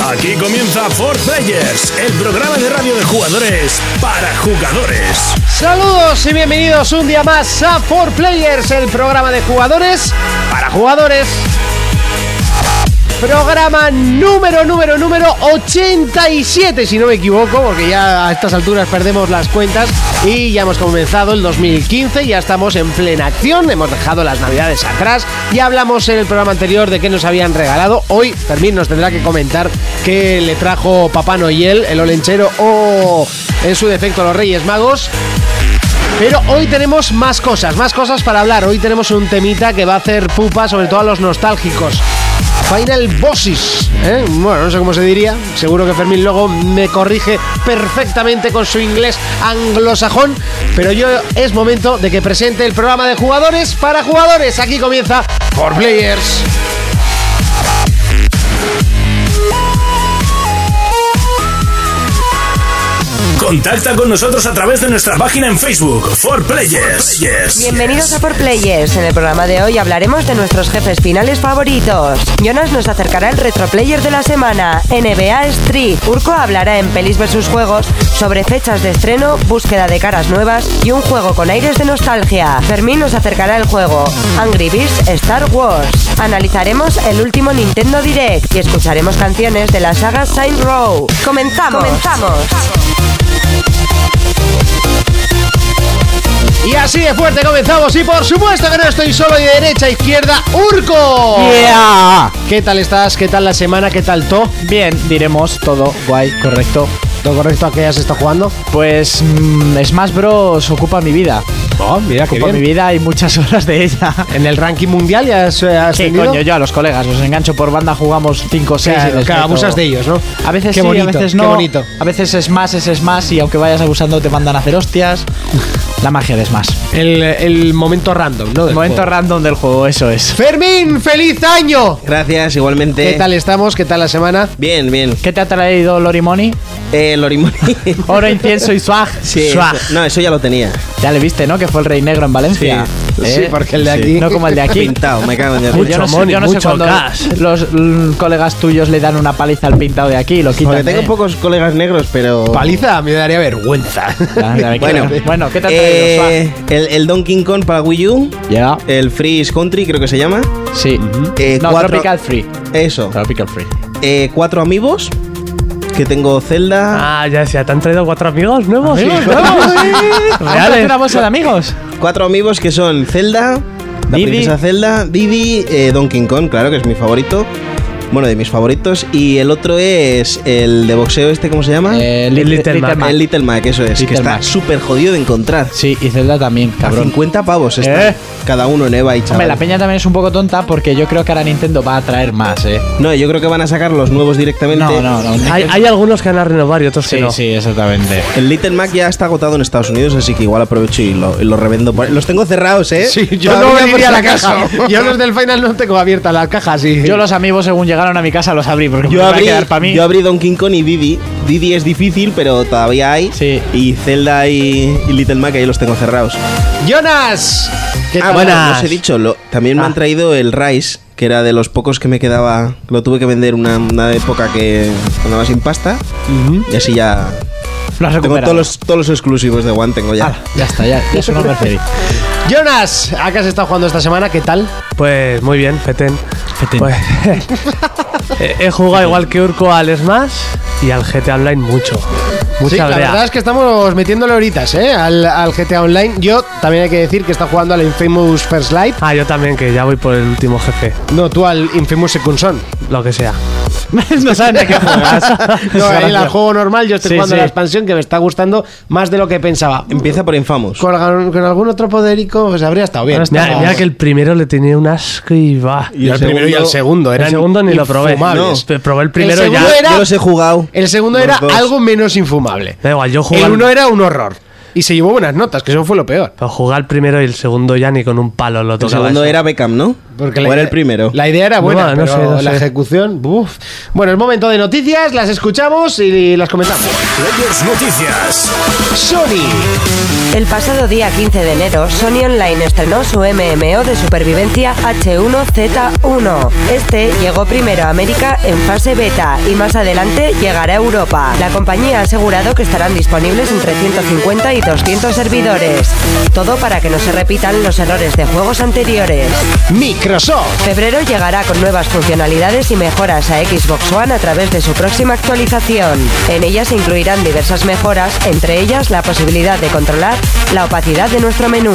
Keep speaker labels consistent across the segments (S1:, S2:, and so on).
S1: Aquí comienza For Players, el programa de radio de jugadores para jugadores.
S2: Saludos y bienvenidos un día más a For Players, el programa de jugadores para jugadores. Programa número, número, número 87, si no me equivoco, porque ya a estas alturas perdemos las cuentas y ya hemos comenzado el 2015, ya estamos en plena acción, hemos dejado las navidades atrás, ya hablamos en el programa anterior de qué nos habían regalado, hoy Fermín nos tendrá que comentar qué le trajo Papá Noel, el olenchero o en su defecto los Reyes Magos. Pero hoy tenemos más cosas, más cosas para hablar. Hoy tenemos un temita que va a hacer pupa, sobre todo a los nostálgicos. Final Bosses, ¿eh? bueno, no sé cómo se diría. Seguro que Fermín luego me corrige perfectamente con su inglés anglosajón. Pero yo es momento de que presente el programa de jugadores para jugadores. Aquí comienza For Players.
S1: Contacta con nosotros a través de nuestra página en Facebook, For Players.
S3: Bienvenidos a Por Players. En el programa de hoy hablaremos de nuestros jefes finales favoritos. Jonas nos acercará el retroplayer de la semana, NBA Street. Urco hablará en Pelis vs Juegos sobre fechas de estreno, búsqueda de caras nuevas y un juego con aires de nostalgia. Fermín nos acercará el juego Angry Birds Star Wars. Analizaremos el último Nintendo Direct y escucharemos canciones de la saga Saint Row. ¡Comenzamos! ¡Comenzamos!
S2: Y así de fuerte comenzamos. Y por supuesto que no estoy solo y de derecha a izquierda, Urco. ¿Qué tal estás? ¿Qué tal la semana? ¿Qué tal todo?
S4: Bien, diremos todo guay, correcto.
S2: ¿Lo correcto a qué has estado jugando?
S4: Pues mm, Smash Bros. ocupa mi vida.
S2: Oh, mira,
S4: Ocupa mi vida y muchas horas de ella.
S2: En el ranking mundial ya has, eh, has
S4: Sí,
S2: ascendido?
S4: coño, yo a los colegas los engancho por banda, jugamos 5 o 6
S2: Claro, claro, abusas de ellos, ¿no?
S4: A veces
S2: Qué
S4: sí,
S2: bonito,
S4: a veces
S2: qué
S4: no.
S2: bonito.
S4: A veces es más, es más y aunque vayas abusando te mandan a hacer hostias. La magia de Smash.
S2: El, el momento random, ¿no? Del
S4: Momento
S2: juego.
S4: random del juego, eso es.
S2: Fermín, feliz año.
S5: Gracias, igualmente.
S4: Eh.
S2: ¿Qué tal estamos? ¿Qué tal la semana?
S5: Bien, bien.
S4: ¿Qué te ha traído Lorimoni?
S5: Eh, Lorimoni.
S4: Oro, incienso y swag.
S5: Sí,
S4: Swag.
S5: eso- no, eso ya lo tenía.
S4: Ya le viste, ¿no? Que fue el rey negro en Valencia. ¿Eh?
S2: Sí. Sí, porque el de aquí-
S4: No como el de aquí.
S5: Pintado, me cago en Dios.
S4: Yo no sé- yo no sé
S2: mucho
S4: cuándo
S2: cash.
S4: los mm, colegas tuyos le dan una paliza al pintado de aquí y lo quitan.
S5: Porque tengo
S4: ¿eh?
S5: pocos colegas negros, pero.
S2: Paliza me daría vergüenza.
S4: Ya, ya me
S5: Bueno.
S4: quedo. bueno, ¿qué te ha traído?
S5: Eh, el, el Donkey Kong para Wii U,
S4: Swag? Ya,
S5: el Freeze Country, creo que se llama.
S4: sí.
S5: Eh,
S4: no,
S5: cuatro-
S4: Tropical Free.
S5: Eso.
S4: Tropical Free.
S5: Eh, cuatro amigos. Que tengo Zelda.
S6: Ah, ya sea, ¿te han traído cuatro amigos nuevos?
S4: Amigos,
S6: Sí.
S4: vamos. Vamos a
S6: Reales.
S4: hacer una bolsa de amigos.
S5: Cuatro amigos que son Zelda, la
S4: Didi.
S5: princesa Zelda, Didi, eh, Donkey Kong, claro que es mi favorito. Bueno, de mis favoritos. Y el otro es el de boxeo, este, ¿cómo se llama?
S4: Eh, Lit-
S6: Little Mac.
S5: El Little Mac, eso es,
S4: Little
S5: que está
S4: Mac.
S5: súper jodido de encontrar.
S4: Sí, y Zelda también,
S5: A
S4: cabrón.
S5: 50 pavos está.
S4: ¿Eh?
S5: Cada uno en EVA y chaval.
S4: Hombre, la peña también es un poco tonta porque yo creo que ahora Nintendo va a traer más, ¿eh?
S5: No, yo creo que van a sacar los nuevos directamente.
S4: No, no, no.
S6: Hay, hay algunos que van a renovar y otros
S4: Sí,
S6: que no.
S4: sí, exactamente.
S5: El Little Mac ya está agotado en Estados Unidos, así que igual aprovecho y lo, y lo revendo. por- Los tengo cerrados, ¿eh? Todavía por si acaso.
S2: Yo los del final no tengo abierta la caja, sí.
S4: Yo los amigos, según llegaron a mi casa, los abrí porque me
S5: Yo
S4: iba a
S5: abrí,
S4: quedar para mí.
S5: yo abrí Donkey Kong y Didi. Didi es difícil, pero todavía hay.
S4: Sí.
S5: Y Zelda y, y Little Mac ahí los tengo cerrados.
S2: Jonas. ¿Qué
S5: Ah,
S2: tal? Ah.
S5: bueno, os he dicho, lo- también me han traído el Rice, que era de los pocos que me quedaba. Lo tuve que vender una, una época que andaba sin pasta. Y así ya.
S4: Lo has
S5: Tengo
S4: recuperado.
S5: todos los, todos los exclusivos de One, tengo ya.
S4: Ala, ya está, ya, ya es una Mercedes.
S2: Jonas, ¿a qué has estado jugando esta semana? ¿Qué tal?
S6: Pues muy bien, Feten.
S4: Feten.
S6: Pues, eh, he jugado igual que Urco al Smash y al GTA Online mucho. Mucha
S2: sí, la
S6: brea.
S2: verdad es que estamos metiéndole horitas, ¿eh? Al, al GTA Online. Yo también hay que decir que está jugando al Infamous First Light.
S6: Ah, yo también, que ya voy por el último jefe,
S2: No, tú al Infamous Second Son.
S6: lo que sea.
S4: no saben de qué juegas.
S2: No, él al juego normal, yo estoy
S4: Sí,
S2: jugando
S4: sí.
S2: la expansión que me está gustando más de lo que pensaba.
S5: Empieza por Infamous.
S2: Con, algún- con algún otro podérico, pues habría estado bien.
S6: Mira, mira que el primero le tenía un asco y va.
S5: Y el primero y el
S2: segundo
S6: El segundo ni lo probé.
S2: infumables.
S6: No, Este, probé el primero
S2: segundo
S6: ya.
S2: era-
S5: Yo los he jugado.
S2: El segundo era
S5: Los dos.
S2: algo menos infumable.
S6: Da igual, yo jugué.
S2: El
S6: al-
S2: uno era un horror. Y se llevó buenas notas, que eso fue lo peor.
S6: Pero jugué al primero y el segundo ya ni con un palo lo
S5: El
S6: tocaba.
S5: segundo
S6: eso.
S5: era Beckham, ¿no?
S2: Porque
S5: ¿O
S2: la
S5: era
S2: idea-
S5: el primero?
S2: La idea era buena,
S6: No, no
S2: pero
S6: sé, no
S2: la
S6: sé.
S2: ejecución. ¡buf! Bueno, es momento de noticias, las escuchamos y las comentamos.
S1: Players Noticias.
S2: Sony.
S3: El pasado día 15 de enero, Sony Online estrenó su MMO de supervivencia H1Z1. Este llegó primero a América en fase beta y más adelante llegará a Europa. La compañía ha asegurado que estarán disponibles entre 150 y 200 servidores. Todo para que no se repitan los errores de juegos anteriores.
S2: Microsoft.
S3: Febrero llegará con nuevas funcionalidades y mejoras a Xbox One a través de su próxima actualización. En ella se incluirán diversas mejoras, entre ellas la posibilidad de controlar la opacidad de nuestro menú.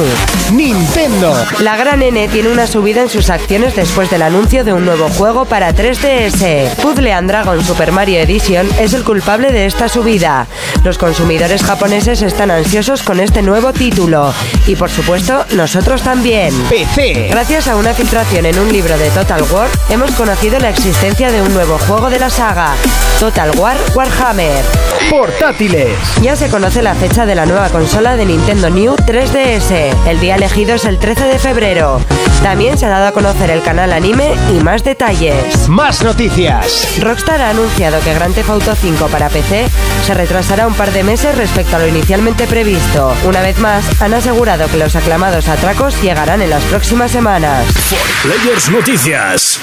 S2: Nintendo.
S3: La gran N tiene una subida en sus acciones después del anuncio de un nuevo juego para 3DS. Puzzle and Dragon Super Mario Edition es el culpable de esta subida. Los consumidores japoneses están ansiosos con este nuevo título. Y por supuesto, nosotros también.
S2: PC.
S3: Gracias a una filtración en un libro de Total War, hemos conocido la existencia de un nuevo juego de la saga, Total War Warhammer.
S2: Portátiles.
S3: Ya se conoce la fecha de la nueva consola de Nintendo New 3DS. El día elegido es el 13 de febrero. También se ha dado a conocer el canal anime y más detalles.
S2: Más noticias.
S3: Rockstar ha anunciado que Grand Theft Auto 5 para PC se retrasará un par de meses respecto a lo inicialmente previsto. Una vez más, han asegurado que los aclamados atracos llegarán en las próximas semanas.
S1: Players Noticias.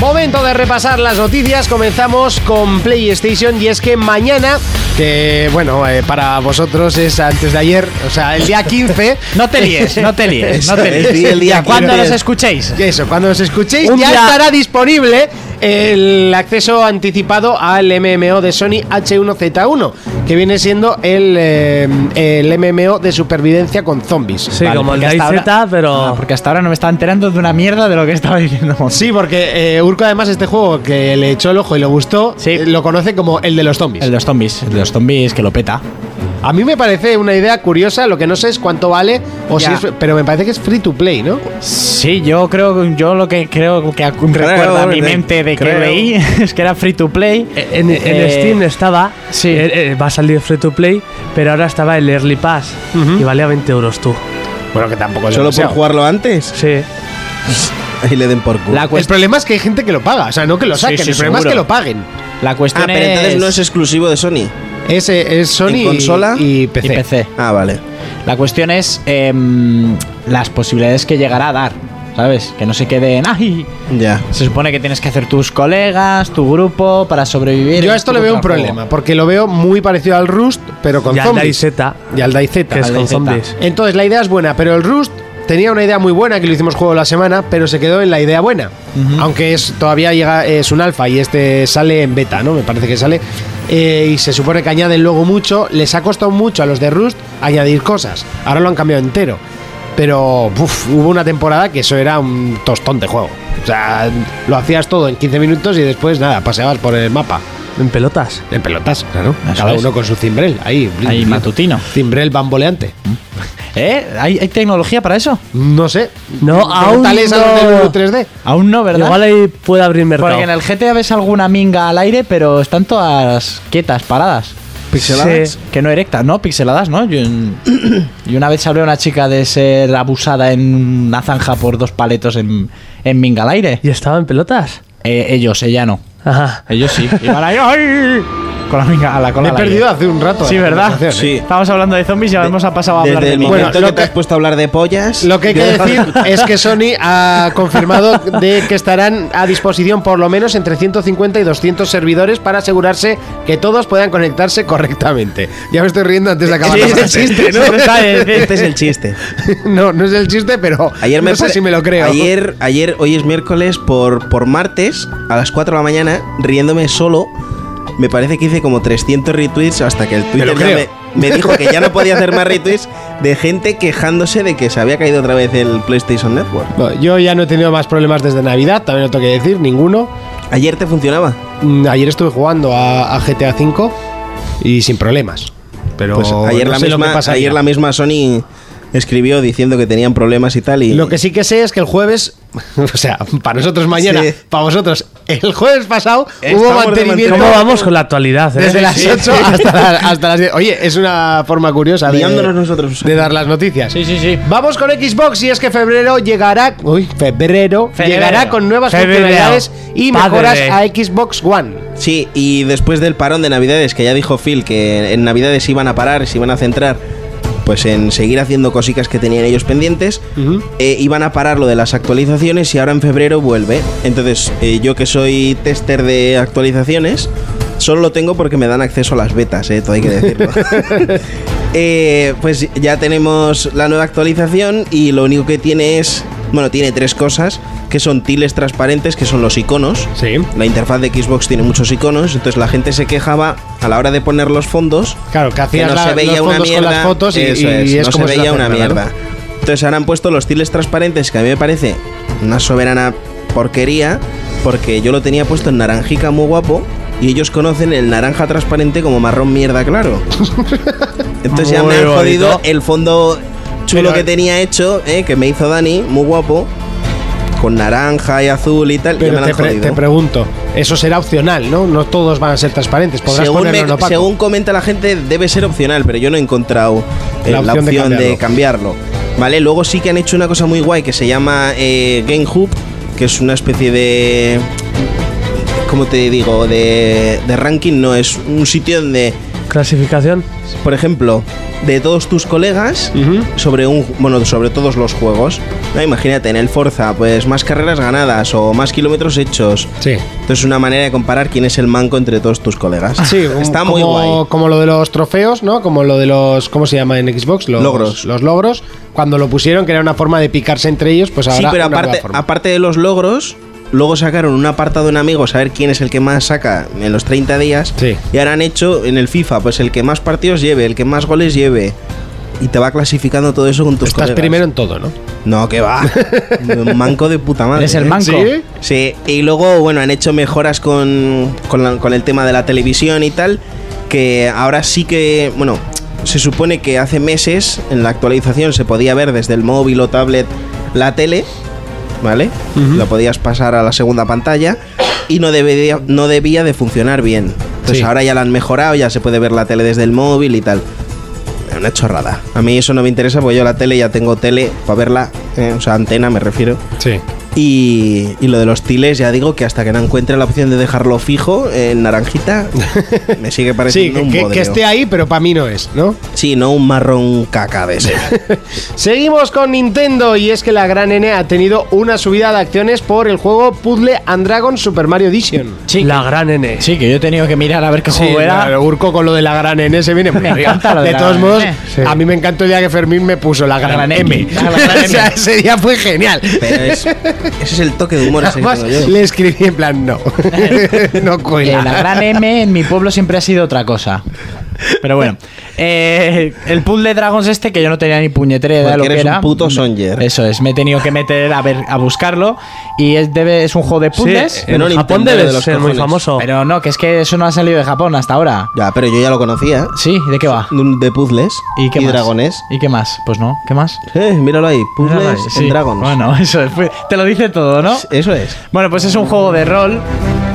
S2: Momento de repasar las noticias. Comenzamos con PlayStation y es que mañana, que bueno, eh, para vosotros es antes de ayer, o sea, el día 15.
S4: No te líes, no te líes, no te
S5: Eso
S4: líes.
S5: es, sí, el día
S4: Ya, Cuando
S5: 15.
S4: los escuchéis.
S2: Y Eso, cuando os escuchéis
S4: Un
S2: ya
S4: día-
S2: estará disponible el acceso anticipado al MMO de Sony H1Z1, que viene siendo el, eh, el MMO de supervivencia con zombies.
S6: Sí,
S4: Vale,
S6: como el
S4: porque hasta
S6: DayZ,
S4: ahora-
S6: pero.
S4: Ah, porque hasta ahora no me estaba enterando de una mierda de lo que estaba diciendo.
S2: Sí, porque eh, Urco además este juego que le echó el ojo y le gustó,
S4: Sí.
S2: eh, lo conoce como el de los zombies.
S4: El de los zombies, el de los zombies que lo peta.
S2: A mí me parece una idea curiosa, lo que no sé es cuánto vale, o
S4: Ya.
S2: si es- pero me parece que es free to play, ¿no?
S4: Sí, yo creo, yo lo que creo que acu-
S5: Creo,
S4: recuerda a mi
S5: de-
S4: mente de que
S5: creo.
S4: leí es que era free to play.
S6: En, en
S4: Eh,
S6: Steam estaba,
S4: sí.
S6: eh, eh, va a salir free to play, pero ahora estaba el Early Pass y valía 20 euros tú.
S2: Bueno, que tampoco es
S5: Solo por
S2: demasiado.
S5: jugarlo antes
S6: Sí.
S5: y le den por culo.
S4: La,
S2: El
S4: cuest-
S2: problema es que hay gente que lo paga, o sea, no que lo
S4: Sí,
S2: saquen,
S4: sí,
S2: el problema es
S4: seguro.
S2: que lo paguen.
S4: la
S5: Ah,
S4: cuestión
S5: pero entonces no es exclusivo de Sony.
S2: Ese es Sony
S5: ¿En
S2: y-
S5: consola?
S2: y
S4: y
S2: PC.
S4: PC.
S5: Ah, vale.
S4: La cuestión es em, las posibilidades que llegará a dar, ¿sabes? Que no se queden. ¡Ay!
S5: Ya.
S4: Se supone que tienes que hacer tus colegas, tu grupo para sobrevivir.
S2: Yo a esto le veo un problema, porque lo veo muy parecido al Rust, pero con
S6: y al
S2: zombies.
S6: DayZ,
S2: Y al DayZ.
S6: que es
S4: al
S6: con
S4: DayZ.
S6: zombies.
S2: Entonces la idea es buena, pero el Rust tenía una idea muy buena que lo hicimos juego la semana, pero se quedó en la idea buena. Aunque es todavía llega es un alfa y este sale en beta, ¿no? Me parece que sale. Eh, y se supone que añaden luego mucho. Les ha costado mucho a los de Rust añadir cosas. Ahora lo han cambiado entero. Pero uf, hubo una temporada que eso era un tostón de juego. O sea, lo hacías todo en 15 minutos y después nada, paseabas por el mapa.
S6: En pelotas.
S2: En pelotas, claro.
S4: Eso
S2: Cada
S4: es.
S2: uno con su cimbrel. Ahí,
S4: Ahí, matutino.
S2: Cimbrel bamboleante.
S4: ¿Eh? ¿Hay, hay tecnología para eso?
S2: No sé.
S6: No,
S2: Pero
S6: aún
S2: Tal es
S6: no.
S2: algo del 3D.
S4: Aún no, ¿verdad?
S6: Igual ahí puede abrir mercado.
S4: Porque en el GTA ves alguna minga al aire, pero están todas quietas, paradas.
S5: ¿Pixeladas?
S6: Sí.
S4: Que no erectas, ¿no? Pixeladas, ¿no? Yo en- y una vez salió una chica de ser abusada en una zanja por dos paletos en, en minga al aire.
S6: ¿Y estaba en pelotas?
S4: Eh, ellos, ella no.
S6: Ajá.
S4: Ellos sí. Iban ahí, ¡ay! Con la minga, la cola
S2: Me he
S4: al aire.
S2: perdido hace un rato.
S4: Sí,
S2: la
S4: ¿verdad?
S2: conversación, ¿eh?
S5: Sí.
S4: Estábamos hablando de zombies y ahora hemos pasado a hablar
S5: Desde
S4: de
S5: el
S4: minga.
S5: momento
S2: Bueno, lo
S5: que te
S2: que-
S5: has puesto a hablar de pollas.
S2: Lo que hay que decir es que Sony ha confirmado de que estarán a disposición por lo menos entre 150 y 200 servidores para asegurarse que todos puedan conectarse correctamente. Ya me estoy riendo antes de acabar. la frase.
S5: Este es el chiste.
S2: No, no es el chiste, pero
S5: Ayer me
S2: no sé
S5: pare-
S2: si me lo creo.
S5: Ayer, ayer, hoy es miércoles, por, por martes, a las 4 de la mañana, riéndome solo. Me parece que hice como 300 retweets hasta que el Twitter
S2: lo
S5: ya
S2: creo.
S5: me, me dijo que ya no podía hacer más retweets de gente quejándose de que se había caído otra vez el PlayStation Network.
S2: No, yo ya no he tenido más problemas desde Navidad, también lo tengo que decir, ninguno.
S5: Ayer te funcionaba.
S2: Mm, Ayer estuve jugando a, a GTA V y sin problemas. Pero
S5: Pues ayer,
S2: no
S5: la
S2: sé lo que
S5: misma,
S2: pasaría.
S5: ayer la misma Sony escribió diciendo que tenían problemas y tal. Y
S2: Lo que sí que sé es que el jueves, o sea, para nosotros mañana,
S5: Sí.
S2: para vosotros, el jueves pasado
S5: Estamos
S2: hubo
S5: de
S2: mantenimiento.
S6: ¿Cómo vamos con la actualidad? eh?
S2: Desde las 8 hasta las, hasta las 10. Oye, es una forma curiosa de,
S5: Liándonos nosotros.
S2: de dar las noticias.
S4: Sí, sí, sí.
S2: Vamos con Xbox y es que febrero llegará, uy, febrero,
S4: Febrero.
S2: llegará con nuevas
S6: Febrero.
S2: funcionalidades y
S6: Padre.
S2: mejoras a Xbox One.
S5: Sí, y después del parón de Navidades, que ya dijo Phil que en Navidades se iban a parar, se iban a centrar pues en seguir haciendo cositas que tenían ellos pendientes, eh, iban a parar lo de las actualizaciones y ahora en febrero vuelve. Entonces, eh, yo que soy tester de actualizaciones, solo lo tengo porque me dan acceso a las betas, eh, todo hay que decirlo. Eh, pues ya tenemos la nueva actualización y lo único que tiene es, bueno, tiene tres cosas, que son tiles transparentes, que son los iconos.
S2: Sí.
S5: La interfaz de Xbox tiene muchos iconos, entonces la gente se quejaba a la hora de poner los fondos
S2: Claro, que
S5: que
S2: hacías
S5: no
S2: la-
S5: se veía
S2: los
S5: una
S2: fondos
S5: mierda.
S2: con las fotos y,
S5: eso
S2: y
S5: es,
S2: es
S5: no
S2: como
S5: se
S2: si
S5: veía
S2: la
S5: una
S2: hacen, ¿no?
S5: mierda. Entonces ahora han puesto los tiles transparentes que a mí me parece una soberana porquería porque yo lo tenía puesto en naranjica muy guapo y ellos conocen el naranja transparente como marrón mierda claro. Entonces ya
S6: Muy
S5: me han
S6: bonito.
S5: jodido el fondo chulo
S2: Pero-
S5: que tenía hecho, eh, que me hizo Dani, muy guapo, con naranja y azul y tal. ya me
S2: Pero
S5: lo
S2: te,
S5: han
S2: pre-
S5: jodido.
S2: te pregunto, eso será opcional, ¿no? No todos van a ser transparentes, podrás
S5: Según,
S2: ponerlo
S5: me-
S2: en opaco.
S5: según comenta la gente, debe ser opcional, pero yo no he encontrado eh, la, opción de, cambiarlo. Vale, luego sí que han hecho una cosa muy guay que se llama eh, Game Hub, que es una especie de. ¿Cómo te digo? De, de ranking, no, es un sitio donde,
S6: Clasificación.
S5: por ejemplo, de todos tus colegas, sobre un bueno, sobre todos los juegos. ¿no? Imagínate, en el Forza, pues más carreras ganadas o más kilómetros hechos.
S2: Sí.
S5: Entonces es una manera de comparar quién es el manco entre todos tus colegas.
S2: Sí,
S5: Ah, está
S2: como,
S5: muy guay.
S2: como lo de los trofeos, ¿no? Como lo de los. ¿Cómo se llama en Xbox? Los
S5: Logros.
S2: Los logros. Cuando lo pusieron, que era una forma de picarse entre ellos, pues ahora.
S5: Sí, pero
S2: una nueva
S5: aparte,
S2: forma.
S5: aparte de los logros, luego sacaron un apartado en amigos a ver quién es el que más saca en los 30 días.
S2: Sí.
S5: Y ahora han hecho en el FIFA, pues el que más partidos lleve, el que más goles lleve. Y te va clasificando todo eso con tus
S2: Estás
S5: colegas.
S2: primero en todo, ¿no?
S5: No, que va. Un manco de puta madre.
S4: Eres el
S5: ¿eh?
S4: manco.
S2: ¿Sí?
S5: Sí, y luego, bueno, han hecho mejoras con, con, la- con el tema de la televisión y tal, que ahora sí que, bueno, se supone que hace meses en la actualización se podía ver desde el móvil o tablet la tele, ¿vale? Lo podías pasar a la segunda pantalla y no debía, no debía de funcionar bien. Entonces
S2: Sí.
S5: ahora ya la han mejorado, ya se puede ver la tele desde el móvil y tal. Una chorrada. A mí eso no me interesa porque yo la tele ya tengo tele para verla, eh, o sea, antena me refiero.
S2: Sí.
S5: Y, y lo de los tiles, ya digo que hasta que no encuentre la opción de dejarlo fijo en naranjita, me sigue
S2: Sí,
S5: pareciendo
S2: que,
S5: un
S2: que- que
S5: bodrio.
S2: esté ahí, pero para mí no es, ¿no?
S5: Sí, no un marrón caca de ese.
S2: Seguimos con Nintendo y es que la gran N ha tenido una subida de acciones por el juego Puzzle and Dragon Super Mario Edition.
S4: Sí,
S6: La gran N.
S4: sí, que yo he tenido que mirar a ver qué juego era.
S2: claro, Urco con lo de la gran N se viene muy
S4: Me
S2: arriba.
S4: encanta lo de
S2: de
S4: la
S2: todos
S4: gran
S2: modos,
S4: N. Sí.
S2: a mí me encantó el día que Fermín me puso la gran,
S4: gran
S2: M.
S4: M. La gran M.
S2: o sea, ese día fue genial.
S5: Pero es- ese es el toque de humor ese que
S2: Además,
S5: tengo yo.
S2: le escribí en plan, no. no
S4: Eh,
S2: cuela.
S4: la gran M en mi pueblo siempre ha sido otra cosa. Pero bueno, eh, el pool de dragons este que yo no tenía ni puñetera idea de lo
S5: Porque
S4: que
S5: eres
S4: era. Mm,
S5: un puto songer.
S4: Eso es, me he tenido que meter a ver a buscarlo y es debe es un juego de
S6: Sí, eh,
S4: puzzles.
S6: en
S5: Pero
S6: Japón
S5: Nintendo
S6: debe
S5: de los
S6: ser muy
S5: cojones.
S6: famoso.
S4: Pero no, que es que eso no ha salido de Japón hasta ahora.
S5: Ya, pero yo ya lo conocía.
S4: Sí, ¿de qué va?
S5: De un- De puzzles
S4: ¿Y qué más?
S5: dragones.
S4: ¿Y qué más? Pues no, ¿qué más?
S5: Eh, míralo ahí, puzzles
S4: Ay, sí.
S5: en dragones.
S4: Bueno, eso es, fue- te lo dice todo, ¿no?
S5: Eso es.
S4: Bueno, pues es un juego de rol.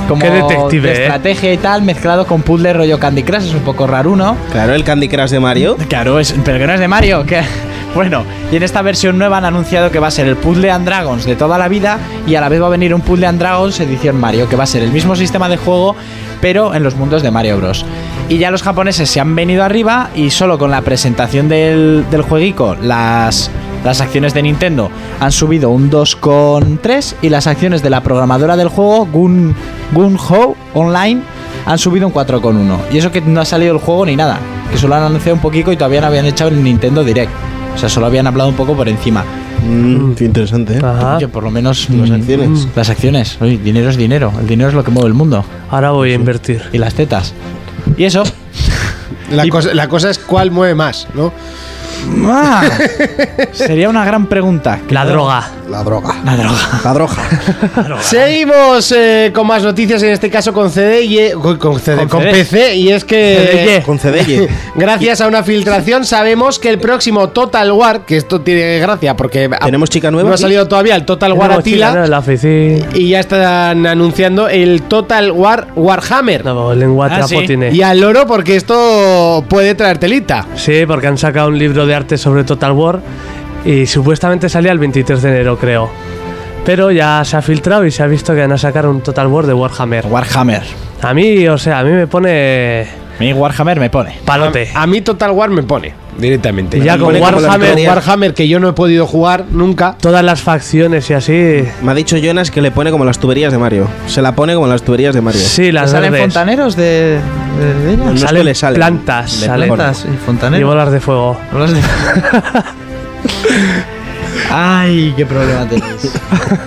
S4: Como
S6: Qué detective,
S4: de
S6: eh.
S4: estrategia y tal, mezclado con puzzle rollo Candy Crush, es un poco raro, ¿no?
S5: Claro, el Candy Crush de Mario.
S4: Claro, es, pero que no es de Mario. Que, bueno, y en esta versión nueva han anunciado que va a ser el Puzzle and Dragons de toda la vida y a la vez va a venir un Puzzle and Dragons edición Mario, que va a ser el mismo sistema de juego, pero en los mundos de Mario Bros. Y ya los japoneses se han venido arriba y solo con la presentación del, del jueguico, las, las acciones de Nintendo han subido un 2,3 y las acciones de la programadora del juego, Gun, Gun Ho Online, han subido un 4,1. Y eso que no ha salido el juego ni nada. Que solo han anunciado un poquito y todavía no habían echado el Nintendo Direct. O sea, solo habían hablado un poco por encima.
S5: Mm, qué interesante, ¿eh?
S6: Ajá.
S4: Yo, por lo menos.
S5: Las
S4: mm,
S5: acciones.
S4: Las acciones. Oye, dinero es dinero. El dinero es lo que mueve el mundo.
S6: Ahora voy a invertir.
S4: Y las tetas. Y eso.
S2: La, cosa, la cosa es cuál mueve más, ¿no?
S4: Ah, sería una gran pregunta.
S6: La droga.
S5: La droga.
S4: La droga.
S5: La droga.
S2: Seguimos eh, con más noticias, en este caso con CD y eh, con, con CD,
S6: Con
S2: con
S6: CD.
S2: PC, y es que
S5: Con Cedelle.
S2: gracias a una filtración sabemos que el próximo Total War, que esto tiene gracia porque ah,
S5: ¿Tenemos chica nueva
S2: no ha
S5: aquí?
S2: salido todavía el Total War
S6: Una mochila, ¿no?
S2: Atila
S6: En la oficina.
S2: y ya están anunciando el Total War Warhammer.
S6: No, lengua
S4: Ah,
S6: trapo
S4: sí.
S6: tiene.
S2: Y al loro porque esto puede traer telita.
S6: Sí, porque han sacado un libro de arte sobre Total War y supuestamente salía el 23 de enero, creo. Pero ya se ha filtrado y se ha visto que van a sacar un Total War de Warhammer.
S4: Warhammer.
S6: A mí, o sea, a mí me pone
S4: Mi Warhammer me pone.
S6: palote.
S2: A mí Total War me pone directamente.
S6: Y ya
S2: Me
S6: con
S2: pone como las
S6: Warhammer-
S2: victorias. Warhammer que yo no he podido jugar nunca.
S6: Todas las facciones y así.
S5: Me ha dicho Jonas que le pone como las tuberías de Mario. Se la pone como las tuberías de Mario.
S6: Sí, las
S4: ¿Salen
S6: verdes.
S4: fontaneros de, de, de ella?
S5: No es que
S6: salen
S5: le salen.
S6: plantas,
S5: Le
S6: salen
S5: ponen.
S4: Planetas y
S6: y
S4: fontaneros.
S6: bolas de fuego.
S4: Hablas de- Ay, qué problema tenéis.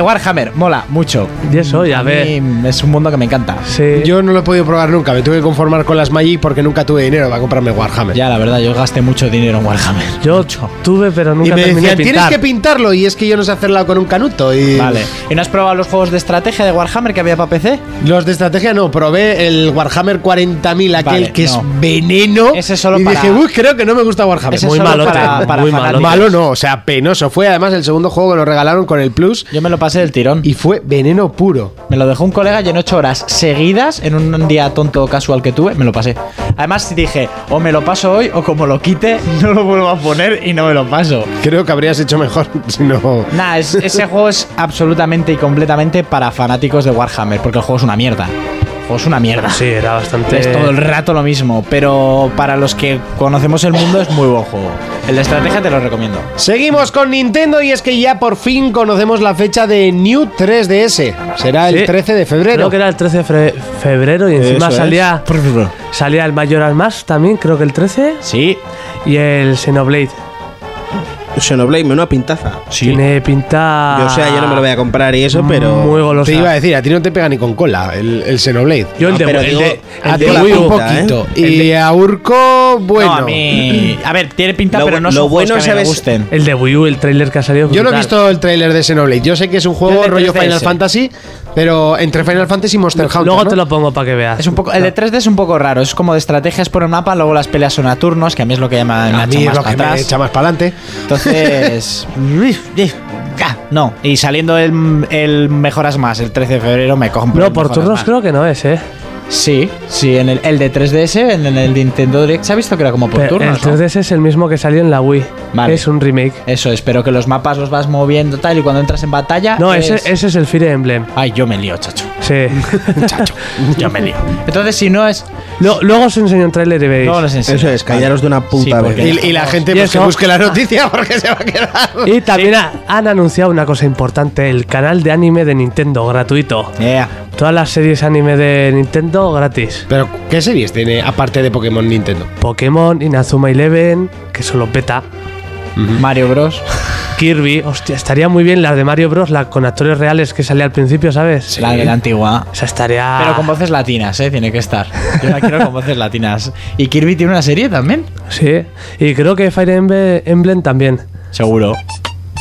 S4: Warhammer, mola mucho.
S6: Y eso, ya
S4: A
S6: ve.
S4: mí es un mundo que me encanta.
S6: Sí.
S2: Yo no lo he podido probar nunca, me tuve que conformar con las Magic porque nunca tuve dinero para comprarme Warhammer.
S4: Ya, la verdad, yo gasté mucho dinero en Warhammer.
S6: Yo tuve, pero
S2: Y
S6: nunca
S2: me
S6: terminé de
S2: decían, tienes
S6: pintar.
S2: que pintarlo y es que yo no sé hacerlo con un canuto. Y
S4: Vale. ¿Y no has probado los juegos de estrategia de Warhammer que había para PC?
S2: Los de estrategia no, probé el Warhammer 40.000, aquel
S4: Vale,
S2: que
S4: no.
S2: es veneno.
S4: Ese solo
S2: y
S4: para-
S2: dije, uy, creo que no me gusta Warhammer.
S4: Ese
S6: muy
S4: solo
S6: malote,
S4: para, para
S6: muy
S4: fanáticos.
S6: malote.
S2: Malo no, o sea, penoso. Fue además el segundo juego que nos regalaron con el Plus
S4: Yo me lo pasé del tirón.
S2: y fue veneno puro.
S4: Me lo dejó un colega y en 8 horas seguidas, en un día tonto casual que tuve, me lo pasé. Además dije, o me lo paso hoy o como lo quite, no lo vuelvo a poner y no me lo paso.
S2: Creo que habrías hecho mejor si no.
S4: Nah, es- ese juego es absolutamente y completamente para fanáticos de Warhammer, porque el juego es una mierda. El juego es una mierda.
S6: Sí, era bastante.
S4: Es todo el rato lo mismo, pero para los que conocemos el mundo es muy buen juego. El de estrategia te lo recomiendo.
S2: Seguimos con Nintendo y es que ya por fin conocemos la fecha de New 3DS. Será el
S6: Sí.
S2: 13 de febrero.
S6: Creo que era el 13 de fe- febrero y encima
S5: Eso es.
S6: salía, salía el Mayoras Más también, creo que el 13.
S4: Sí,
S6: Y el Xenoblade.
S5: Xenoblade, menuda pintaza.
S4: sí.
S6: Tiene pinta.
S5: Yo, o sea, yo no me lo voy a comprar y eso, pero.
S6: Muy golosa.
S2: Te iba a decir, a ti no te pega ni con cola el, el Xenoblade.
S6: Yo el
S5: No,
S6: de,
S5: pero
S6: el
S5: digo,
S6: de-
S5: el
S2: a
S5: de
S2: ti
S5: la
S2: un
S5: pinta,
S2: poquito.
S5: ¿eh?
S2: Y a Urco, bueno.
S4: No, a mí. A ver, tiene pinta,
S5: Lo
S4: pero
S5: bu-
S4: no
S5: lo
S4: son juegos
S5: bueno,
S4: que a mí me
S5: ¿sabes?
S4: gusten.
S6: el de Wii U, el trailer que ha salido. es
S2: Yo no he
S6: brutal.
S2: visto el tráiler de Xenoblade. Yo sé que es un
S4: Yo
S2: juego
S4: el de
S2: rollo
S4: 3DS.
S2: Final Fantasy, pero entre Final Fantasy y Monster Hunter.
S6: Luego te
S2: ¿no?
S6: lo pongo para que veas.
S4: Es un poco, el de 3D es un poco raro, es como de estrategias por el mapa, luego las peleas son a turnos, que a mí es lo que llama
S2: A mí es lo que me echa más para adelante.
S4: Entonces. ah, no, y saliendo el, el Mejoras Más el 13 de febrero me compro.
S6: No,
S4: el
S6: por
S4: Mejoras
S6: turnos
S4: Más.
S6: creo que no es, ¿eh?
S4: Sí, sí, en el, el de 3DS, en el, el Nintendo Direct se ha visto que era como por
S6: Pero
S4: turnos.
S6: el
S4: ¿no?
S6: 3DS es el mismo que salió en la Wii.
S4: Vale.
S6: Es un remake.
S4: Eso, espero que los mapas los vas moviendo tal y cuando entras en batalla.
S6: No,
S4: es-
S6: ese, ese es el Fire Emblem.
S4: Ay, yo me lío, chacho.
S6: Sí.
S4: Yo me lío. Entonces, si no es.
S6: Lo- luego os enseño un trailer y veis.
S4: Luego les enseño.
S5: Eso es, callaros de una
S4: Sí,
S5: puta
S4: porque-
S5: vez.
S2: Y, y la gente
S6: ¿Y
S2: pues, que
S6: eso?
S2: busque la noticia porque se va a quedar.
S6: Y también ha- han anunciado una cosa importante, el canal de anime de Nintendo, gratuito.
S4: Yeah.
S6: Todas las series anime de Nintendo gratis.
S2: Pero, ¿qué series tiene aparte de Pokémon Nintendo?
S6: Pokémon, Inazuma Eleven, que son los beta.
S4: Mario Bros.
S6: Kirby, hostia, estaría muy bien la de Mario Bros, la con actores reales que salía al principio, ¿sabes?
S4: La de la antigua.
S6: O sea, estaría...
S4: Pero con voces latinas, ¿eh? Tiene que estar. Yo la quiero con voces latinas. ¿Y Kirby tiene una serie también?
S6: Sí, y creo que Fire Emble- Emblem también.
S4: Seguro.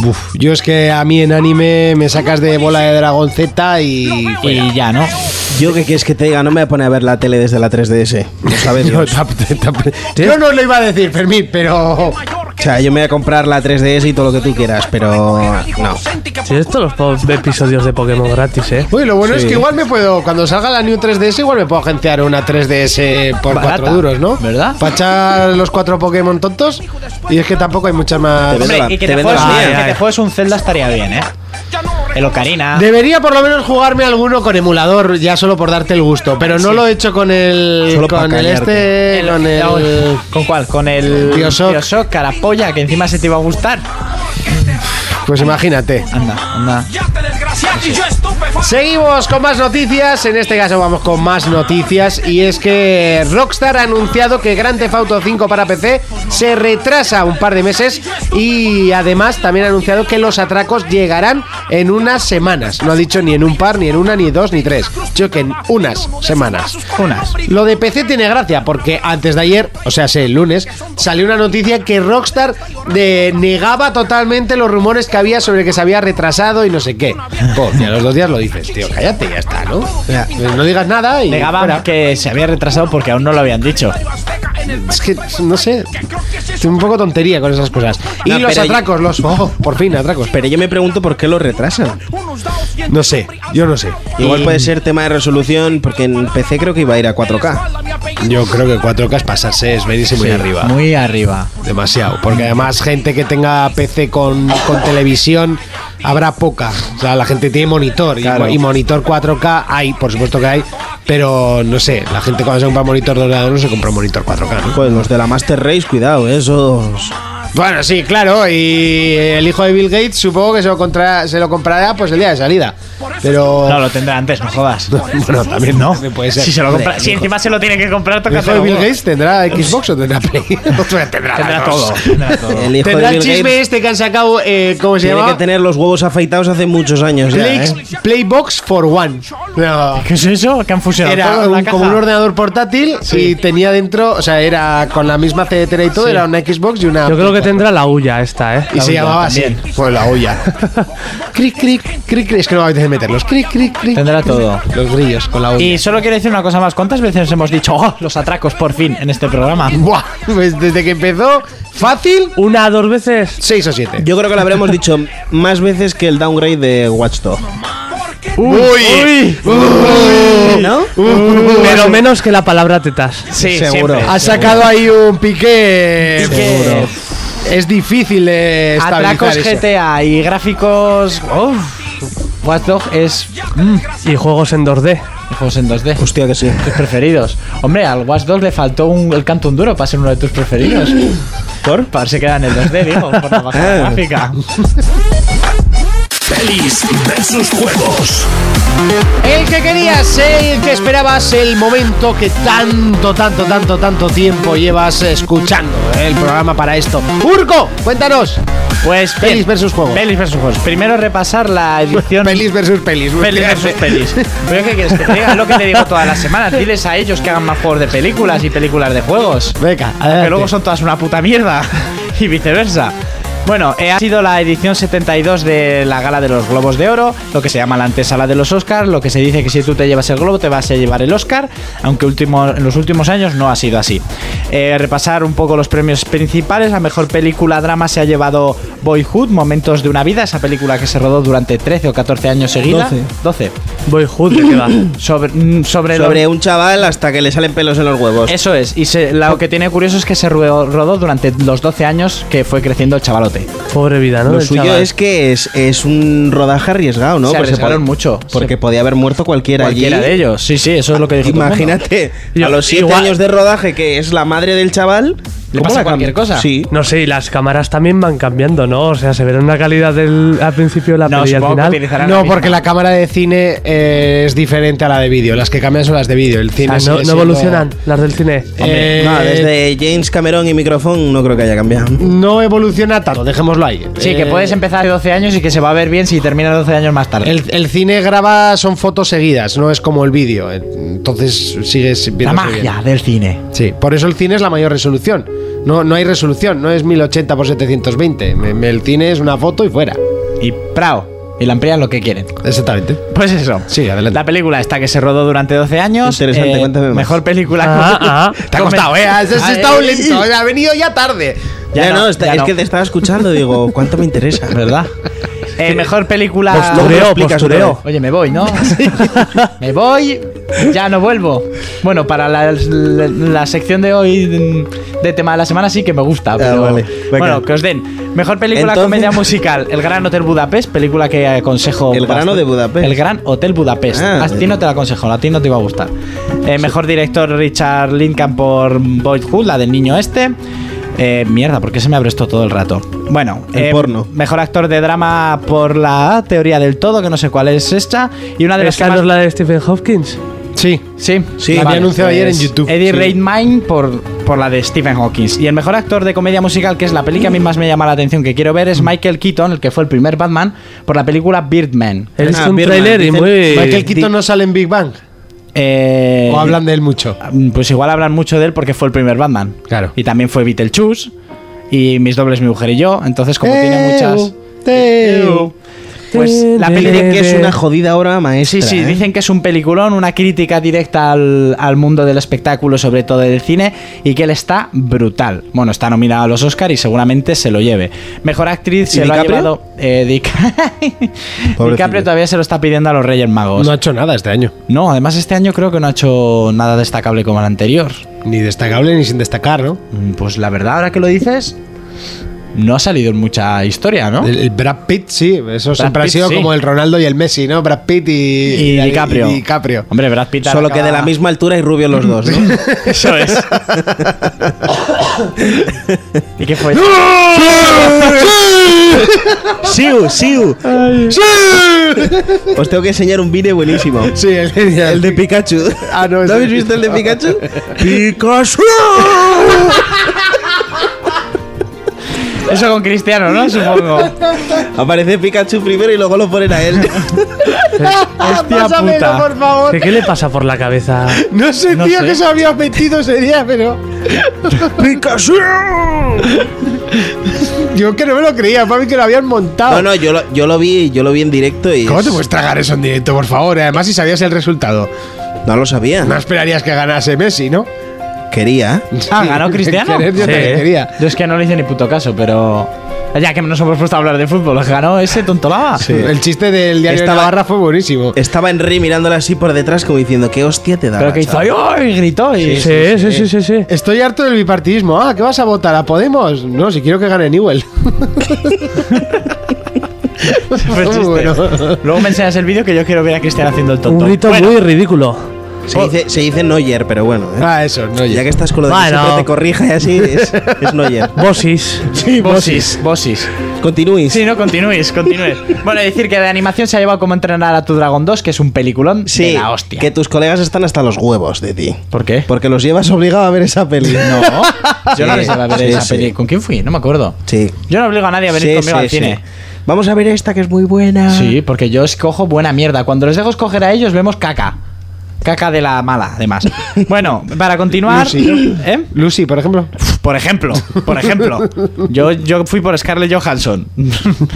S2: Uf, yo es que a mí en anime me sacas de bola de Dragon Z y.
S4: Y ya, ¿no?
S5: Yo que quieres que te diga, no me voy a poner a ver la tele desde la 3DS. No sabes,
S2: Yo,
S5: Dios.
S2: yo no lo iba a decir, Fermín, pero.
S5: O sea, yo me voy a comprar la 3DS y todo lo que tú quieras, pero. No.
S6: Sí, estos los po- episodios de Pokémon gratis, ¿eh?
S2: Uy, lo bueno es
S5: Sí.
S2: que igual me puedo, cuando salga la New 3DS, igual me puedo agenciar una 3DS por
S4: Barata,
S2: 4 duros, ¿no?
S4: ¿verdad?
S2: Para echar los cuatro Pokémon tontos. Y es que tampoco hay muchas más.
S5: Te vendo la-
S4: Hombre, y que
S5: te
S4: te,
S5: vendo la
S4: juegues, un-
S6: mía.
S4: que te juegues un Zelda estaría bien, ¿eh? El Ocarina.
S2: Debería por lo menos jugarme alguno con emulador, ya solo por darte el gusto. Pero no lo he hecho con el.
S5: Solo pa'
S2: con el
S5: callarte.
S2: este. con el.
S4: ¿Con cuál? Con el
S2: Bioshock.
S4: Bioshock Carapolla, que encima se te iba a gustar.
S2: Pues imagínate.
S4: Anda, anda.
S2: Seguimos con más noticias, en este caso vamos con más noticias y es que Rockstar ha anunciado que Grand Theft Auto 5 para PC se retrasa un par de meses y además también ha anunciado que los atracos llegarán en unas semanas. No ha dicho ni en un par, ni en una, ni dos, ni tres. Yo que en unas semanas.
S4: Unas.
S2: Lo de PC tiene gracia porque antes de ayer, o sea, sí, el lunes, salió una noticia que Rockstar de- negaba totalmente los rumores que había sobre que se había retrasado y no sé qué. Pues, a los dos días lo dices, tío, cállate, ya está, ¿no? O sea, No digas nada y.
S4: Negaban
S2: fuera.
S4: que se había retrasado porque aún no lo habían dicho.
S2: Es que, no sé, es un poco tontería con esas cosas. Y
S5: No,
S2: los
S5: pero yo-
S2: atracos, los. oh, por fin, atracos.
S5: Pero yo me pregunto por qué lo retrasan.
S2: No sé, yo no sé.
S5: Igual puede ser tema de resolución, porque en PC creo que iba a ir a 4K.
S2: Yo creo que 4K es pasarse, es venirse muy
S4: Sí,
S2: arriba.
S4: Muy arriba.
S2: Demasiado, porque además gente que tenga PC con, con televisión habrá poca. O sea, la gente tiene monitor y-
S5: Claro.
S2: y, monitor 4K hay, por supuesto que hay, pero no sé, la gente cuando se compra monitor de ordenador no se compra un monitor 4K, ¿no?
S5: Pues los de la Master Race, cuidado, esos.
S2: Bueno, sí, claro, y el hijo de Bill Gates supongo que se lo, contra- se lo comprará pues el día de salida, pero...
S4: No, lo tendrá antes, no jodas.
S2: Bueno, también no. Puede ser.
S4: Si, se lo compra-
S2: Hombre,
S4: si encima se lo tiene que comprar,
S2: ¿El
S4: toca
S2: hijo de
S4: todo.
S2: Bill Gates tendrá Xbox o tendrá Play? tendrá,
S4: Tendrá
S2: las dos.
S4: todo. tendrá todo.
S5: El hijo
S2: Tendrá
S5: de
S2: el
S5: Bill
S2: chisme
S5: Gates
S2: este que han sacado, eh, ¿cómo se
S5: tiene
S2: llama?
S5: que tener los huevos afeitados hace muchos años ya,
S2: Play-
S5: ¿eh?
S2: Playbox for One. No.
S4: ¿Qué es eso? ¿Qué han fusionado? todo
S2: Era
S4: en una
S2: un- como
S4: caja?
S2: un ordenador portátil y tenía dentro, o sea, era con la misma CDT y todo,
S4: Sí.
S2: era una Xbox y una.
S6: Yo creo que
S2: Play-
S6: tendrá la huya esta, ¿eh?
S2: Y
S6: La
S2: se
S6: huya.
S2: llamaba así. Pues la olla. cric, cric, cric, cric. Es que no me apetece meterlos. Cric, cric, cric.
S4: Tendrá todo.
S2: Los grillos con la olla.
S4: Y solo quiero decir una cosa más. ¿Cuántas veces hemos dicho, oh, los atracos por fin en este programa?
S2: Buah, pues desde que empezó, fácil,
S6: Una, dos veces.
S2: 6 o 7.
S5: Yo creo que lo habremos dicho más veces que el downgrade de Watchdog.
S4: ¡Uy!
S5: ¿No?
S6: Pero menos que la palabra tetas.
S4: Sí,
S5: Seguro. Ah,
S4: siempre.
S2: Ha sacado ahí un piqué. Seguro. Es difícil eh, estabilizar
S4: Atracos
S2: eso.
S4: GTA y gráficos. Uf. Watchdog es. mm,
S6: Y juegos en 2D.
S4: juegos en 2D.
S5: Hostia que sí.
S4: Tus preferidos. Hombre, al Watchdog le faltó un, el canto un duro para ser uno de tus preferidos.
S5: ¿Por?
S4: Para se quedar en el 2D, digo, por la bajada
S5: Ah.
S4: gráfica.
S1: Pelis versus juegos.
S2: El que querías, el eh, que esperabas, el momento que tanto, tanto, tanto, tanto tiempo llevas escuchando eh, el programa para esto. Urco, cuéntanos.
S4: Pues
S2: Pelis
S4: bien.
S2: versus juegos.
S4: Pelis versus juegos. Primero repasar la edición.
S2: Pelis versus pelis.
S4: Pelis versus pelis. Pero ¿qué quieres que te diga? Es lo que te digo todas las semanas. Diles a ellos que hagan más juegos de películas y películas de juegos.
S2: Venga,
S4: Que luego son todas una puta mierda. Y viceversa. Bueno, eh, ha sido la edición 72 de la Gala de los Globos de Oro, lo que se llama la antesala de los Oscars, lo que se dice que si tú te llevas el globo te vas a llevar el Oscar, aunque último- en los últimos años no ha sido así. Eh, repasar un poco los premios principales, la mejor película drama se ha llevado Boyhood, Momentos de una vida, esa película que se rodó durante 13 o 14 años seguida.
S5: 12.
S4: 12.
S6: Boyhood, ¿de qué va?
S4: Sobre, mm, sobre, lo-
S5: Sobre un chaval hasta que le salen pelos en los huevos.
S4: eso es, y se- lo que tiene curioso es que se ruedó- rodó durante los 12 años que fue creciendo el chavalote.
S6: Pobre vida, ¿no?
S5: Lo
S6: del
S5: suyo
S6: chaval.
S5: es que es, es un rodaje arriesgado, ¿no?
S4: Se
S5: Porque
S4: arriesgaron
S5: pod-
S4: mucho.
S5: Porque
S4: Se-
S5: podía haber muerto cualquiera,
S4: Cualquiera
S5: allí.
S4: de ellos, sí, sí, eso es lo que dijo. todo el mundo.
S5: Imagínate,
S6: Yo-
S5: a los 7
S6: igual-
S5: años de rodaje, que es la madre del chaval,
S4: Le
S5: ¿cómo
S4: pasa
S5: la
S4: cualquier
S5: cam-
S4: cosa.
S5: Sí.
S6: No sé, y las cámaras también van cambiando, ¿no? O sea, se verá una calidad del, al principio de la
S4: No,
S6: peli y al
S4: supongo que
S6: final.
S4: utilizarán
S2: No,
S4: misma.
S2: porque la cámara de cine eh, es diferente a la de vídeo. Las que cambian son las de vídeo. El cine
S6: Ah,
S2: sigue
S6: no, no
S2: siendo-
S6: evolucionan las del cine.
S2: Eh,
S5: No, desde James Cameron y Microphone no creo que haya cambiado.
S2: no evoluciona tanto, dejémoslo ahí.
S4: Sí, que
S2: Eh,
S4: puedes empezar de 12 años y que se va a ver bien si terminas 12 años más tarde.
S2: El, el cine graba, son fotos seguidas, no es como el vídeo. Entonces sigues
S4: la
S2: viendo
S4: magia del cine.
S2: Sí, por eso el cine es la mayor resolución. No, no hay resolución, no es 1080 por 720. Me- me- el cine es una foto y fuera.
S4: Y prao, y la amplían lo que quieren.
S2: Exactamente.
S4: Pues eso.
S2: Sí, adelante.
S4: La película esta que se rodó durante 12 años. eh,
S5: Interesante, cuéntame más.
S4: Mejor película.
S6: Ah, ah.
S2: Te ha costado, ¿eh? Has, has
S4: Ah, eh,
S2: estado
S4: eh,
S2: lento, ha venido ya tarde.
S4: Ya no,
S5: está-
S4: ya
S5: es
S4: no.
S5: que te estaba escuchando, digo, ¿cuánto me interesa?
S4: ¿Verdad? Eh, mejor película.
S5: Postureo, postureo.
S4: Oye, me voy, ¿no? me voy, ya no vuelvo. Bueno, para la, la- la sección de hoy mm, de tema de la semana sí que me gusta. Pero,
S5: Ah, vale, venga.
S4: Bueno, que os den. Mejor película
S5: Entonces-
S4: comedia musical, El Gran Hotel Budapest, película que aconsejo.
S5: El Grano de Budapest.
S4: El Gran Hotel Budapest.
S5: Ah,
S4: a ti no te la aconsejo, a ti no te iba a gustar. Eh, mejor director Richard Lincoln por Boyhood, la del niño este. Eh, mierda, ¿por qué se me abre esto todo el rato? Bueno,
S5: El porno.
S4: Mejor actor de drama por la teoría del todo, que no sé cuál es esta. Y una de las
S6: ¿Esta
S4: que
S6: no
S4: más-
S6: es la de Stephen Hopkins?
S2: Sí.
S4: Sí,
S5: Sí. La había
S2: anunciado ayer en YouTube,
S4: Eddie
S2: sí.
S4: Redmayne por, por la de Stephen Hawking. Y el mejor actor de comedia musical, que es la peli que a mí más me llama la atención que quiero ver,
S2: Mm.
S4: es Michael Keaton, el que fue el primer Batman, por la película Ah, Birdman.
S6: He visto un
S5: Birdman,
S6: tráiler y
S5: dicen-
S6: muy...
S2: Michael Keaton no sale en Big Bang.
S4: Eh,
S2: O hablan de él mucho.
S4: Pues igual hablan mucho de él porque fue el primer Batman.
S2: Claro.
S4: Y también fue Beetlejuice y Mis dobles, mi mujer y yo. Entonces, como
S2: Eh,
S4: tiene muchas. Eh, Pues la peli de
S5: Dicen que es una jodida obra maestra.
S4: Sí, sí,
S5: ¿eh?
S4: dicen que es un peliculón, una crítica directa al, al mundo del espectáculo, sobre todo del cine, y que él está brutal. Bueno, está nominado a los Oscar y seguramente se lo lleve. Mejor actriz se lo
S5: DiCaprio?
S4: ha llevado. eh, Dic- DiCaprio todavía se lo está pidiendo a los Reyes Magos.
S2: No ha
S4: No,
S2: hecho nada este año.
S4: además este año creo que no ha hecho nada destacable como el anterior.
S2: Ni destacable ni sin destacar, ¿no?
S4: Mm, Pues la verdad, ahora que lo dices, no ha salido en mucha historia, ¿no?
S2: El, el Brad Pitt, sí. Eso siempre
S4: Pitt,
S2: ha sido
S4: sí.
S2: como el Ronaldo y el Messi, ¿no? Brad Pitt y,
S4: Y DiCaprio.
S2: y DiCaprio.
S4: Hombre, Brad Pitt
S5: Solo que de la
S4: acaba-
S5: misma altura y rubio los dos, ¿no?
S4: Eso es. ¿Y qué fue?
S5: ¡Siu, siu! Os tengo que enseñar un vídeo buenísimo.
S2: Sí, el,
S5: El de Pikachu.
S2: Ah, no, ese-
S5: habéis visto el de Pikachu? ¡Pikachu!
S4: Eso con Cristiano, ¿no? Supongo.
S5: Aparece Pikachu primero y luego lo ponen a él.
S4: Hostia
S2: Pásamelo,
S4: puta.
S2: por favor.
S6: ¿Qué, qué le pasa por la cabeza?
S2: No sé,
S4: No
S2: tío,
S4: sé.
S2: que se había metido ese día, pero
S5: ¡Pikachu!
S2: yo que no me lo creía. Para mí que lo habían montado.
S5: No, no, yo lo, yo lo vi, yo lo vi en directo y.
S2: ¿Cómo te
S5: es-
S2: puedes tragar eso en directo, por favor? Y Además, si sabías el resultado,
S5: No lo sabía.
S2: no esperarías que ganase Messi, ¿no?
S5: Quería.
S4: Ah, ¿ganó
S2: Sí,
S4: Cristiano?
S2: querer yo
S6: Sí.
S2: también quería.
S4: Yo es que no le hice ni puto caso, pero. Ya que nos hemos puesto a hablar de fútbol, ganó ese tontolaba.
S2: El chiste del diario
S5: Estaba-
S2: de Navarra fue buenísimo.
S5: Estaba Henry mirándola así por detrás como diciendo, ¿qué hostia te da?
S4: Pero que hizo ¡ay, ay! gritó y.
S6: Sí, sí, sí, sí, sí.
S2: Estoy harto del bipartidismo. Ah, ¿qué vas a votar? ¿A Podemos? No, si quiero que gane Newell.
S4: Fue chiste.
S2: Muy bueno.
S4: Luego me enseñas el vídeo que yo quiero ver a Cristiano haciendo el tonto.
S6: Un grito
S4: Bueno,
S6: muy ridículo.
S5: Se dice, se dice Noyer, pero bueno. ¿eh?
S2: Ah, eso, no
S5: Ya
S2: ya.
S5: que estás con lo de que
S6: Bueno.
S5: siempre te corrija y así, es, es Neuer.
S6: Bosis.
S4: Sí, bosis, bosis.
S5: Continúis.
S4: Sí, no, continúes, continúes. Bueno, decir que de animación se ha llevado como entrenar a tu Dragon 2, que es un peliculón de
S5: Sí,
S4: la hostia.
S5: que tus colegas están hasta los huevos de ti.
S4: ¿Por qué?
S5: Porque los llevas obligado a ver esa peli.
S4: No, yo no
S5: Sí,
S4: les iba a ver
S5: sí,
S4: esa
S5: sí.
S4: peli. ¿Con quién fui? No me acuerdo.
S5: Sí.
S4: Yo no obligo a nadie a venir
S5: Sí,
S4: conmigo
S5: sí,
S4: al
S5: sí.
S4: cine.
S5: Vamos a ver esta que es muy buena.
S4: Sí, porque yo escojo buena mierda. Cuando les dejo escoger a ellos, vemos caca. Caca de la mala, además. Bueno, para continuar.
S2: Lucy,
S4: ¿eh?
S2: Lucy, por ejemplo.
S4: Por ejemplo, por ejemplo. Yo, yo fui por Scarlett Johansson.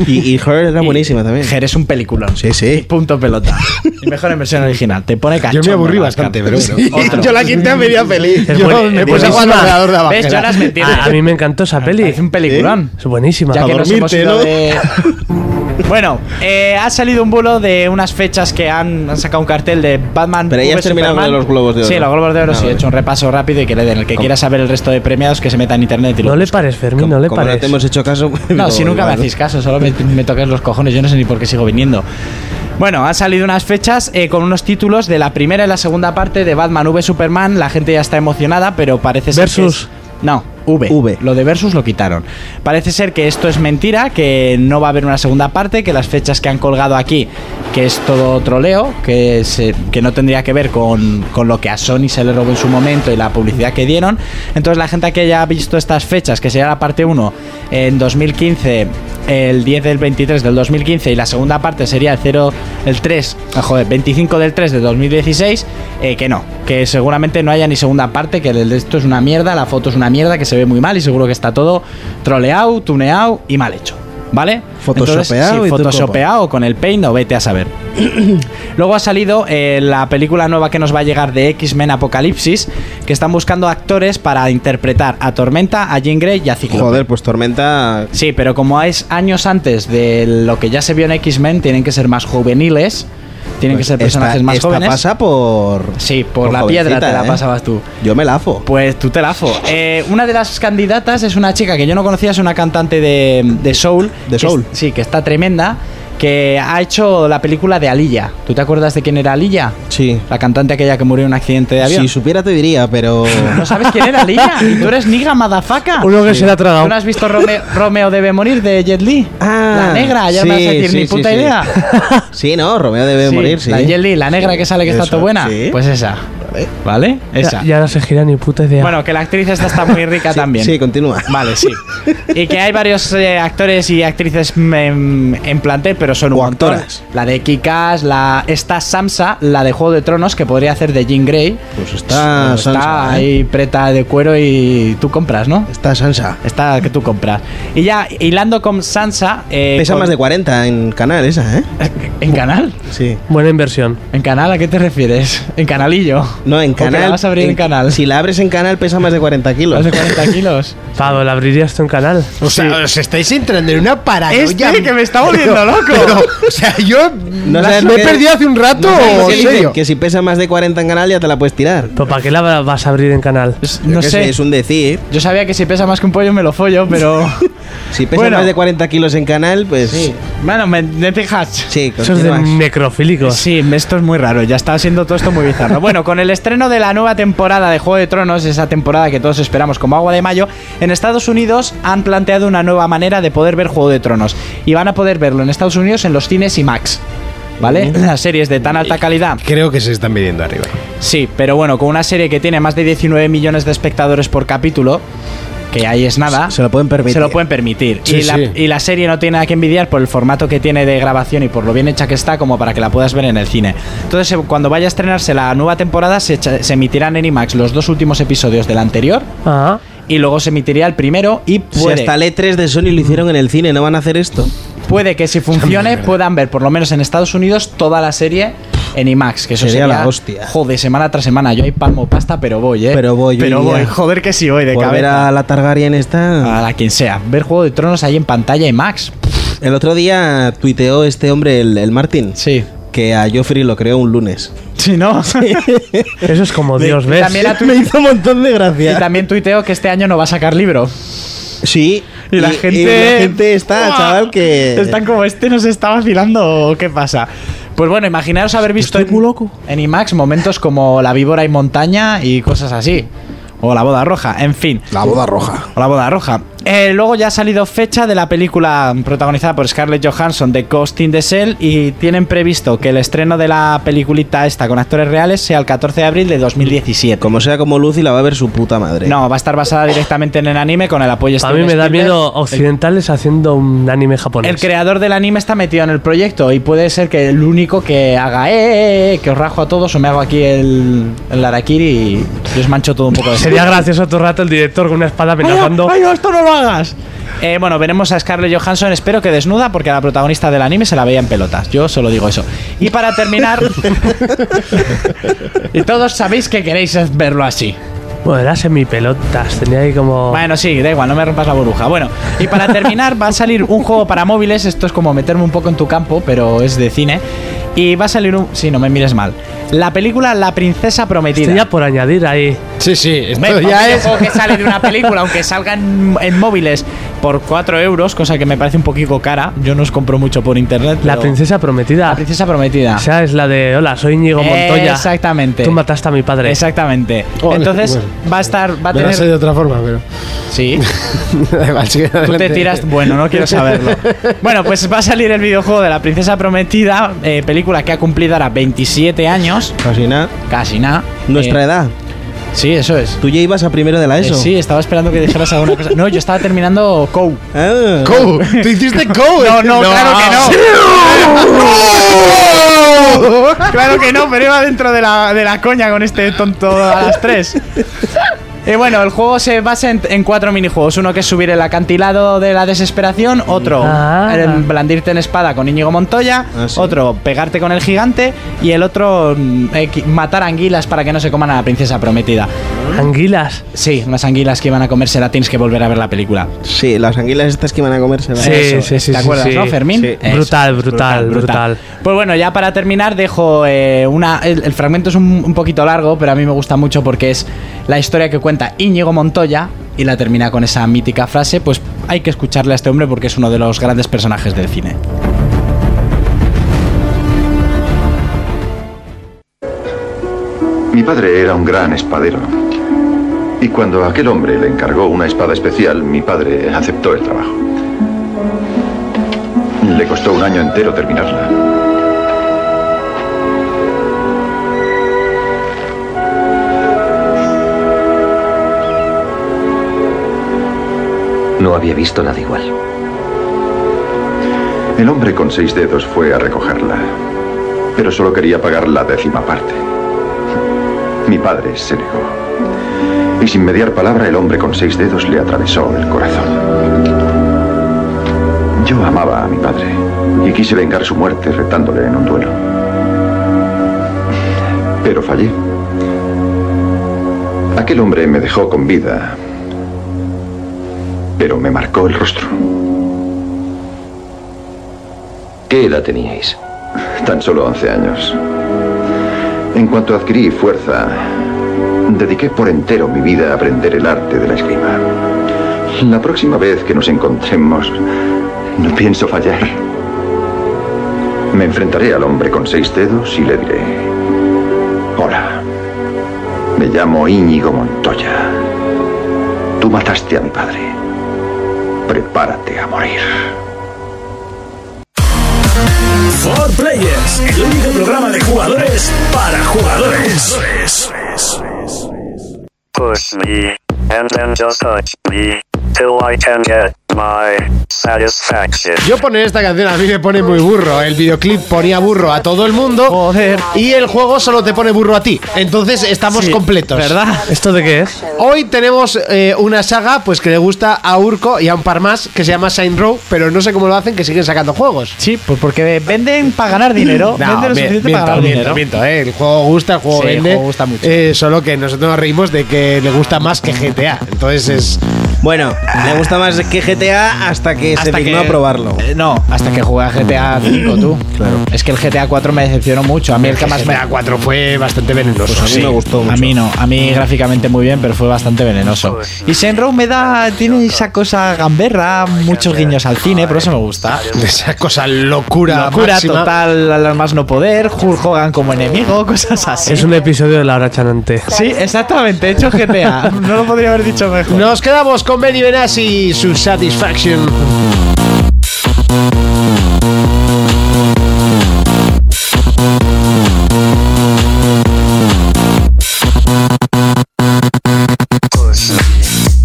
S5: Y, y Her era buenísima también.
S4: Her es un peliculón.
S5: Sí, sí.
S4: Punto pelota. Y mejor en versión original. Te pone cachondo.
S2: Yo me aburrí
S4: Oscar. Pues
S2: bastante, pero bueno.
S4: Otro.
S2: Yo la quinta media feliz.
S6: Es
S2: Yo
S6: buena-
S2: me
S4: eh,
S6: es
S2: puse a jugar al
S6: buenísima.
S2: ordenador de la
S4: ¿Ves? Yo
S2: bajera.
S4: ahora Ah, me entiendes.
S6: Ah, A, a mí me encantó esa peli.
S4: Parece un peliculón.
S6: Es buenísima.
S4: Ya que nos hemos
S2: dormirte,
S4: ido
S2: ¿no?
S4: de- Bueno, eh, ha salido un bulo de unas fechas que han, han sacado un cartel de Batman.
S5: Pero ya
S4: v
S5: has terminado
S4: Superman.
S5: con los Globos de Oro.
S4: Sí, los globos de oro
S5: Ah,
S4: sí. He
S5: vale.
S4: hecho un repaso rápido y que le den. El que quiera saber el resto de premiados que se meta en internet y lo
S6: No le
S4: busque.
S6: pares, Fermín,
S5: Como-
S6: no le
S5: como no
S6: pares.
S5: te hemos hecho caso.
S4: No, si nunca me
S5: bueno.
S4: hacéis caso, solo me, me tocáis los cojones, yo no sé ni por qué sigo viniendo. Bueno, han salido unas fechas eh, con unos títulos de la primera y la segunda parte de Batman V Superman. La gente ya está emocionada, pero parece ser. que
S6: Versus.
S4: es- no, V.
S5: V.
S4: Lo de Versus lo quitaron. Parece ser que esto es mentira, que no va a haber una segunda parte, que las fechas que han colgado aquí, que es todo troleo, que, se- que no tendría que ver con, con lo que a Sony se le robó en su momento y la publicidad que dieron. Entonces la gente que haya visto estas fechas, que sería la parte 1 en 2015, el 10 del 23 del 2015 y la segunda parte sería el 0, el 3, ah, joder, 25 del 3 de 2016, eh, que no, que seguramente no haya ni segunda parte, que el de esto es una mierda, la foto es una mierda, que se ve muy mal y seguro que está todo troleado, tuneado y mal hecho. ¿Vale?
S5: Photoshopeado
S4: Entonces, sí,
S5: y todo
S4: photoshopeado con el paint o vete a saber. Luego ha salido eh, la película nueva que nos va a llegar de X-Men Apocalipsis, que están buscando actores para interpretar a Tormenta, a Jean Grey y a Cíclope.
S5: Joder, pues Tormenta.
S4: Sí, pero como es años antes de lo que ya se vio en X-Men, tienen que ser más juveniles, tienen que
S5: pues
S4: ser personajes
S5: esta-
S4: más
S5: esta
S4: jóvenes.
S5: pasa por.
S4: sí, por,
S5: por
S4: la piedra te
S5: jovencita,
S4: la
S5: ¿eh?
S4: pasabas tú.
S5: Yo me lafo.
S4: Pues tú te lafo. Eh, una de las candidatas es una chica que yo no conocía, es una cantante de, de soul.
S5: De
S4: que
S5: soul.
S4: es- sí, que está tremenda. que ha hecho la película de Alilla. ¿Tú te acuerdas de quién era Alilla?
S5: Sí.
S4: La cantante aquella que murió en un accidente de avión.
S5: Si supiera te diría, pero...
S4: ¿No sabes quién era Alilla? ¿Y tú eres niga, madafaka?
S6: Uno que se la ha
S4: ¿Tú
S6: tragado.
S4: no has visto Rome- Romeo debe morir de Jet Li?
S5: Ah,
S4: la negra, ya me vas a
S5: sí,
S4: decir
S5: sí, sí,
S4: ni puta
S5: sí.
S4: idea.
S5: Sí, no, Romeo debe
S4: Sí,
S5: morir, sí.
S4: La Jet Li, la negra que sale que está
S5: Eso,
S4: todo buena.
S5: sí.
S4: Pues esa. ¿Vale? Esa.
S6: Ya, ya no se gira ni puta idea.
S4: Bueno, que la actriz esta está muy rica
S5: Sí,
S4: también.
S5: Sí, continúa.
S4: Vale, sí. Y que hay varios eh, actores y actrices mm, en, en plantel, pero son un
S5: O
S4: montón.
S5: actoras.
S4: La de Kikas, la esta Samsa, la de Juego de Tronos, que podría hacer de Jean Grey.
S5: Pues está
S4: está
S5: Sansa, ¿eh?
S4: ahí preta de cuero y tú compras, ¿no?
S5: Está Sansa.
S4: Está que tú compras. Y ya hilando con Sansa. eh,
S5: Pesa
S4: con-
S5: más de 40 en canal esa, ¿eh?
S4: ¿En canal?
S5: Sí.
S6: Buena inversión.
S4: ¿En canal a qué te refieres? ¿En canalillo?
S5: No, en
S4: ¿O que la
S5: canal.
S4: vas a abrir en, canal?
S5: Si la abres en canal pesa más de 40 kilos.
S4: Más de 40 kilos.
S6: Pablo, ¿la abrirías tú en canal?
S2: O sea, os estáis entrando en una paranoia.
S4: Este, que me está volviendo loco.
S2: Pero, o sea, yo
S5: No sabes
S2: me
S5: lo
S2: he
S5: que-
S2: perdido hace un rato.
S5: No,
S2: ¿en
S5: que dicen
S2: serio?
S5: Que si pesa más de 40 en canal ya te la puedes tirar.
S6: ¿Pero para qué la va- vas a abrir en canal?
S5: Yo
S4: no
S5: qué
S4: sé.
S5: Es un decir.
S4: Yo sabía que si pesa más que un pollo me lo follo, pero.
S5: Si pesa
S4: Bueno.
S5: más de 40 kilos en canal, pues. Sí,
S4: Bueno, me, me dejas.
S6: Eso es de
S5: continúas.
S6: necrofílicos.
S4: Sí, esto es muy raro, ya está siendo todo esto muy bizarro. Bueno, con el estreno de la nueva temporada de Juego de Tronos, esa temporada que todos esperamos como agua de mayo, en Estados Unidos han planteado una nueva manera de poder ver Juego de Tronos. Y van a poder verlo en Estados Unidos en los cines y Max. ¿Vale? Las series de tan alta calidad
S7: Creo que se están viniendo arriba.
S4: Sí, pero bueno, con una serie que tiene más de 19 millones de espectadores por capítulo, que ahí es nada.
S5: Se lo pueden permitir.
S4: Se lo pueden permitir.
S7: Sí,
S4: y, la,
S7: sí.
S4: y la serie no tiene nada que envidiar por el formato que tiene de grabación y por lo bien hecha que está, como para que la puedas ver en el cine. Entonces, eh, cuando vaya a estrenarse la nueva temporada, se, echa- se emitirán en IMAX los dos últimos episodios del anterior
S6: Ah,
S4: y luego se emitiría el primero. Y
S5: Si
S4: puede,
S5: hasta el E3 de Sony lo hicieron en el cine, no van a hacer esto.
S4: puede que si funcione, puedan ver, por lo menos en Estados Unidos, toda la serie. En IMAX, que eso
S5: Sería
S4: sería,
S5: la hostia.
S4: Joder, semana tras semana. Yo ahí palmo pasta, pero voy, eh.
S5: Pero voy, yo
S4: Pero
S5: iría.
S4: voy, joder, que sí voy de
S5: Por ver
S4: cabeza. Ah,
S5: a la Targaryen esta.
S4: a la quien sea. Ver Juego de Tronos ahí en pantalla y Max.
S5: El otro día tuiteó este hombre, el, el Martin,
S4: Sí.
S5: que a Joffrey lo creó un lunes.
S4: Sí, ¿no?
S6: eso es como Dios
S4: Y
S6: ves.
S4: También, ha tu-
S5: Me hizo un montón de
S4: y
S5: gracia.
S4: también tuiteo que este año no va a sacar libro.
S5: Sí.
S4: Y la gente.
S5: la gente está,
S4: ¡Buah!
S5: chaval, que.
S4: Están como este nos está vacilando o qué pasa. Pues bueno, imaginaros haber visto en, en IMAX momentos como La víbora y montaña y cosas así. O La boda roja, en fin.
S7: La boda roja.
S4: O La boda roja. Eh, luego ya ha salido fecha de la película protagonizada por Scarlett Johansson de Ghost in the Shell y tienen previsto que el estreno de la peliculita esta con actores reales sea el 14 de abril de 2017.
S5: Como sea como Lucy la va a ver su puta madre.
S4: No, va a estar basada directamente en el anime con el apoyo
S6: A
S4: Steven
S6: mí me da
S4: Spielberg.
S6: miedo
S4: El-
S6: occidentales haciendo un anime japonés.
S4: El creador del anime está metido en el proyecto y puede ser que el único que haga "Eh, eh, eh", que os rajo a todos o me hago aquí el, el harakiri y y os mancho todo un poco de
S6: Sería gracioso todo el rato el director con una espada amenazando.
S4: ¡Ay, no, esto no lo hagas! Eh, bueno, veremos a Scarlett Johansson, espero que desnuda, porque a la protagonista del anime se la veía en pelotas. Yo solo digo eso. Y para terminar. y todos sabéis que queréis verlo así.
S6: Bueno, era semipelotas, tenía ahí como...
S4: Bueno, sí, da igual, no me rompas la burbuja. Bueno, y para terminar, va a salir un juego para móviles. Esto es como meterme un poco en tu campo, pero es de cine. Y va a salir un. Sí, no me mires mal. La película La Princesa
S6: Estoy ya
S4: Prometida.
S6: por añadir ahí.
S7: Sí, sí, esto
S4: Hombre,
S7: ya
S4: un
S7: es.
S4: videojuego que sale de una película, aunque salga en, en móviles por 4 euros, cosa que me parece un poquito cara. Yo no os compro mucho por internet.
S6: La
S4: pero-
S6: princesa prometida.
S4: La Princesa Prometida.
S6: O sea, es la de, hola, soy Íñigo Montoya.
S4: Exactamente.
S6: Tú mataste a mi padre.
S4: Exactamente.
S7: Ole,
S4: Entonces
S7: bueno.
S4: va a estar. Va a
S7: Me lo sé de
S4: tener.
S7: otra forma, pero.
S4: Sí.
S7: Da igual, sigue
S4: Tú te
S7: adelante.
S4: tiras, bueno, no quiero saberlo. Bueno, pues va a salir el videojuego de La Princesa Prometida, eh, película que ha cumplido ahora 27 años,
S5: Así nada.
S4: casi nada.
S5: Nuestra
S4: Eh,
S5: edad.
S4: Sí, eso es.
S5: Tú ya ibas a primero de la
S4: Eh,
S5: ESO.
S4: sí, estaba esperando que dijeras alguna cosa. No, yo estaba terminando COU.
S5: Ah.
S7: Co, tú hiciste ¿eh? co.
S4: No, no, claro que no. Claro que no, pero iba dentro de la, de la coña con este tonto a las 3. Y bueno, el juego se basa en, en cuatro minijuegos. Uno que es subir el acantilado de la desesperación, otro
S6: Ah.
S4: eh, blandirte en espada con Íñigo Montoya,
S5: Ah, sí.
S4: otro pegarte con el gigante y el otro mm, eh, qui- matar anguilas para que no se coman a la princesa prometida.
S6: Anguilas.
S4: Sí, las anguilas que iban a comerse la tienes que volver a ver la película.
S5: Sí, las anguilas estas que van a comerse.
S6: Sí, sí, sí,
S4: ¿Te
S6: sí,
S4: acuerdas,
S6: sí.
S4: no, Fermín?
S5: Sí.
S4: Eso,
S6: Brutal, brutal, brutal.
S4: Pues bueno, ya para terminar, dejo eh, una. El, el fragmento es un, un poquito largo, pero a mí me gusta mucho porque es la historia que cuenta Íñigo Montoya y la termina con esa mítica frase. Pues hay que escucharle a este hombre porque es uno de los grandes personajes del cine.
S8: Mi padre era un gran espadero. Y cuando aquel hombre le encargó una espada especial, mi padre aceptó el trabajo. Le costó un año entero terminarla.
S9: No había visto nada igual.
S8: El hombre con seis dedos fue a recogerla, pero solo quería pagar la décima parte. Mi padre se negó. Y sin mediar palabra, el hombre con seis dedos le atravesó el corazón. Yo amaba a mi padre y quise vengar su muerte retándole en un duelo. Pero fallé. Aquel hombre me dejó con vida, pero me marcó el rostro.
S9: ¿Qué edad teníais?
S8: Tan solo 11 años. En cuanto adquirí fuerza, dediqué por entero mi vida a aprender el arte de la esgrima. La próxima vez que nos encontremos, no pienso fallar. Me enfrentaré al hombre con seis dedos y le diré, hola, me llamo Íñigo Montoya. Tú mataste a mi padre. Prepárate a morir.
S1: For Players, el único programa de jugadores para jugadores.
S10: Push me, and then just touch me, till I can get my satisfaction.
S2: Yo poner esta canción a mí me pone muy burro. El videoclip ponía burro a todo el mundo. Y el juego solo te pone burro a ti. Entonces estamos completos.
S4: ¿Verdad?
S6: ¿Esto de qué es?
S2: Hoy tenemos eh, una saga pues que le gusta a Urco y a un par más que se llama Saint Row, pero no sé cómo lo hacen que siguen sacando juegos.
S4: Sí, pues porque venden para ganar dinero.
S2: No,
S4: venden lo
S2: mi-
S4: suficiente para ganar dinero.
S2: miento, eh. El juego gusta, el juego
S4: Sí, el
S2: vende.
S4: juego gusta mucho.
S2: Eh, solo que nosotros nos reímos de que le gusta más que GTA. Entonces es.
S5: Bueno, me gusta más que GTA hasta que se dignó a probarlo.
S4: eh, no, hasta que jugué a GTA 5 tú.
S5: Claro.
S4: Es que el GTA 4 me decepcionó mucho. A mí el que más me
S2: GTA 4 fue bastante venenoso.
S5: Pues a mí me gustó mucho. Mm.
S4: A mí no, a mí gráficamente muy bien, pero fue bastante venenoso. Y Senro me da, tiene esa cosa gamberra, muchos guiños al cine, pero eso me gusta.
S2: Esa cosa locura.
S4: Locura
S2: máxima.
S4: total, al más no poder, Hulk Hogan como enemigo, cosas así.
S6: Es un episodio de La Hora Chanante.
S4: Sí, exactamente, he hecho GTA. No lo podría haber dicho mejor.
S2: Nos quedamos con Benny Benassi y su Satisfaction.
S10: Push me,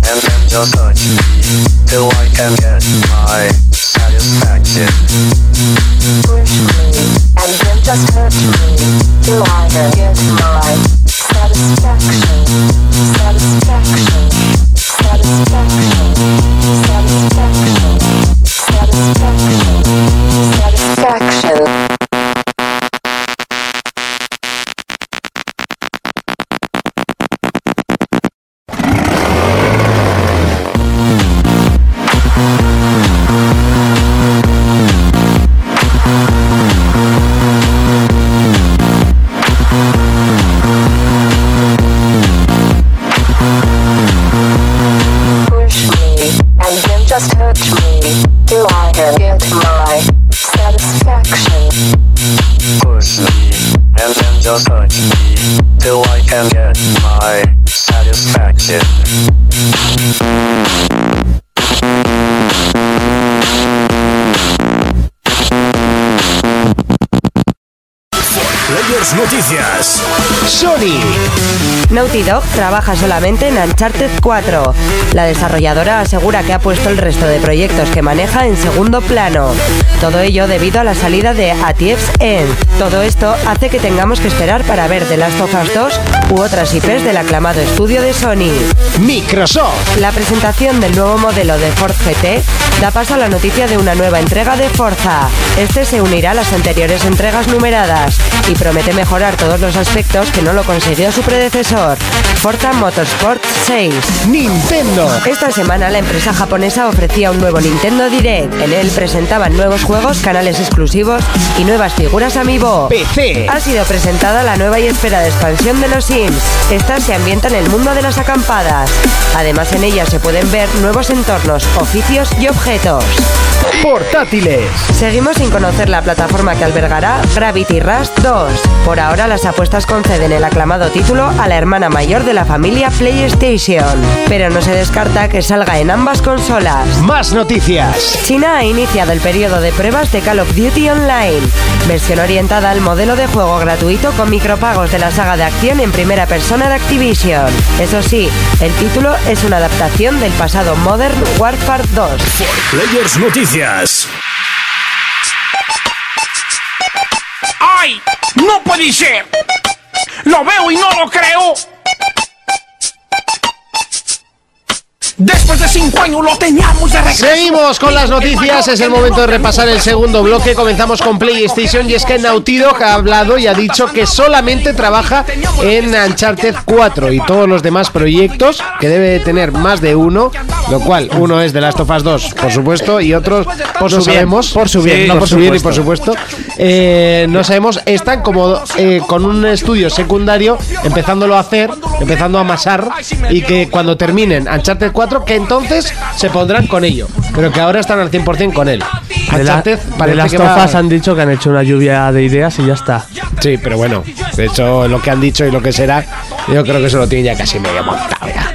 S10: and then just touch me, till I can get my satisfaction.
S11: push me, and then just hurt me till I get my satisfaction, satisfaction, satisfaction, satisfaction, satisfaction, satisfaction. push me and then just hurt me till I can get my satisfaction.
S10: Push me, and then just touch me, till I can get my satisfaction.
S1: Players Noticias.
S2: Sony.
S3: Naughty Dog trabaja solamente en Uncharted 4. La desarrolladora asegura que ha puesto el resto de proyectos que maneja en segundo plano. Todo ello debido a la salida de A Thief's End. Todo esto hace que tengamos que esperar para ver The Last of Us 2 u otras IPs del aclamado estudio de Sony.
S2: Microsoft.
S3: La presentación del nuevo modelo de Ford GT da paso a la noticia de una nueva entrega de Forza. Este se unirá a las anteriores entregas numeradas y promete mejorar todos los aspectos que no lo consiguió su predecesor, Forza Motorsport 6.
S2: Nintendo.
S3: Esta semana la empresa japonesa ofrecía un nuevo Nintendo Direct. En él presentaban nuevos juegos, canales exclusivos y nuevas figuras amiibo.
S2: PC.
S3: Ha sido presentada la nueva y esperada expansión de los Sims. Esta se ambienta en el mundo de las acampadas. Además en ella se pueden ver nuevos entornos, oficios y objetos.
S2: Portátiles.
S3: Seguimos sin conocer la plataforma que albergará Gravity Rush 2. Por ahora, las apuestas conceden el aclamado título a la hermana mayor de la familia PlayStation, pero no se descarta que salga en ambas consolas.
S2: Más noticias.
S3: China ha iniciado el periodo de pruebas de Call of Duty Online, versión orientada al modelo de juego gratuito con micropagos de la saga de acción en primera persona de Activision. Eso sí, el título es una adaptación del pasado Modern Warfare 2.
S1: Players Noticias.
S12: ¡Ay! ¡No puede ser! ¡Lo veo y no lo creo! Después de cinco años lo teníamos de regreso.
S2: Seguimos con las noticias, es el momento de repasar el segundo bloque. Comenzamos con PlayStation y es que Naughty Dog ha hablado y ha dicho que solamente trabaja en Uncharted 4 y todos los demás proyectos, que debe de tener más de uno, lo cual uno es de Last of Us 2, por supuesto, y otros por
S4: su bien,
S2: por su bien, no por, su bien y por supuesto, eh, no sabemos, están como eh, con un estudio secundario empezándolo a hacer, empezando a amasar y que cuando terminen Uncharted 4 que entonces se pondrán con ello, pero que ahora están al 100% con él.
S6: De, la,
S2: Uncharted
S6: de
S2: parece
S6: las
S2: que va-
S6: tofas han dicho que han hecho una lluvia de ideas y ya está.
S2: Sí, pero bueno, de hecho lo que han dicho y lo que será, yo creo que eso lo tiene ya casi medio montado ya.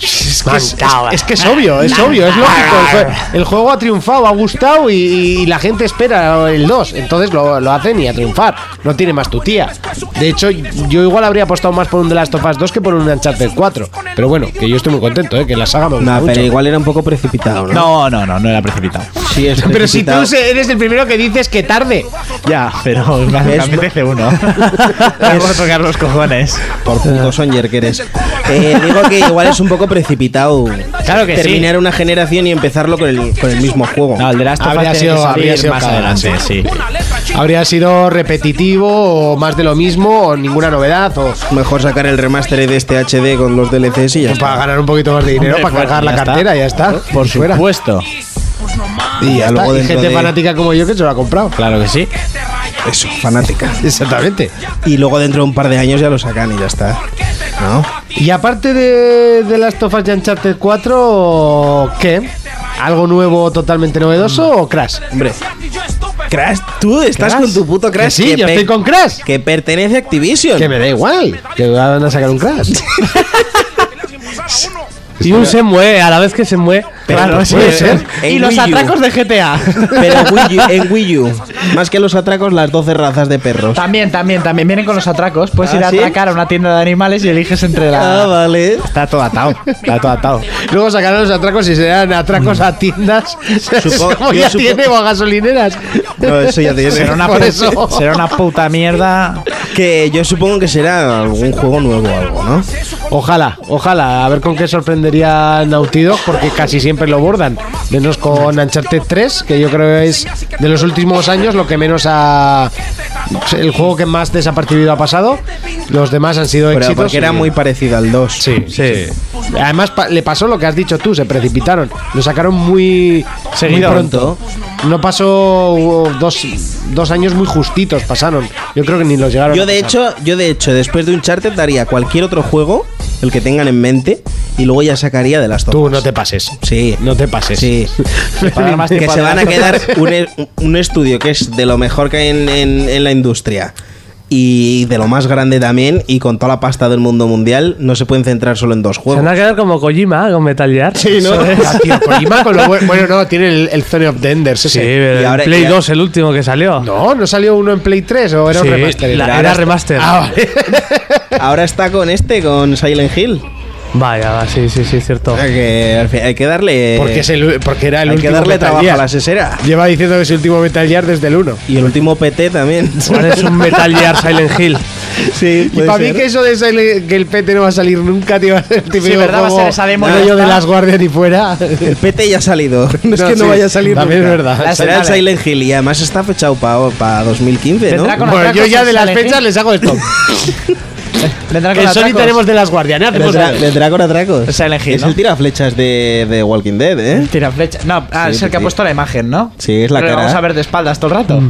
S2: Es que es, es- es que es obvio, es obvio, es lógico. El, jue- el juego ha triunfado, ha gustado y, y la gente espera el 2. Entonces lo, lo hacen y a triunfar. No tiene más tu tía. De hecho, yo igual habría apostado más por un The Last of Us 2 que por un Uncharted 4. Pero bueno, que yo estoy muy contento, ¿eh? que la saga me gusta
S5: Nah,
S2: mucho.
S5: pero igual era un poco precipitado, ¿no?
S4: No, no, no, no era precipitado.
S5: Sí, es
S2: Pero si tú
S5: precipitado.
S2: se- eres el primero que dices que tarde.
S4: Ya, pero me hace- me
S5: Es-
S4: apetece uno. Vamos a tocar los cojones.
S5: Por puto songer que eres. Eh, digo que igual es un poco precipitado.
S4: Claro que sí.
S5: Terminar una generación y empezarlo con el, con el mismo juego.
S4: No, el de Last of Us
S2: Habría
S4: tiene que
S2: sido-
S4: salir
S2: habría sido
S4: más
S2: cada
S4: adelante,
S2: vez.
S4: sí.
S2: Habría sido repetitivo o más de lo mismo o ninguna novedad o
S5: Mejor sacar el remaster de este HD con los DLCs y ya está.
S2: para ganar un poquito más de dinero,
S4: Hombre,
S2: para
S4: fuerte,
S2: cargar la
S4: ya está.
S2: cartera, ya está.
S4: Por
S2: fuera.
S4: supuesto.
S5: Y ya
S2: Ya
S5: luego
S2: está, y
S5: dentro
S2: gente
S5: de-
S2: fanática como yo que se lo ha comprado.
S4: Claro que sí.
S5: Eso, fanática.
S2: Exactamente.
S5: Y luego dentro de un par de años ya lo sacan y ya está. ¿No?
S2: Y aparte de, de Last of Us y Uncharted 4, ¿qué? ¿Algo nuevo totalmente novedoso o Crash?
S5: Hombre. Crash, tú estás
S2: Crash.
S5: con tu puto Crash.
S2: Que sí,
S5: que
S2: yo
S5: pe-
S2: estoy con Crash.
S5: Que pertenece a Activision.
S2: Que me da igual, que van a sacar un Crash. y un se mueve, a la vez que se mueve.
S5: Pero
S2: claro,
S5: no
S2: puede
S5: puede
S2: ser.
S5: ser.
S2: Y
S5: En
S2: los
S5: Wii U.
S2: atracos de GTA.
S5: Pero en Wii U- en Wii U. Más que los atracos, las 12 razas de perros.
S4: También, también, también. Vienen con los atracos. Puedes
S5: ¿Ah,
S4: ir a
S5: sí?
S4: atracar a una tienda de animales y eliges entre
S5: Ah,
S4: la.
S5: vale.
S4: Está todo atado. Está todo atado.
S2: Luego sacarán los atracos y serán atracos a tiendas.
S5: Supongo-
S2: como
S5: yo
S2: ya
S5: supongo-
S2: tiene o a gasolineras.
S5: No, eso ya te
S4: Será una,
S2: Por
S4: pu-
S2: eso.
S4: será una puta mierda.
S5: Que yo supongo que será algún juego nuevo o algo, ¿no?
S2: Ojalá, ojalá, a ver con qué sorprendería Naughty Dog, porque casi siempre lo bordan. Menos con Uncharted 3, que yo creo es de los últimos años lo que menos ha. El juego que más desapercibido ha pasado. Los demás han sido
S5: Pero
S2: éxitos.
S5: porque era
S2: y-
S5: muy parecido al 2.
S2: Sí, sí. Además, pa- le pasó lo que has dicho tú, se precipitaron. Lo sacaron muy,
S4: Seguido.
S2: muy pronto. No pasó hubo dos, dos años muy justitos, pasaron. Yo creo que ni los llegaron.
S5: Yo
S2: a
S5: de
S2: pasar.
S5: hecho, yo de hecho, después de un charter daría cualquier otro juego, el que tengan en mente, y luego ya sacaría de las
S2: Tú
S5: tomas.
S2: no te pases.
S5: Sí.
S2: No te pases.
S5: Sí.
S4: Para dar más
S5: que
S4: tiempo
S5: se
S4: a-
S5: van a quedar un, e- un estudio que es de lo mejor que hay en, en- en la industria y de lo más grande también y con toda la pasta del mundo mundial no se pueden centrar solo en dos
S6: Se van
S5: juegos.
S6: a quedar como Kojima con Metal Gear.
S2: Sí, ¿no? Ah, tío, Kojima con lo bu- bueno, no, tiene el, el Zone of the Enders
S6: Sí,
S2: ese.
S6: pero
S5: Y ahora-
S6: el Play
S5: y-
S6: 2, el último que salió.
S2: No, ¿no salió uno en Play 3 o era
S6: Sí,
S2: un remaster? Ah,
S6: la-
S5: Ahora
S6: era
S5: está-
S6: remaster.
S5: Ahora está con este, con Silent Hill.
S6: Vaya, va, sí, sí, sí, cierto.
S5: O sea que al fin- hay que darle
S2: Porque, es el- porque era el
S5: hay que
S2: último
S5: darle
S2: Metal
S5: trabajo
S2: Gear.
S5: a la sesera.
S2: Lleva diciendo que es el último Metal Gear desde el 1.
S5: Y el último PT también.
S6: ¿Cuál es un Metal Gear Silent Hill?
S5: sí,
S2: Y
S5: puede
S2: para mí
S5: ser.
S2: que eso de Silent- que el PT no va a salir nunca, tío, va a ser el típico
S4: verdad, va a
S2: juego
S4: ser esa demo y ya
S2: rollo de
S4: está.
S2: las guardias ni fuera.
S5: El PT ya ha salido. No es que no
S2: sí,
S5: vaya a salir
S2: también
S5: nunca.
S2: es verdad.
S5: Será el
S4: Vale.
S5: Silent Hill y además está fechado para 2015, ¿no?
S4: Tendrá con-
S2: Bueno, yo
S4: atracos
S2: ya
S4: en
S2: de las
S4: Silent
S2: fechas
S4: Hill.
S2: les hago esto.
S4: Vendrá con
S2: En Sony
S4: atracos.
S2: tenemos de las guardias, ¿no? Hacemos
S5: Vendrá,
S2: algo.
S5: vendrá con atracos.
S4: Silent Hill,
S5: es
S4: ¿no?
S5: el tiraflechas de, de Walking Dead, ¿eh?
S4: Tira flecha. No, ah,
S5: Sí,
S4: es el que
S5: sí.
S4: ha puesto la imagen, ¿no?
S5: Sí, es la
S4: Pero
S5: cara.
S4: lo
S5: Mm.
S4: vamos a ver de espaldas todo el rato.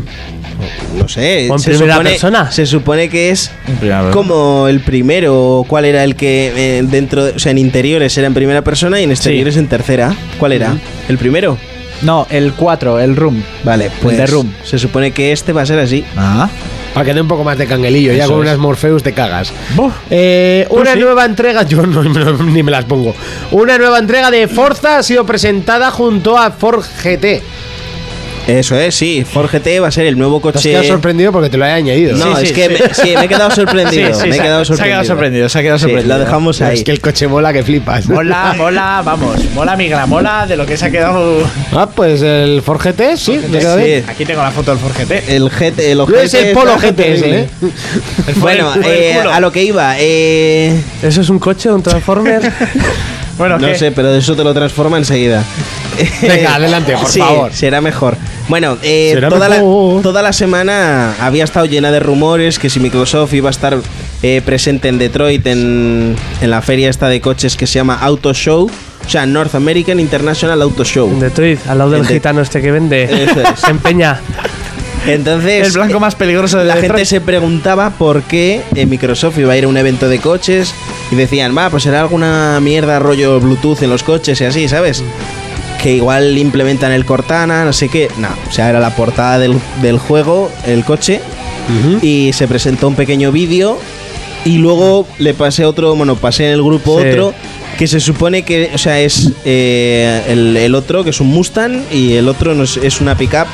S5: No sé.
S6: ¿O en primera persona?
S5: Se supone que es
S4: En primera persona.
S5: como el primero. o ¿Cuál era el que eh, dentro, o sea, en interiores era en primera persona y en exteriores en tercera? ¿Cuál era? ¿El primero?
S4: No, el 4, el room.
S5: Vale, pues
S4: de Room.
S5: se supone que este va a ser así.
S4: Ah.
S2: Para que dé un poco más de canguelillo. ya
S4: Eso
S2: con
S4: es.
S2: unas Morpheus te cagas. Eh, una nueva entrega, yo no, no- ni me las pongo. Una nueva entrega de Forza ha sido presentada junto a Ford GT.
S5: Eso es, sí. Ford GT va a ser el nuevo
S2: Te has
S5: coche.
S2: quedado sorprendido porque te lo he añadido.
S5: No, es que Me, sí, me he quedado sorprendido.
S4: Sí, sí,
S5: me he
S4: se ha-
S5: quedado sorprendido.
S4: se ha quedado sorprendido, se ha quedado
S5: Sí,
S4: sorprendido.
S5: lo dejamos
S4: Es
S5: ahí.
S2: que el coche mola que flipas.
S4: Mola, mola, vamos. Mola migra, mola de lo que se ha quedado.
S2: Ah, pues el Ford GT, sí, me queda bien.
S4: Aquí tengo la foto del Forgete.
S5: El GT, el
S2: Yo es el Polo GT,
S5: ese,
S2: ¿eh?
S5: Bueno,
S4: el- por el
S5: eh,
S4: culo.
S5: a lo que iba. eh,
S6: ¿Eso es un coche, un transformer?
S4: bueno,
S5: no
S4: ¿qué?
S5: sé, pero eso te lo transforma enseguida.
S2: Venga, adelante, por
S5: Sí,
S2: favor.
S5: Será mejor. Bueno, eh,
S2: Será
S5: toda, la, toda la semana había estado llena de rumores que si Microsoft iba a estar eh, presente en Detroit en, en la feria esta de coches que se llama Auto Show. O sea, North American International Auto Show.
S6: En Detroit, al lado del
S5: En de-
S6: gitano este que vende.
S5: Eso es.
S6: En Peña.
S5: Entonces,
S4: El blanco más peligroso de
S5: la
S4: Detroit.
S5: gente se preguntaba por qué eh, Microsoft iba a ir a un evento de coches y decían, va, pues será alguna mierda rollo Bluetooth en los coches y así, ¿sabes? Que igual implementan el Cortana, no sé qué. No, o sea, era la portada del, del juego, el coche, y se presentó un pequeño vídeo y luego le pasé otro, bueno, pasé en el grupo
S6: Sí.
S5: otro. Que se supone que, o sea, es eh, el, el otro, que es un Mustang, y el otro no es, es una pickup.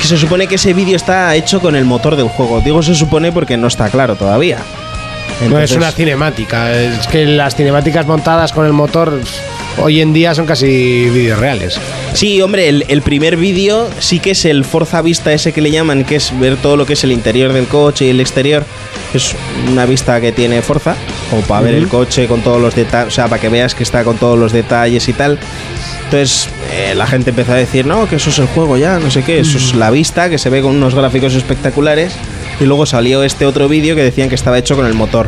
S5: Que se supone que ese vídeo está hecho con el motor del juego. Digo se supone porque no está claro todavía.
S2: No es
S5: Entonces,
S2: una cinemática. Es que las cinemáticas montadas con el motor pff, hoy en día son casi vídeos reales.
S5: Sí, hombre, el, el primer vídeo sí que es el Forza Vista ese que le llaman, que es ver todo lo que es el interior del coche y el exterior. Es una vista que tiene Forza, o para ver el coche con todos los detalles, o sea, para que veas que está con todos los detalles y tal. Entonces eh, la gente empezó a decir, no, que eso es el juego ya, no sé qué, eso es la vista, que se ve con unos gráficos espectaculares. Y luego salió este otro vídeo que decían que estaba hecho con el motor.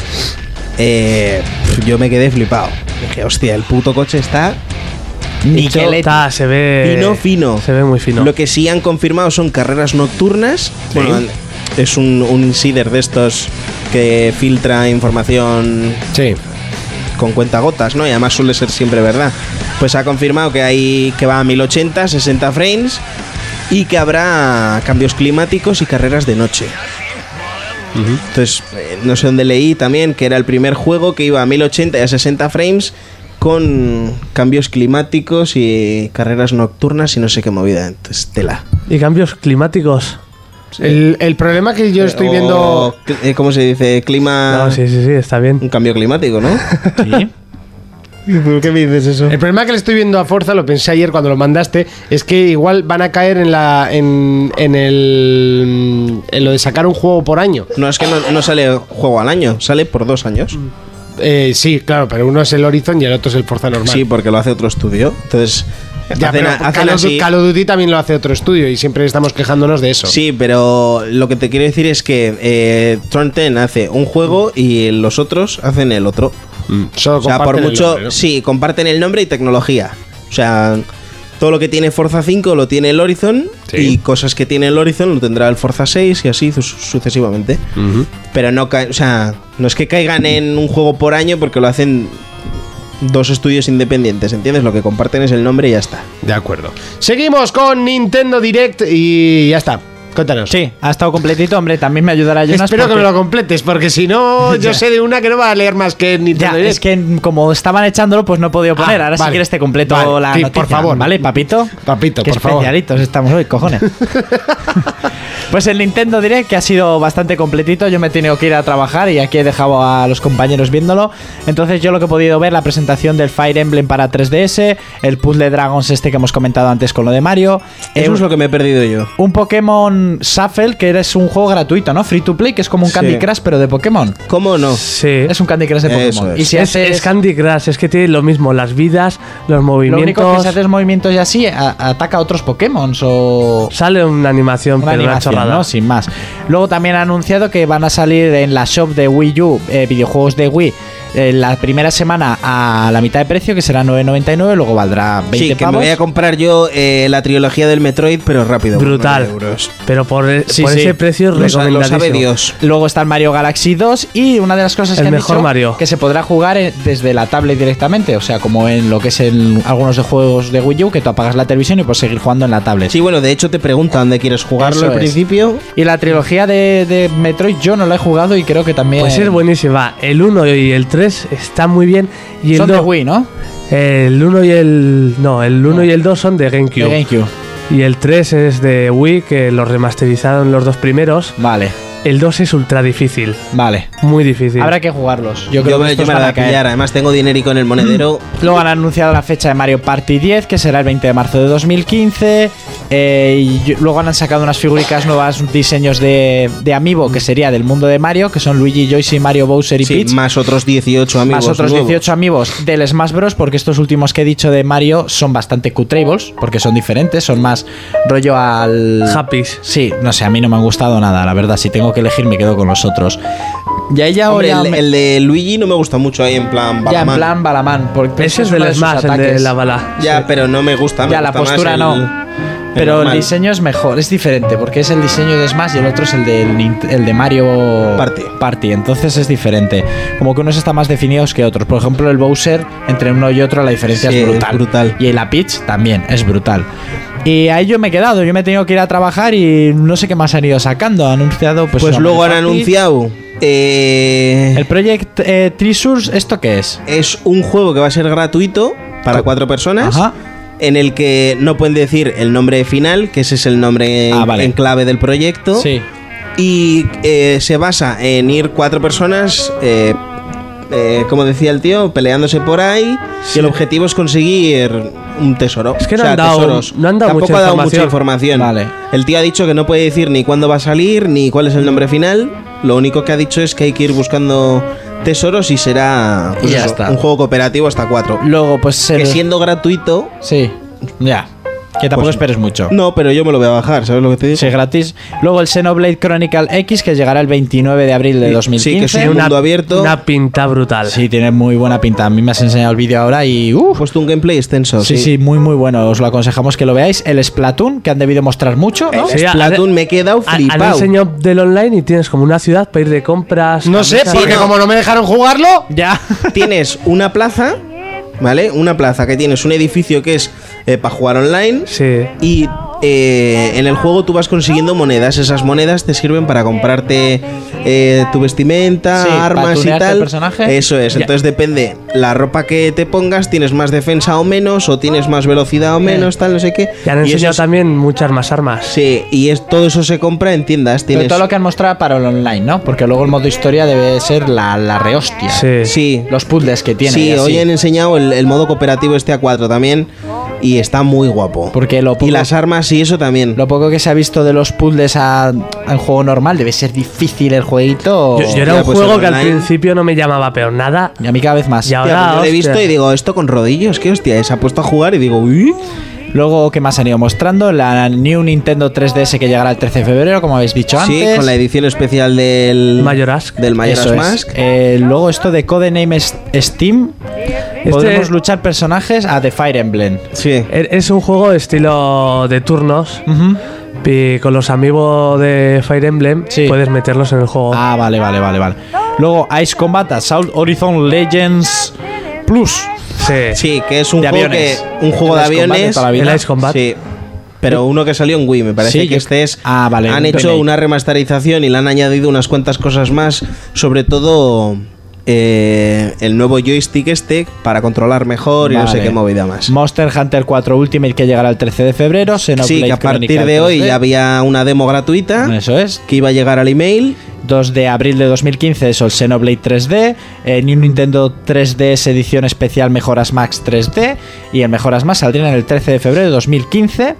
S5: Eh, yo me quedé flipado. Dije, hostia, el puto coche está
S6: Hecho- Está, se ve.
S5: Fino, fino.
S6: Se ve muy fino.
S5: Lo que sí han confirmado son carreras nocturnas. Bueno, es un, un insider de estos que filtra información
S2: Sí.
S5: con cuentagotas, ¿no? Y además suele ser siempre verdad. Pues ha confirmado que hay que va a 1080, 60 frames y que habrá cambios climáticos y carreras de noche. Entonces, eh, no sé dónde leí también que era el primer juego que iba a 1080 y a 60 frames con cambios climáticos y carreras nocturnas y no sé qué movida. Entonces, tela.
S6: Y cambios climáticos.
S2: El, el problema que yo estoy
S5: O,
S2: viendo.
S5: cl- eh, ¿Cómo se dice? Clima.
S6: No, sí, sí, sí, está bien.
S5: Ah. Un cambio climático, ¿no?
S4: Sí.
S5: ¿Por qué me dices eso?
S2: El problema que le estoy viendo a Forza, lo pensé ayer cuando lo mandaste, es que igual van a caer en la. en, en el. en lo de sacar un juego por año.
S5: No, es que no, no sale juego al año, sale por dos años.
S2: Eh, sí, claro, pero uno es el Horizon y el otro es el Forza normal.
S5: Sí, porque lo hace otro estudio. Entonces,
S2: Ya,
S5: hacen,
S2: pero
S5: hacen
S2: Call, of,
S5: así.
S2: Call of Duty también lo hace otro estudio y siempre estamos quejándonos de eso.
S5: Sí, pero lo que te quiero decir es que eh, Turn 10 hace un juego y los otros hacen el otro.
S2: Solo
S5: Mm. O sea, por
S2: comparten el
S5: mucho.
S2: nombre, ¿no?
S5: Sí, comparten el nombre y tecnología. O sea, todo lo que tiene Forza 5 lo tiene el Horizon y cosas que tiene el Horizon lo tendrá el Forza 6 y así su- sucesivamente. Pero no, ca- o sea, no es que caigan en un juego por año porque lo hacen dos estudios independientes, ¿entiendes? Lo que comparten es el nombre y ya está.
S2: De acuerdo. Seguimos con Nintendo Direct y ya está. Cuéntanos.
S4: Sí, ha estado completito, hombre. También me ayudará Jonas.
S2: Espero que
S4: porque-
S2: me lo completes, porque si no, yo
S4: Ya.
S2: sé de una que no va a leer más que Nintendo
S4: Ya,
S2: Direct.
S4: es que como estaban echándolo, pues no he podido poner.
S2: Ah,
S4: Ahora
S2: vale.
S4: si quieres te completo
S2: Vale,
S4: la
S2: sí,
S4: noticia,
S2: por favor.
S4: ¿Vale, papito?
S2: Papito,
S4: Qué
S2: por favor.
S4: especialitos estamos hoy, cojones. pues el Nintendo Direct, que ha sido bastante completito, yo me he tenido que ir a trabajar y aquí he dejado a los compañeros viéndolo. Entonces yo lo que he podido ver, la presentación del Fire Emblem para 3DS, el puzzle Dragons este que hemos comentado antes con lo de Mario.
S5: Eso
S4: eh,
S5: es lo que me he perdido yo.
S4: un Pokémon Shuffle, que es un juego gratuito, ¿no? Free to play, que es como un
S5: Sí.
S4: Candy Crush, pero de Pokémon.
S5: ¿Cómo no?
S6: Sí.
S4: Es un Candy Crush de
S5: Eso
S4: Pokémon.
S5: es.
S4: Y si
S6: es,
S4: haces-
S6: es Candy Crush, es que tiene lo mismo, las vidas, los
S4: Lo
S6: movimientos.
S4: único que si haces movimientos y así, a- ataca a otros Pokémon o.
S6: Sale una animación,
S4: Una
S6: pero
S4: animación,
S6: una chorrada.
S4: ¿no? Sin más. Luego también ha anunciado que van a salir en la shop de Wii U eh, videojuegos de Wii eh, la primera semana a la mitad de precio, que será 9.99, luego valdrá 20
S5: Sí, que
S4: pavos.
S5: me voy a comprar yo eh, la trilogía del Metroid, pero rápido. por
S4: Brutal.
S5: 9 euros.
S6: Pero por, e- por ese precio
S5: Lo sa- lo sabe
S4: recomendadísimo.
S5: Dios.
S4: Luego está el Mario Galaxy 2 y una de las cosas
S6: El
S4: que han
S6: mejor
S4: dicho,
S6: Mario.
S4: que se podrá jugar eh, desde la tablet directamente, o sea, como en lo que es en algunos de juegos de Wii U que tú apagas la televisión y puedes seguir jugando en la tablet.
S5: Sí, bueno, de hecho te preguntan dónde quieres jugarlo
S4: Eso
S5: al
S4: es.
S5: principio.
S4: Y la trilogía de, de Metroid yo no la he jugado y creo que también
S6: Pues es buenísima. El 1 y el 3 están muy bien. Y el
S4: Son de
S6: dos-
S4: Wii, ¿no?
S6: El 1 y el. No, el 1 y el 2 son de GameCube.
S4: De GameCube.
S6: Y el 3 es de Wii, que los remasterizaron los dos primeros.
S4: Vale.
S6: El 2 es ultra difícil.
S4: Vale.
S6: Muy difícil.
S4: habrá que jugarlos. Yo
S5: Yo,
S4: creo
S5: me,
S4: que
S5: yo
S4: estos
S5: me la
S4: van
S5: voy
S4: a
S5: a
S4: caer. Mm.
S5: pillar. Además tengo dinerico en el monedero.
S4: Luego han anunciado la fecha de Mario Party 10, que será el 20 de marzo de 2015. eh, y yo- luego han sacado unas figuricas nuevas, diseños de, de Amiibo, que sería del mundo de Mario, que son Luigi, Joyce, Mario, Bowser y
S5: Sí,
S4: Peach.
S5: más otros 18 amigos.
S4: Más otros
S5: nuevos.
S4: 18 amigos del Smash Bros. Porque estos últimos que he dicho de Mario son bastante cutrables, porque son diferentes, son más rollo al.
S6: Happy.
S4: Sí, no sé, a mí no me han gustado nada, la verdad. Si tengo que elegir, me quedo con los otros. Y ahí ya
S5: Hombre,
S4: ahora
S5: el,
S4: me-
S5: el de Luigi no me gusta mucho ahí en plan
S4: Ya en
S5: Batman.
S4: plan Balaman. Porque
S6: Ese es
S4: uno
S6: del
S4: sus
S6: Smash, el de
S4: ataques.
S6: la bala.
S5: Ya, pero no me gusta. me
S4: Ya, la
S5: gusta más
S4: postura
S5: el-
S4: no.
S5: el
S4: Pero el
S5: normal.
S4: diseño es mejor, es diferente, porque es el diseño de Smash y el otro es el de, el de Mario
S5: Party.
S4: Entonces es diferente. Como que unos están más definidos que otros. Por ejemplo, el Bowser, entre uno y otro la diferencia
S5: Sí,
S4: es
S5: es
S4: brutal.
S5: brutal.
S4: Y la Peach también, es brutal. Y ahí yo me he quedado, yo me he tenido que ir a trabajar y no sé qué más han ido sacando. Han anunciado, pues.
S5: Pues,
S4: una
S5: luego han
S4: Mario Party.
S5: anunciado. eh,
S4: El Project eh, Treasures, ¿esto qué es?
S5: es un juego que va a ser gratuito para cuatro personas.
S4: Ajá.
S5: En el que no pueden decir el nombre final, que ese es el nombre
S4: Ah,
S5: en-
S4: vale.
S5: en clave del proyecto.
S4: Sí.
S5: Y eh, se basa en ir cuatro personas, eh, eh, como decía el tío, peleándose por ahí. Y el objetivo es conseguir un tesoro.
S6: Es que no
S5: O sea,
S6: han dado-
S5: tesoros.
S6: no han dado
S5: Tampoco
S6: mucha
S5: ha dado mucha
S6: información.
S5: información.
S4: Vale.
S5: El tío ha dicho que no puede decir ni cuándo va a salir, ni cuál es el nombre final. Lo único que ha dicho es que hay que ir buscando tesoros y será pues
S4: Y ya
S5: eso,
S4: está.
S5: un juego cooperativo hasta cuatro.
S4: Luego, pues. el-
S5: Que siendo gratuito,
S4: Sí, ya. Que tampoco
S5: Pues-
S4: esperes mucho.
S5: no, pero yo me lo voy a bajar, ¿sabes lo que te digo?
S4: Sí, gratis. Luego el Xenoblade Chronicle X, que llegará el 29 de abril de
S5: Sí,
S4: 2015.
S5: sí, que es un
S6: una,
S5: mundo abierto.
S6: Una pinta brutal.
S4: Sí, tiene muy buena pinta. A mí me has enseñado el vídeo ahora y... ¡uh!
S5: He puesto un gameplay extenso.
S4: sí, sí, muy, muy bueno. Os lo aconsejamos que lo veáis. El Splatoon, que han debido mostrar mucho, ¿no?
S6: Sí,
S5: Splatoon me he quedado
S6: Ha- Han
S5: flipado.
S6: enseñado del online y tienes como una ciudad para ir de compras.
S2: No sé,
S6: camisas-
S2: porque
S5: no.
S2: como no me dejaron jugarlo,
S4: Ya.
S5: tienes una plaza, ¿vale? Una plaza que tienes un edificio que es para jugar online.
S6: Sí.
S5: Y eh, en el juego tú vas consiguiendo monedas. Esas monedas te sirven para comprarte eh, tu vestimenta,
S4: Sí, para
S5: armas y
S4: tunearte el
S5: tal.
S4: personaje.
S5: Eso es.
S4: Ya.
S5: Entonces depende la ropa que te pongas, tienes más defensa o menos, o tienes más velocidad o menos, tal, no sé qué.
S6: Y han
S5: eso
S6: enseñado
S5: es-
S6: también muchas más armas.
S5: Sí, y es, todo eso se compra en tiendas.
S4: Pero
S5: Tienes,
S4: todo lo que han mostrado para el online, ¿no? Porque luego el modo historia debe ser la, la rehostia.
S6: Sí.
S5: Sí,
S4: Los puzzles que tiene.
S5: Sí,
S4: y así.
S5: hoy han enseñado el, el modo cooperativo este A4 también y está muy guapo.
S4: Porque lo poco-
S5: y las armas y eso también.
S4: Lo poco que se ha visto de los puzzles a- al juego normal, debe ser difícil el jueguito.
S6: Yo, yo era
S5: Ya,
S6: un
S5: pues
S6: juego
S5: el
S6: que al
S5: online.
S6: principio no me llamaba, pero nada.
S4: Y a mí cada vez más.
S6: Y ahora,
S5: Hostia, pues yo lo he
S6: hostia.
S5: visto y digo, esto con rodillos, qué hostia, se ha puesto a jugar y digo, uy.
S4: Luego, ¿qué más han ido mostrando? La New Nintendo 3DS que llegará el 13 de febrero, como habéis dicho
S5: Sí,
S4: antes.
S5: con la edición especial del
S6: Majora's-
S5: del Majora's
S4: Eso es.
S5: Mask.
S4: Eh, luego esto de Codename S- Steam.
S6: Este
S4: Podremos luchar personajes a The Fire Emblem.
S5: Sí.
S6: E- Es un juego estilo de turnos. Y con los amigos de Fire Emblem
S4: Sí.
S6: puedes meterlos en el juego.
S4: Ah, vale, vale, vale, vale. Luego Ice Combat Assault Horizon Legends Plus.
S6: sí.
S5: Sí, que es un
S4: De
S5: juego
S4: aviones.
S5: que un juego de
S4: El Ice Combat de
S5: aviones.
S4: toda la vida.
S6: El Ice Combat.
S5: Sí. Pero uno que salió en Wii, me parece
S4: Sí,
S5: que
S4: yo-
S5: este es.
S4: Ah, vale,
S5: Han
S4: un
S5: hecho
S4: remake.
S5: una remasterización y le han añadido unas cuantas cosas más. Sobre todo eh, el nuevo joystick este para controlar mejor y no sé
S4: Vale.
S5: qué movida más.
S4: Monster Hunter 4 Ultimate que llegará el 13 de febrero. Xenoblade
S5: Sí, que a partir
S4: Chronicle
S5: de hoy
S4: 3D.
S5: ya había una demo gratuita
S4: Eso es.
S5: que iba a llegar al email.
S4: 2 de abril de 2015 eso, el Xenoblade 3D, eh, New Nintendo 3DS edición especial Mejoras Max 3D y el Mejoras Max saldrían el 13 de febrero de 2015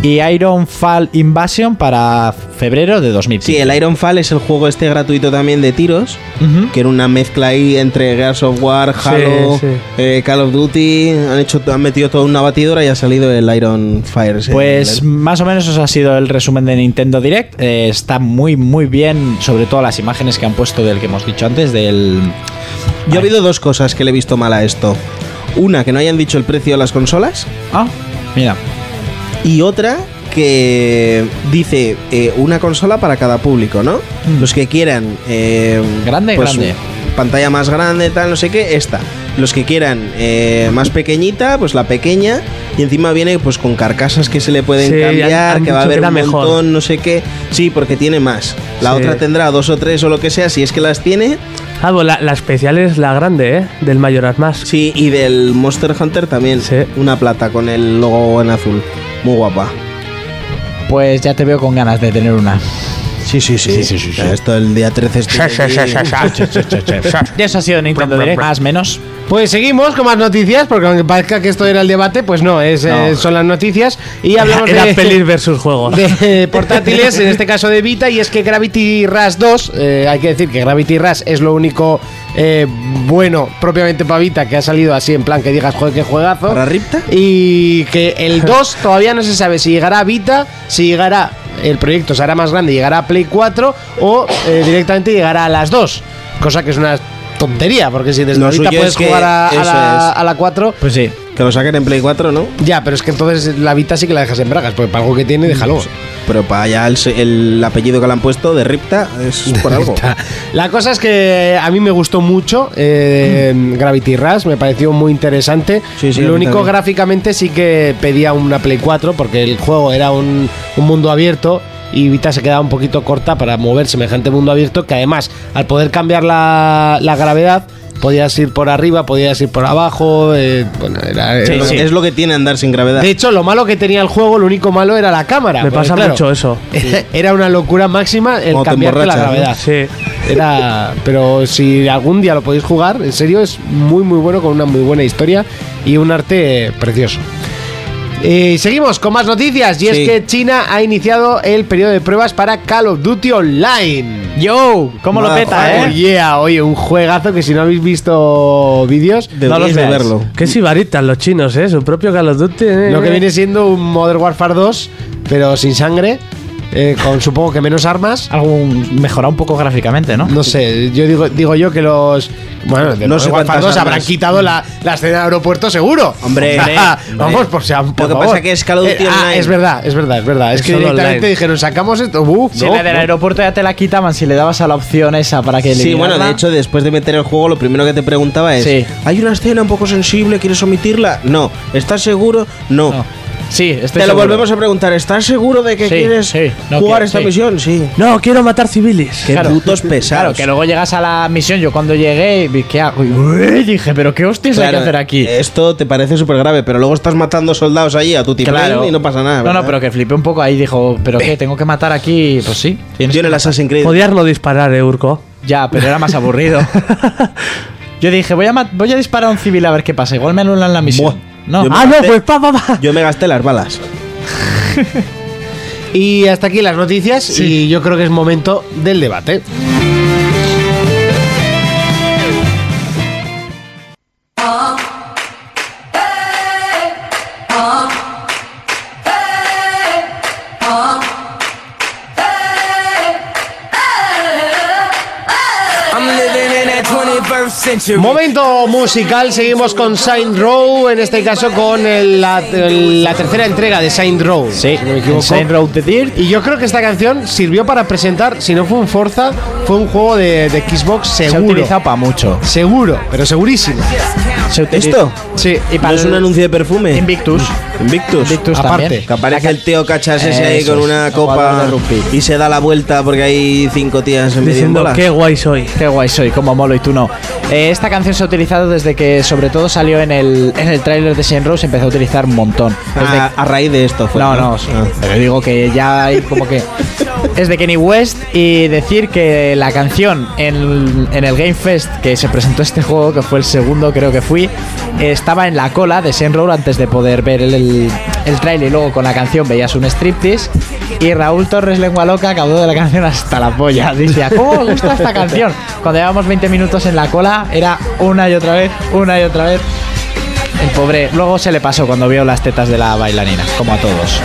S4: y Iron Fall Invasion para febrero de 2015.
S5: Sí, el Iron Fall es el juego este gratuito también de tiros,
S4: Ujú.
S5: que era una mezcla ahí entre Gears of War, Halo,
S6: sí.
S5: eh, Call of Duty. Han hecho, han metido toda una batidora y ha salido el Iron Fire. ese
S4: Pues
S5: trailer.
S4: más o menos eso ha sido el resumen de Nintendo Direct. Eh, está muy muy bien, sobre todo las imágenes que han puesto del que hemos dicho antes, del
S5: Yo he habido dos cosas que le he visto mal a esto. Una, que no hayan dicho el precio de las consolas.
S4: Ah, mira.
S5: Y otra que dice eh, una consola para cada público, ¿no?
S6: Mm.
S5: Los que quieran... eh,
S4: Grande, grande.
S5: Pantalla más grande, tal, no sé qué, esta. Los que quieran eh, más pequeñita, pues la pequeña. Y encima viene pues con carcasas que se le pueden
S6: Sí, han-
S5: cambiar,
S6: han
S5: que va a
S6: dicho que
S5: haber
S6: era
S5: un
S6: mejor.
S5: montón, no sé qué. Sí, porque tiene más. La
S6: Sí.
S5: otra tendrá dos o tres o lo que sea, si es que las tiene.
S6: Ah, pues la, la especial es la grande, ¿eh? Del Mayoras Más.
S5: Sí, y del Monster Hunter también. Una plata con el logo en azul. Muy guapa.
S4: Pues ya te veo con ganas de tener una.
S5: Sí, sí, sí. Esto el día 13 estoy aquí.
S4: Y eso ha sido Nintendo Direct. Más, menos.
S2: Pues seguimos con más noticias, porque aunque parezca que esto era el debate, pues no, es, eh,
S6: No.
S2: son las noticias. Y hablamos
S6: Era
S2: de,
S6: pelis versus juegos.
S2: de portátiles, en este caso de Vita, y es que Gravity Rush 2, eh, hay que decir que Gravity Rush es lo único eh, bueno propiamente para Vita que ha salido así en plan que digas, joder, qué juegazo.
S5: ¿Para Ripta?
S2: Y que el 2 todavía no se sabe si llegará a Vita, si llegará, el proyecto será más grande, llegará a Play 4 o eh, directamente llegará a las 2, cosa que es una tontería, porque si desde
S5: Lo
S2: ahorita
S5: suyo
S2: puedes
S5: es que
S2: jugar a, a
S5: eso
S2: la,
S5: es.
S2: a la 4.
S4: Pues sí.
S5: Que lo saquen en Play 4, ¿no?
S2: Ya, pero es que entonces la Vita sí que la dejas en bragas, porque para algo que tiene, déjalo.
S5: Pero para allá el, se- el apellido que le han puesto de Ripta es por algo.
S2: La cosa es que a mí me gustó mucho eh,
S6: Mm.
S2: Gravity Rush, me pareció muy interesante.
S5: Sí, sí, a
S2: Lo
S5: mí
S2: único
S5: también.
S2: gráficamente sí que pedía una Play 4 porque el juego era un, un mundo abierto y Vita se quedaba un poquito corta para mover semejante mundo abierto que además al poder cambiar la, la gravedad podías ir por arriba, podías ir por abajo, eh, bueno, era...
S5: es,
S2: era-
S5: lo, es lo que tiene andar sin gravedad.
S2: de hecho, lo malo que tenía el juego, lo único malo era la cámara.
S6: Me
S2: porque,
S6: pasa
S2: claro,
S6: mucho eso.
S2: Era una locura máxima el
S6: Cuando te
S2: cambiarte la
S6: emborrachas, ¿no?
S2: gravedad.
S6: Sí.
S2: Era, pero si algún día lo podéis jugar, en serio es muy muy bueno con una muy buena historia y un arte eh, precioso. Eh, seguimos con más noticias
S5: Sí.
S2: y es que China ha iniciado el periodo de pruebas para Call of Duty Online.
S4: Yo, cómo lo peta,
S2: Oh,
S4: eh.
S2: yeah, oye, un juegazo que si no habéis visto vídeos,
S5: Deberíais de
S2: veáis.
S5: verlo.
S6: Qué sibaritas los chinos, ¿eh? Su propio Call of Duty. eh.
S2: Lo que viene siendo un Modern Warfare 2, pero sin sangre, eh, con supongo que menos armas.
S4: Algo mejorado un poco gráficamente, ¿no?
S2: No sé, yo digo, digo yo que los. Bueno, de
S5: No sé
S2: Modern Warfare
S5: cuántas
S2: 2 habrán
S5: armas.
S2: quitado la, la escena del aeropuerto seguro.
S5: Hombre,
S2: O sea,
S5: hombre.
S2: vamos, por, sea, por
S5: Lo que
S2: favor.
S5: pasa que es Call of Duty
S2: Eh, Ah,
S5: Online.
S2: es verdad, es verdad, es verdad. Es,
S6: Es
S2: que
S6: solo
S2: directamente
S6: online.
S2: dijeron, sacamos esto. Uf,
S4: Si
S2: no,
S4: la del
S2: no.
S4: aeropuerto ya te la quitaban, si le dabas a la opción esa para que
S5: Sí, bueno, de hecho, después de meter el juego, lo primero que te preguntaba es:
S4: Sí.
S5: ¿hay una escena un poco sensible? ¿Quieres omitirla? No. ¿Estás seguro? No.
S4: No, Sí,
S5: Te
S4: estoy
S5: lo
S4: seguro.
S5: volvemos a preguntar: ¿estás seguro de que
S4: Sí,
S5: quieres
S4: sí. No
S5: jugar
S4: quiero,
S5: esta
S4: sí.
S5: misión? Sí.
S6: No, quiero matar civiles.
S5: Qué
S4: Claro.
S5: putos
S4: Claro,
S5: pesados.
S4: que luego llegas a la misión. Yo cuando llegué, vi, ¿qué hago? Y, "Ué", dije, pero ¿qué hostias hay
S5: Claro, eh,
S4: que hacer aquí?
S5: Esto te parece súper grave, pero luego estás matando soldados ahí a tu tipo
S4: Claro.
S5: y no pasa nada.
S4: No, no,
S5: ¿verdad?
S4: pero que flipé un poco ahí. Dijo, ¿pero qué? ¿Tengo que matar aquí? Pues sí. tienes
S5: Yo en
S4: que
S5: el
S4: matar.
S5: Assassin's Creed.
S6: Podías no disparar, eh, Urco.
S4: Ya, pero era más aburrido. Yo dije, voy a, mat- voy a disparar a un civil a ver qué pasa. Igual me anulan la misión.
S5: Buah,
S4: No.
S5: yo me
S6: Ah, no,
S5: gasté-
S6: pues pa, pa, pa.
S5: Yo me gasté las balas.
S2: Y hasta aquí las noticias. Y yo creo que es momento del debate. Momento musical, seguimos con Saint Row, en este caso con el- la, el- la tercera entrega de Saint Row.
S4: Sí,
S2: si no me equivoco.
S4: Saint Road the Dirt.
S2: Y yo creo que esta canción sirvió para presentar, si no fue un Forza, fue un juego de, de Xbox
S4: Se ha
S2: seguro.
S4: utilizado para mucho.
S2: seguro, pero segurísimo.
S4: Se utiliza-
S5: ¿Esto?
S2: Sí,
S4: Y
S5: ¿No
S4: para
S5: es un
S4: el
S5: anuncio de perfume?
S4: Invictus.
S5: Invictus.
S4: Invictus
S2: Aparte.
S4: también.
S5: Que aparece el tío cachas ese ahí
S4: Eso
S5: con
S4: es,
S5: una
S4: un jugador
S5: copa
S4: de rugby.
S5: y se da la vuelta porque hay cinco tías en medio en
S6: Diciendo,
S5: bolas.
S6: qué guay soy.
S4: Qué guay soy, como molo y tú no. Eh, esta canción se ha utilizado desde que, sobre todo, salió en el, en el tráiler de Saint Row, se empezó a utilizar un montón. Desde-
S5: Ah, a raíz de esto fue.
S4: no, no, sí,
S5: Ah.
S4: pero digo que ya hay como que. Es de Kenny West y decir que la canción en, en el Game Fest que se presentó este juego, que fue el segundo creo que fui, estaba en la cola de Saint Row antes de poder ver el, el, el trailer y luego con la canción veías un striptease y Raúl Torres Lengua Loca acabó de la canción hasta la polla. Dice, "¿A ¿cómo me gusta esta canción? Cuando llevábamos 20 minutos en la cola era una y otra vez, una y otra vez. El pobre luego se le pasó cuando vio las tetas de la bailarina, como a todos.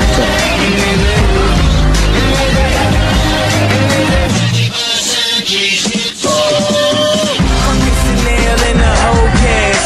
S10: nail in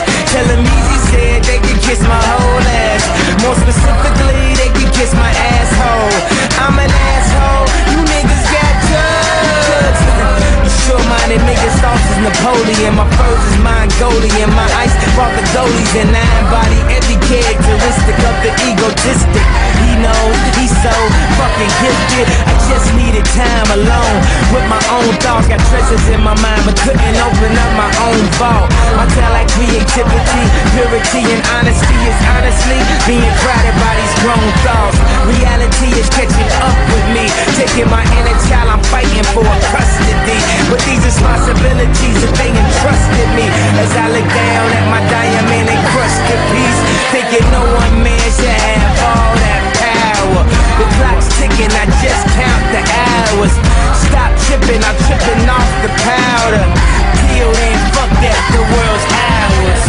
S13: Foley and my pearls is mine goldie and my ice Barbadolis and I embody every characteristic of the egotistic. He knows he's so fucking gifted. I just needed time alone with my own thoughts. Got treasures in my mind but couldn't open up my own vault. My talent, creativity, purity, and honesty is honestly being crowded by these grown thoughts. Reality is catching up with me, taking my inner child. I'm fighting for custody, but these responsibilities that they entrusted me as I look down at my diamond encrusted piece, thinking no one man should have all that power. The clock's ticking, I just count the hours. Stop tripping, I'm tripping off the powder. Till then, fuck that, the world's ours.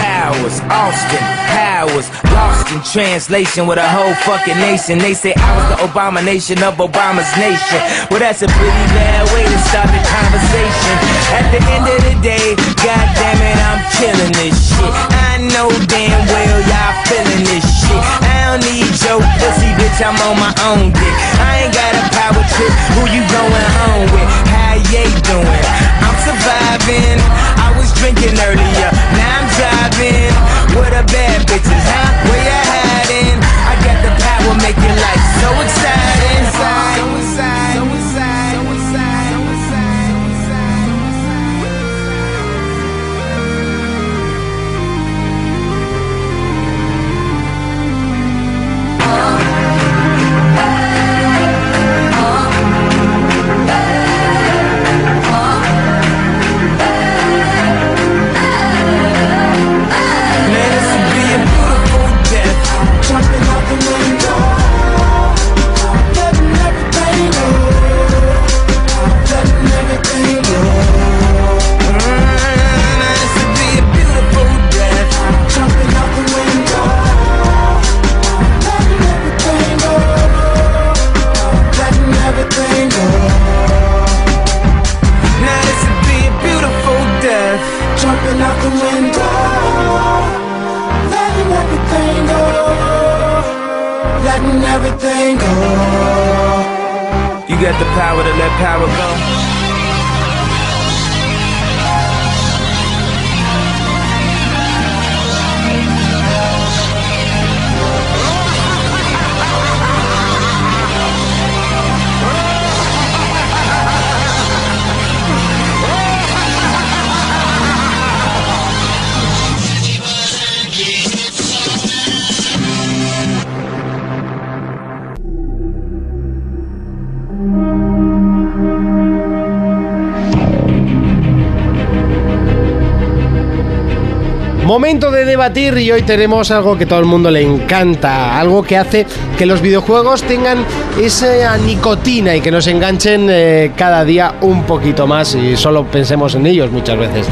S13: Powers, Austin, Powers, lost in translation with a whole fucking nation. They say I was the abomination of Obama's nation. Well, that's a pretty bad way to start the conversation. At the end of the day, God damn it, I'm killing this shit. I know damn well y'all feeling this shit. I don't need your pussy, bitch, I'm on my own dick. I ain't got a power trip, who you going home with? How you doing? I'm surviving. I was drinking earlier, now I'm driving. With a bad bitches, huh? Where you hiding? I got the power, make your life so exciting. So exciting. So exciting. So exciting. So exciting. Man, this would be a beautiful death. Jumping out the window. Letting everything go. Letting everything go. Mm, this would be a beautiful death. Jumping out the window. Letting everything go. Letting everything go. Now this would be a beautiful death. Jumping out the window letting everything go, letting everything go. You got the power to let power go.
S2: Momento de debatir y hoy tenemos algo que todo el mundo le encanta, algo que hace que los videojuegos tengan esa nicotina y que nos enganchen eh, cada día un poquito más y solo pensemos en ellos muchas veces.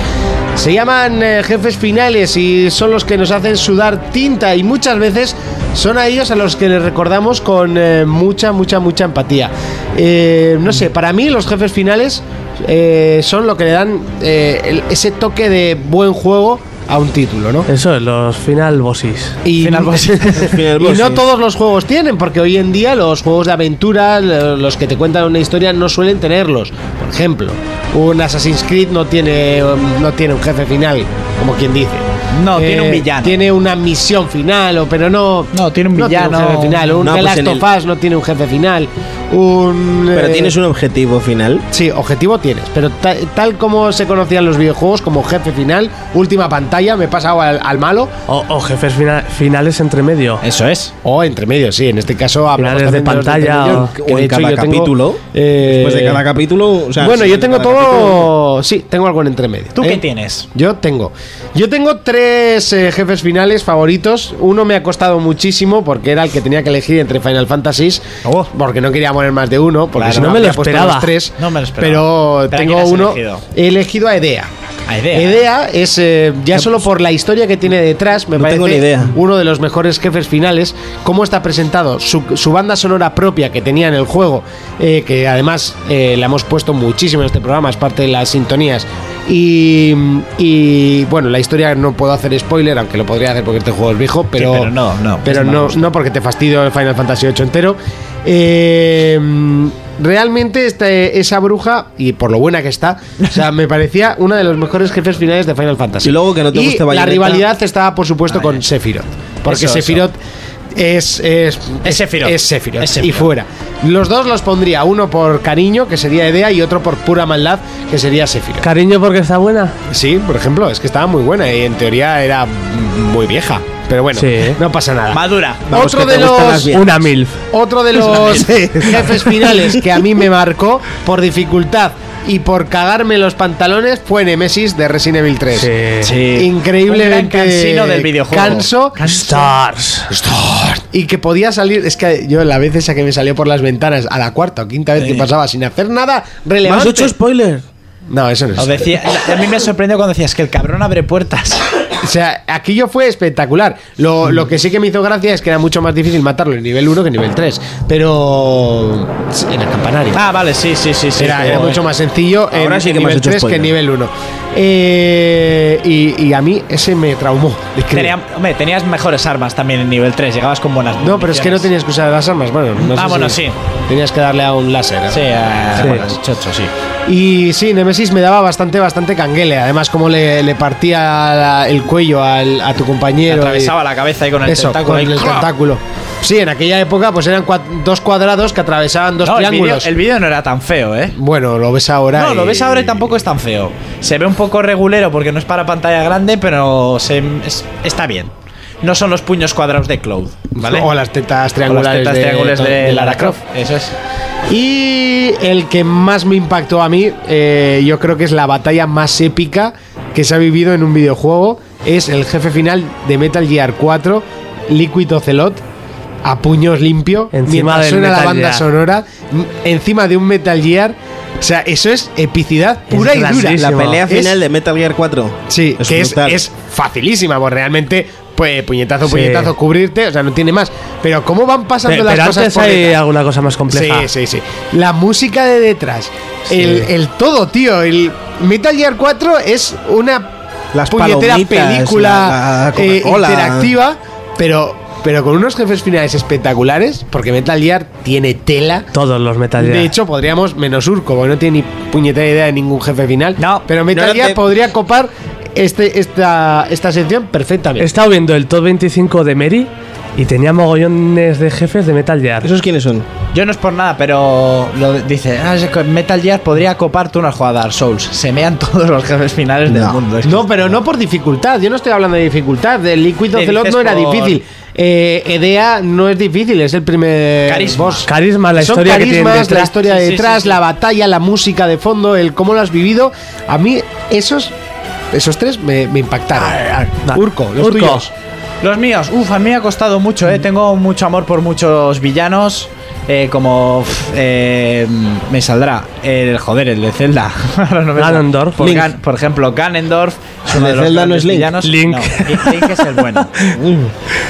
S2: Se llaman eh, jefes finales y son los que nos hacen sudar tinta y muchas veces son a ellos a los que les recordamos con eh, mucha, mucha, mucha empatía. Eh, no sé, para mí los jefes finales eh, son lo que le dan eh, el- ese toque de buen juego a un título, ¿no?
S6: Eso es, los final bosses.
S2: Y,
S6: Final
S2: y no
S6: bosses.
S2: todos los juegos tienen, porque hoy en día los juegos de aventura, lo- los que te cuentan una historia, no suelen tenerlos. Por ejemplo, un Assassin's Creed no tiene, um, no tiene un jefe final, como quien dice. Eh,
S4: No, tiene un villano.
S2: Tiene una misión final, o- pero no. No, tiene un
S4: villano.
S2: jefe final. Un
S5: No,
S2: The
S5: pues
S2: Last
S5: en
S2: of Us no tiene un jefe final. Un.
S5: Pero
S2: eh,
S5: tienes un objetivo final.
S2: Sí, objetivo tienes, pero ta- tal como se conocían los videojuegos, como jefe final, última pantalla, me he pasado al, al malo.
S6: O, o jefes fina- finales entre medio.
S4: Eso es.
S2: O entre medio, sí. En este caso hablamos
S6: Finales de
S2: también los
S6: pantalla
S2: entre medio,
S6: o-
S2: que,
S6: que
S2: de
S6: en
S2: hecho,
S6: cada
S2: yo tengo,
S6: capítulo,
S2: eh,
S5: Después de cada capítulo. o sea,
S2: bueno,
S5: sí,
S2: yo tengo
S5: cada
S2: todo.
S5: capítulo.
S2: Sí, tengo algo en entremedio.
S4: ¿Tú
S2: ¿eh?
S4: qué tienes?
S2: Yo tengo. Yo tengo tres eh, jefes finales favoritos. Uno me ha costado muchísimo porque era el que tenía que elegir entre Final Fantasies. Porque no quería poner más de uno. Porque
S4: Claro,
S2: si no
S4: no
S2: me
S4: me lo
S2: habría puesto
S4: esperaba.
S2: los tres.
S4: No me lo esperaba.
S2: Pero
S4: ¿Pero a
S2: tengo
S4: quién has
S2: uno.
S4: elegido?
S2: He elegido a Edea.
S4: A Edea.
S2: es, eh, ya solo por la historia que tiene detrás, me
S5: pues, No
S2: parece
S5: tengo ni idea.
S2: uno de los mejores jefes finales. Cómo está presentado su, su banda sonora propia que tenía en el juego, eh, que además eh, la hemos puesto muchísimo en este programa, es parte de las sintonías. Y, y, bueno, la historia no puedo hacer spoiler, aunque lo podría hacer porque este juego es viejo, pero,
S4: pero no, no,
S2: pero
S4: es mal
S2: no, no porque te fastidio el Final Fantasy VIII entero. Eh, realmente esta, esa bruja, y por lo buena que está, o sea, me parecía uno de los mejores jefes finales de Final Fantasy.
S5: Y luego que no te
S2: Y
S5: guste
S2: La
S5: Bayonetta.
S2: rivalidad estaba, por supuesto, con Sephiroth.
S4: Ah, Eso,
S2: Porque
S4: eso.
S2: Sephiroth es. Es,
S4: Es Sephiroth.
S2: es Sephiroth,
S4: Es Sephiroth.
S2: Y fuera. Los dos los pondría, uno por cariño, que sería Edea, y otro por pura maldad, que sería Sephiroth.
S6: Cariño porque está buena.
S2: Sí, por ejemplo, es que estaba muy buena y en teoría era mm, muy vieja. Pero bueno,
S6: Sí.
S2: no pasa nada.
S4: Madura.
S6: Vamos,
S2: otro
S6: que
S2: de
S6: te gustan las
S2: los
S6: viejas. Una MILF.
S2: otro de los jefes finales que a mí me marcó por dificultad y por cagarme los pantalones fue Nemesis de Resident Evil 3.
S4: Sí. Un
S2: Increíblemente
S4: gran cansino del videojuego.
S2: Canso
S6: Stars.
S2: y que podía salir, es que yo la vez esa que me salió por las ventanas a la cuarta o quinta vez que pasaba sin hacer nada relevante.
S5: ¿Más ocho spoilers?
S2: No, eso no es.
S4: Os decía- a mí me sorprendió cuando decías que el cabrón abre puertas.
S2: O sea, aquello fue espectacular. Lo, lo que sí que me hizo gracia es que era mucho más difícil matarlo en nivel 1 que en nivel 3. Pero. En el campanario.
S4: Ah, vale, sí, sí, sí. sí
S2: era, era
S4: Joder.
S2: mucho más sencillo en,
S5: Ahora sí
S2: en
S5: que me has
S2: nivel
S5: hecho
S2: 3 que
S5: spoiler.
S2: en nivel 1. Eh, y, y a mí ese me traumó. es que-
S4: Tenía- hombre, tenías mejores armas también en nivel 3, llegabas con buenas.
S2: no, pero es que no
S4: municiones.
S2: tenías que usar las armas. Bueno, no
S4: Ah,
S2: sé
S4: bueno,
S2: si-
S4: sí.
S2: Tenías que darle a un láser. ¿no?
S4: Sí, ah,
S6: Sí.
S4: bueno, chocho, sí.
S2: Y sí, Nemesis me daba bastante, bastante canguele. Además, como le, le partía la- el cuello al- a tu
S4: Te
S2: compañero. y-
S4: atravesaba la cabeza ahí con el
S2: Eso,
S4: tentáculo.
S2: con
S4: ahí,
S2: el
S4: ¡crack!
S2: tentáculo. Sí, en aquella época pues eran cua- dos cuadrados que atravesaban dos
S4: No, el vídeo-
S2: triángulos.
S4: el vídeo no era tan feo, ¿eh?
S2: Bueno, lo ves ahora.
S4: No, lo ves ahora y tampoco es tan feo. Se ve un poco regulero porque no es para pantalla grande, pero se, es- está bien. No son los puños cuadrados de Cloud, ¿vale?
S2: O las tetas
S4: O las
S2: triangulares
S4: tetas
S2: de,
S4: triangulares de,
S2: de
S4: Lara Croft. Eso es.
S2: Y el que más me impactó a mí, eh, yo creo que es la batalla más épica que se ha vivido en un videojuego, es el jefe final de Metal Gear 4, Liquid Ocelot, a puños limpio,
S6: Encima
S2: mientras
S6: del
S2: suena la
S6: Metal
S2: banda
S6: Gear.
S2: sonora, m- encima de un Metal Gear. O sea, eso es epicidad pura y dura.
S5: La
S6: grandísimo.
S5: pelea
S2: Es-
S5: final de Metal Gear 4.
S2: Sí,
S5: Es
S2: que es,
S5: brutal.
S2: es facilísima, pues realmente, pues puñetazo,
S6: Sí.
S2: puñetazo, cubrirte, o sea, no tiene más. Pero cómo van pasando
S6: Pero,
S2: las
S6: pero
S2: cosas
S6: antes
S2: por
S6: hay
S2: detrás.
S6: alguna cosa más
S2: Sí,
S6: compleja.
S2: sí, sí. La música de detrás, el, el todo, tío. El Metal Gear 4 es una
S5: Las
S2: puñetera
S5: palomitas,
S2: película
S5: la- la
S2: eh,
S5: Coca-Cola.
S2: interactiva, pero, pero con unos jefes finales espectaculares, porque Metal Gear tiene tela.
S6: Todos los Metal Gear.
S2: De hecho, podríamos, menos Urco, porque no tiene ni puñetera idea de ningún jefe final.
S4: No,
S2: pero Metal
S5: no, no
S2: Gear
S5: te-
S2: podría copar este, esta, esta sección perfectamente.
S6: he estado viendo el top 25 de Mary y tenía mogollones de jefes de Metal Gear.
S5: ¿Esos quiénes son?
S4: Yo no es por nada, pero lo de- dice, "Ah, es que Metal Gear podría coparte una jugada a Dark Souls. Se mean todos los jefes finales del mundo. Es que-
S2: No, pero no por dificultad. Yo no estoy hablando de dificultad. El líquido
S4: Le
S2: celot
S4: dices
S2: no era
S4: por-
S2: difícil. Eh, Edea no es difícil, es el primer
S4: Carisma.
S2: boss.
S6: Carisma, la
S2: Son
S6: historia que tienen
S2: carismas, La
S6: detrás.
S2: historia
S4: Sí, sí,
S2: detrás,
S4: sí, sí.
S2: la batalla, la música de fondo, el cómo lo has vivido. A mí, esos. Esos tres me, me impactaron. Urco, los
S6: Urco.
S2: tuyos.
S4: Los míos, uff, a mí me ha costado mucho, ¿eh? Tengo mucho amor por muchos villanos. eh, como. pf, eh, me saldrá. El, joder, el de Zelda. Ahora no me sale.
S6: Ganondorf.
S4: Por,
S6: Link.
S4: Gan- por ejemplo, Ganondorf. es uno
S5: El de
S4: los
S5: Zelda no
S4: grandes
S5: es Link.
S4: villanos.
S6: Link.
S4: No, Link es el bueno.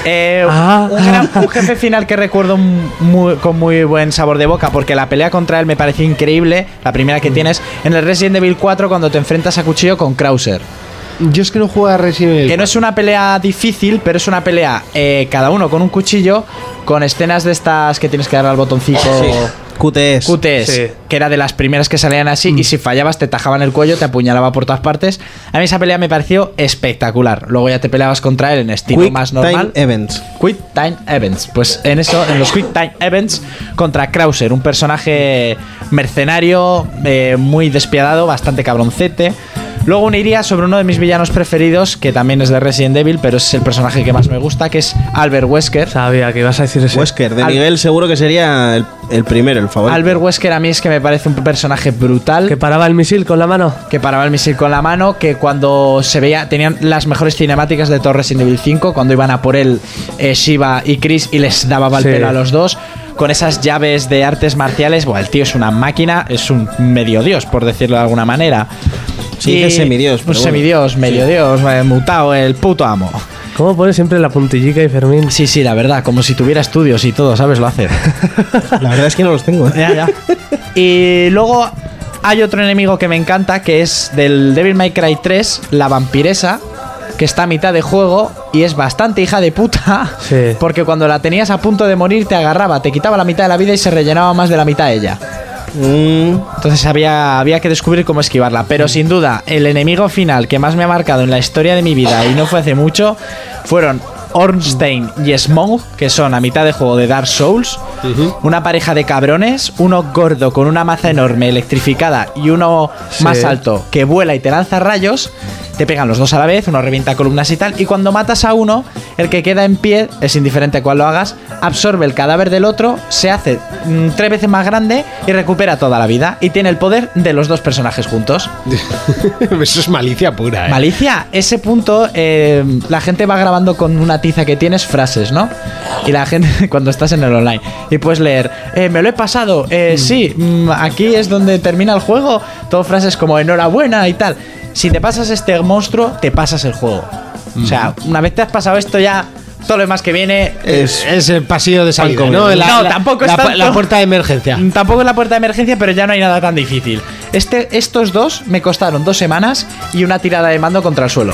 S4: Eh,
S6: Ah.
S4: un, gran- un jefe final que recuerdo muy- con muy buen sabor de boca, porque la pelea contra él me pareció increíble, la primera
S6: Mm.
S4: que tienes, en el Resident Evil 4 cuando te enfrentas a cuchillo con Krauser.
S2: Yo es que no juego a Resident Evil.
S4: Que no es una pelea difícil, pero es una pelea eh, cada uno con un cuchillo, con escenas de estas que tienes que dar al botoncito
S5: QTS.
S4: QTS,
S6: Sí.
S4: que era de las primeras que salían así,
S5: Mm.
S4: y si fallabas te tajaban el cuello, te apuñalaba por todas partes. A mí esa pelea me pareció espectacular. Luego ya te peleabas contra él en estilo
S5: Quick
S4: más
S5: Time
S4: normal.
S5: Events.
S4: Quick Time Events. Pues en eso, en los Quick Time Events contra Krauser, un personaje mercenario, eh, muy despiadado, bastante cabroncete. Luego uniría sobre uno de mis villanos preferidos, que también es de Resident Evil, pero es el personaje que más me gusta, que es Albert Wesker.
S6: Sabía que ibas a decir eso.
S5: Wesker. De
S4: Al-
S5: Miguel seguro que sería el, el primero, el favorito.
S4: Albert Wesker a mí es que me parece un personaje brutal.
S6: Que paraba el misil con la mano.
S4: que paraba el misil con la mano, que cuando se veía, tenían las mejores cinemáticas de Torres Resident Evil 5, cuando iban a por él eh, Shiva y Chris y les daba mal
S6: Sí.
S4: pelo a los dos, con esas llaves de artes marciales, bueno, el tío es una máquina, es un medio dios, por decirlo de alguna manera.
S5: Sí, dice semidios, pero
S4: Un
S5: bueno.
S4: semidios, medio dios, eh, mutado, el puto amo.
S6: ¿Cómo pone siempre la puntillica y Fermín?
S4: Sí, sí, la verdad, como si tuviera estudios y todo, ¿sabes? Lo hace.
S5: La verdad es que no los tengo. ¿eh?
S4: Ya, ya. Y luego hay otro enemigo que me encanta, que es del Devil May Cry 3, la vampiresa, que está a mitad de juego y es bastante hija de puta,
S6: Sí.
S4: porque cuando la tenías a punto de morir te agarraba, te quitaba la mitad de la vida y se rellenaba más de la mitad ella. Entonces había, había que descubrir cómo esquivarla. Pero sin duda, el enemigo final que más me ha marcado en la historia de mi vida y no fue hace mucho fueron Ornstein y Smog, que son a mitad de juego de Dark Souls. Una pareja de cabrones, uno gordo con una maza enorme electrificada y uno
S6: Sí.
S4: más alto que vuela y te lanza rayos. Te pegan los dos a la vez, uno revienta columnas y tal. Y cuando matas a uno, el que queda en pie, es indiferente a cuál lo hagas, absorbe el cadáver del otro, se hace mm, tres veces más grande y recupera toda la vida. Y tiene el poder de los dos personajes juntos.
S2: Mm. Eso es malicia pura, ¿eh?
S4: Malicia, ese punto, eh, la gente va grabando con una tiza que tienes frases, ¿no? Y la gente, cuando estás en el online, y puedes leer, eh, me lo he pasado, eh, sí, mm, aquí es donde termina el juego, todo frases como enhorabuena y tal. Si te pasas este monstruo, te pasas el juego. O sea,
S2: Mm.
S4: una vez te has pasado esto ya, todo lo demás que viene
S2: Es, es el pasillo de salida,
S4: comido.
S2: ¿no? La-
S4: No,
S2: la-
S4: tampoco es
S2: la,
S4: tanto.
S2: la puerta de emergencia.
S4: Mm, Tampoco es la puerta de emergencia, pero ya no hay nada tan difícil. Este, estos dos me costaron dos semanas y una tirada de mando contra el suelo.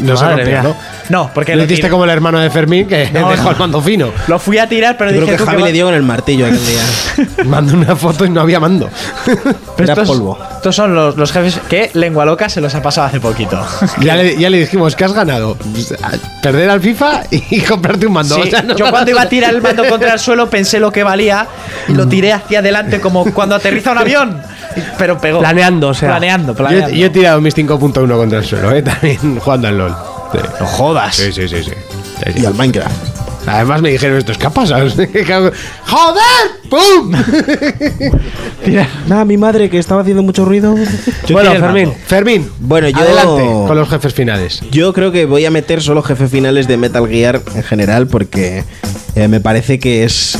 S2: No se
S6: Madre mía.
S2: rompió, ¿no?
S4: No, porque
S2: Lo
S4: lo,
S2: hiciste
S4: tiré.
S2: como el hermano de Fermín que
S4: No,
S2: dejó
S4: no.
S2: el mando fino.
S4: Lo fui a tirar, pero
S5: Yo creo
S4: dije
S5: que
S4: tú que
S5: Javi
S4: va-
S5: le dio con el martillo aquel día.
S2: Mandó una foto y no había mando.
S4: Pero
S5: Era polvo.
S4: estos son los, los jefes que lengua loca se los ha pasado hace poquito.
S2: Ya le, ya le dijimos que has ganado. Perder al FIFA y comprarte un mando.
S4: Sí,
S2: O sea, no
S4: yo
S2: ganas
S4: cuando iba a
S2: nada.
S4: tirar el mando contra el suelo pensé lo que valía, lo tiré hacia adelante como cuando aterriza un avión, pero pegó.
S6: Planeando, o sea.
S4: Planeando,
S2: Yo,
S4: planeando.
S2: yo he tirado mis 5.1 contra el suelo, ¿eh? También jugando al LOL. Sí.
S4: No jodas.
S2: Sí, sí, sí, sí. Sí, sí.
S5: Y al Minecraft.
S2: Además me dijeron esto, es que ha pasado. ¡Joder! ¡Pum!
S5: Nada, mi madre que estaba haciendo mucho ruido.
S2: bueno,
S6: tiré el
S2: Fermín,
S6: mando.
S2: Fermín,
S5: Bueno, yo.
S2: adelante con los jefes finales.
S5: Yo creo que voy a meter solo jefes finales de Metal Gear en general porque eh, me parece que es.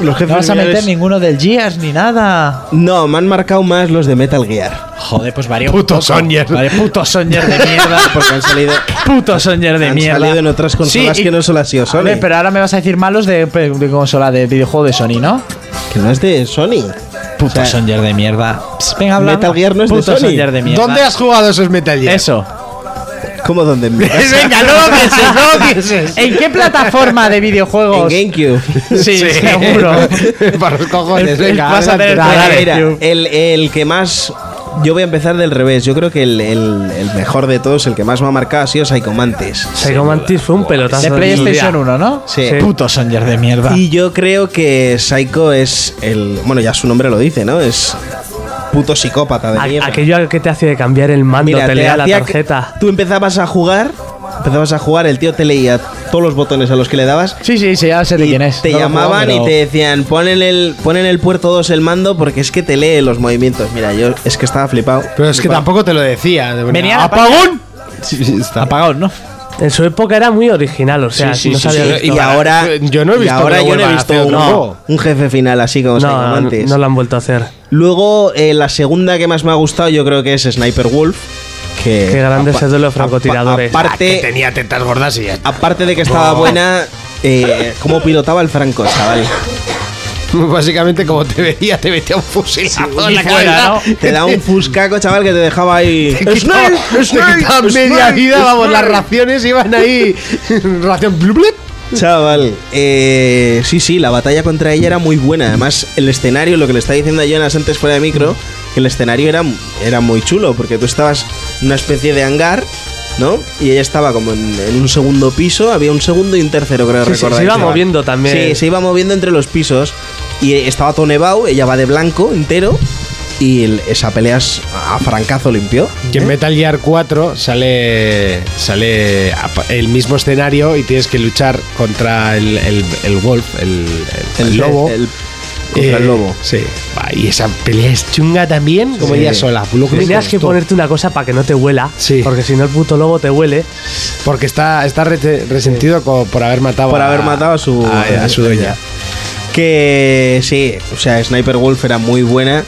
S5: Los jefes
S4: No vas a meter
S5: finales-
S4: ninguno del Gears ni nada.
S5: No, me han marcado más los de Metal Gear.
S4: Joder, pues varía.
S2: Puto Sonyer.
S4: Vale, puto Sonyer de mierda.
S5: Porque han salido,
S4: Puto Sonyer de
S5: han
S4: mierda.
S5: salido en otras consolas
S4: Sí, y-
S5: que no solo ha sido Sony.
S4: Hombre, pero ahora me vas a decir malos de, de consola de videojuego de Sony, ¿no?
S5: Que no es de Sony. O
S4: Puto
S5: sea,
S4: Soldier de mierda. Psst, venga, habla.
S5: Metal Gear no es de
S4: Puto
S5: Sony.
S4: Soldier de mierda.
S2: ¿Dónde has jugado esos Metal Gear?
S4: Eso.
S5: ¿Cómo donde en mi casa?
S4: no pienses, no ¿En qué plataforma de videojuegos?
S5: En GameCube.
S4: Sí, seguro.
S2: Para los cojones,
S4: El- el
S2: venga.
S4: vas a
S2: adelante.
S4: tener-
S5: Dale,
S4: Dale,
S5: mira,
S4: tío.
S5: el, el que más. Yo voy a empezar del revés. Yo creo que el, el- el mejor de todos, el que más me ha marcado, ha sido Psycho Mantis.
S6: Psycho Mantis fue un pelotazo.
S4: De
S6: en su
S4: PlayStation
S6: día.
S4: 1, ¿no?
S5: Sí.
S4: Puto Soldier de mierda.
S5: Y yo creo que Psycho es el. Bueno, ya su nombre lo dice, ¿no? Es puto psicópata de
S6: A-
S5: mierda.
S6: Aquello que te hacía de cambiar el mando,
S5: Mira,
S6: te
S5: te
S6: leía la
S5: hacía que-
S6: tarjeta.
S5: Tú empezabas a jugar, empezabas a jugar, el tío te leía todos los botones a los que le dabas.
S4: Sí, sí, sí, ya sé de
S5: y
S4: quién es.
S5: Te
S4: No lo he
S5: llamaban
S4: jugado,
S5: y te
S4: pero-
S5: decían, pon en el, pon en el puerto 2 el mando porque es que te lee los movimientos. Mira, yo es que estaba flipado.
S2: Pero es que
S5: Flipado.
S2: tampoco te lo decía. de verdad.
S4: Venía la
S2: ¡Apagón!
S4: Apagado, ¿no?
S6: En su época era muy original, o sea,
S2: Sí, sí,
S6: no
S2: sí,
S6: sabía
S2: sí.
S6: esto.
S5: Y ahora,
S2: Yo no he
S5: y
S2: visto
S5: ahora
S2: que lo
S5: yo no he
S2: vuelvan a
S5: visto
S2: hacer
S5: un,
S2: otro juego.
S5: un jefe final así como Psycho
S6: No, no,
S5: Mantis.
S6: no lo han vuelto a hacer.
S5: Luego, eh, la segunda que más me ha gustado, yo creo que es Sniper Wolf. Que
S6: Qué grande
S5: apa-
S6: ese duelo de
S5: apa-
S6: francotiradores.
S5: Ah,
S2: Ah, Que
S5: Aparte,
S2: tenía tetas gordas y ya está.
S5: aparte de que estaba buena, eh, cómo pilotaba el franco, chaval.
S2: Básicamente, como te veía, te metía un fusilazo en la cabeza.
S4: ¿no?
S5: Te da un fuscaco, chaval, que te dejaba ahí.
S2: Te quitaba- te quitaba media vida, vamos, las raciones iban ahí. Ración blup, blup.
S5: Chaval, eh, sí, sí, la batalla contra ella era muy buena. Además, el escenario, lo que le estaba diciendo a Jonas antes fuera de micro, que el escenario era, era muy chulo, porque tú estabas en una especie de hangar, ¿no? Y ella estaba como en, en un segundo piso, había un segundo y un tercero, creo
S6: Sí, sí,
S5: recordar.
S6: se iba
S5: chaval.
S6: moviendo también.
S5: Sí, se iba moviendo entre los pisos. Y estaba todo nevado, ella va de blanco entero. Y el- esa pelea es a francazo limpió.
S2: Que en Metal Gear 4 sale, sale apa- el mismo escenario y tienes que luchar contra el, el- el wolf, el, el- el lobo.
S5: el- contra el
S2: Eh,
S5: lobo.
S2: Sí. Va, Y esa pelea es chunga también, como
S5: Sí.
S2: ella sola. Lo que me
S6: Tenías que
S2: costó.
S6: ponerte una cosa para que no te huela,
S2: Sí.
S6: porque si no el puto lobo te huele.
S2: Porque está, está rete- resentido co- por haber matado
S5: Por haber matado a su- eh,
S2: a, a su dueña.
S5: Que sí, o sea, Sniper Wolf era muy buena.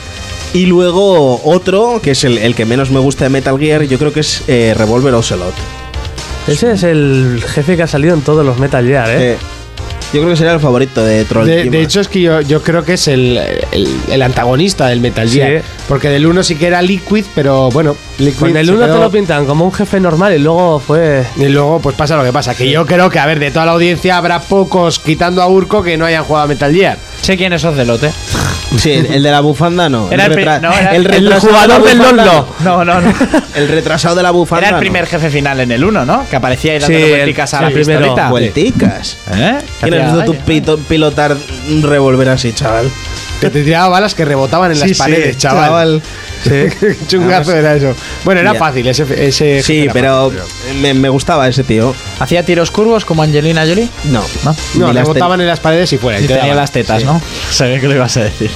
S5: Y luego otro, que es el, el que menos me gusta de Metal Gear, yo creo que es eh, Revolver Ocelot.
S6: Ese es el jefe que ha salido en todos los Metal Gear, ¿eh?
S5: Yo creo que sería el favorito de Troll
S2: De,
S5: Kima.
S2: de hecho, es que yo, yo creo que es el, el- el antagonista del Metal
S6: Sí.
S2: Gear. Porque del 1 sí que era Liquid, pero bueno, Liquid.
S6: Con el
S2: se
S6: 1 te
S2: quedó-
S6: lo pintan como un jefe normal y luego fue.
S2: Y luego, pues pasa lo que pasa. Que yo creo que, a ver, de toda la audiencia habrá pocos, quitando a Urco, que no hayan jugado a Metal Gear.
S4: Sé quién es Ocelote.
S5: Sí, el, el de la bufanda no.
S4: Era el pri-
S5: retra-
S4: no, era el- el
S5: retrasado
S4: jugador
S5: de la
S4: del
S5: bufanda
S4: LOL, No, no, no.
S5: El retrasado de la bufanda.
S4: Era el
S5: no.
S4: primer jefe final en el 1, ¿no? Que aparecía ahí dándole
S5: Sí, el-
S4: vuelticas a la
S5: el primero.
S4: pistolita.
S5: Vuelticas.
S4: ¿Eh?
S5: ¿Quién has visto
S4: Hacía
S5: tu
S4: daño.
S5: pito- pilotar un revólver así, chaval?
S2: Que te tiraba balas que rebotaban en
S5: Sí,
S2: las
S5: sí,
S2: paredes, chaval. Qué chungazo era eso. Bueno, era
S5: Mira.
S2: fácil ese. ese
S5: Sí,
S2: era
S5: pero
S2: fácil.
S5: me, me gustaba ese tío.
S4: ¿Hacía tiros curvos como Angelina Jolie?
S5: No.
S2: No,
S5: Ni las
S2: rebotaban en las paredes y fuera. y
S4: Y
S2: te
S4: tenía
S2: daban.
S4: las tetas,
S2: Sí.
S4: ¿no? Sabía que lo ibas a decir.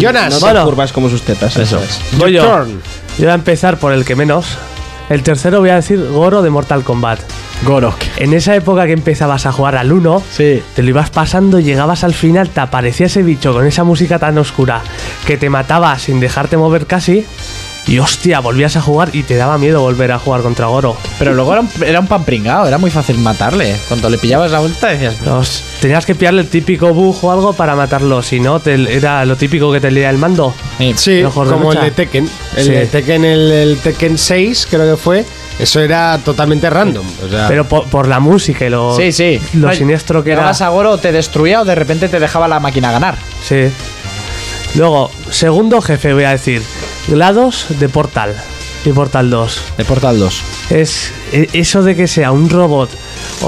S2: Jonas,
S5: No te
S2: bueno.
S5: curvas como sus tetas.
S4: Eso.
S5: es.
S6: Voy yo.
S2: turn.
S6: Yo voy a empezar por el que menos. El tercero voy a decir Goro de Mortal Kombat.
S4: Gorok.
S6: En esa época que empezabas a jugar al 1,
S4: Sí.
S6: te lo ibas pasando, llegabas al final, te aparecía ese bicho con esa música tan oscura que te mataba sin dejarte mover casi. Y hostia, volvías a jugar y te daba miedo volver a jugar contra Goro.
S4: Pero luego era un, era un pan pringado, era muy fácil matarle. Cuando le pillabas la vuelta decías,
S6: Los- tenías que pillarle el típico bug o algo para matarlo, si no, te- era lo típico que te leía el mando.
S4: "Mm,
S2: Sí,
S6: Los juegos de
S2: como el
S6: lucha.
S2: de Tekken. El
S6: Sí.
S2: de Tekken, el, el Tekken 6, creo que fue. Eso era totalmente random. o sea,
S6: Pero por, por la música y lo,
S4: Ah. Sí, sí.
S6: lo
S4: Oye,
S6: siniestro que era.
S4: llegabas a Goro, te destruía o de repente te dejaba la máquina ganar.
S6: Sí. Luego, segundo jefe, voy a decir. GLaDOS de Portal. Y Portal 2.
S4: De Portal 2.
S6: Es e- eso de que sea un robot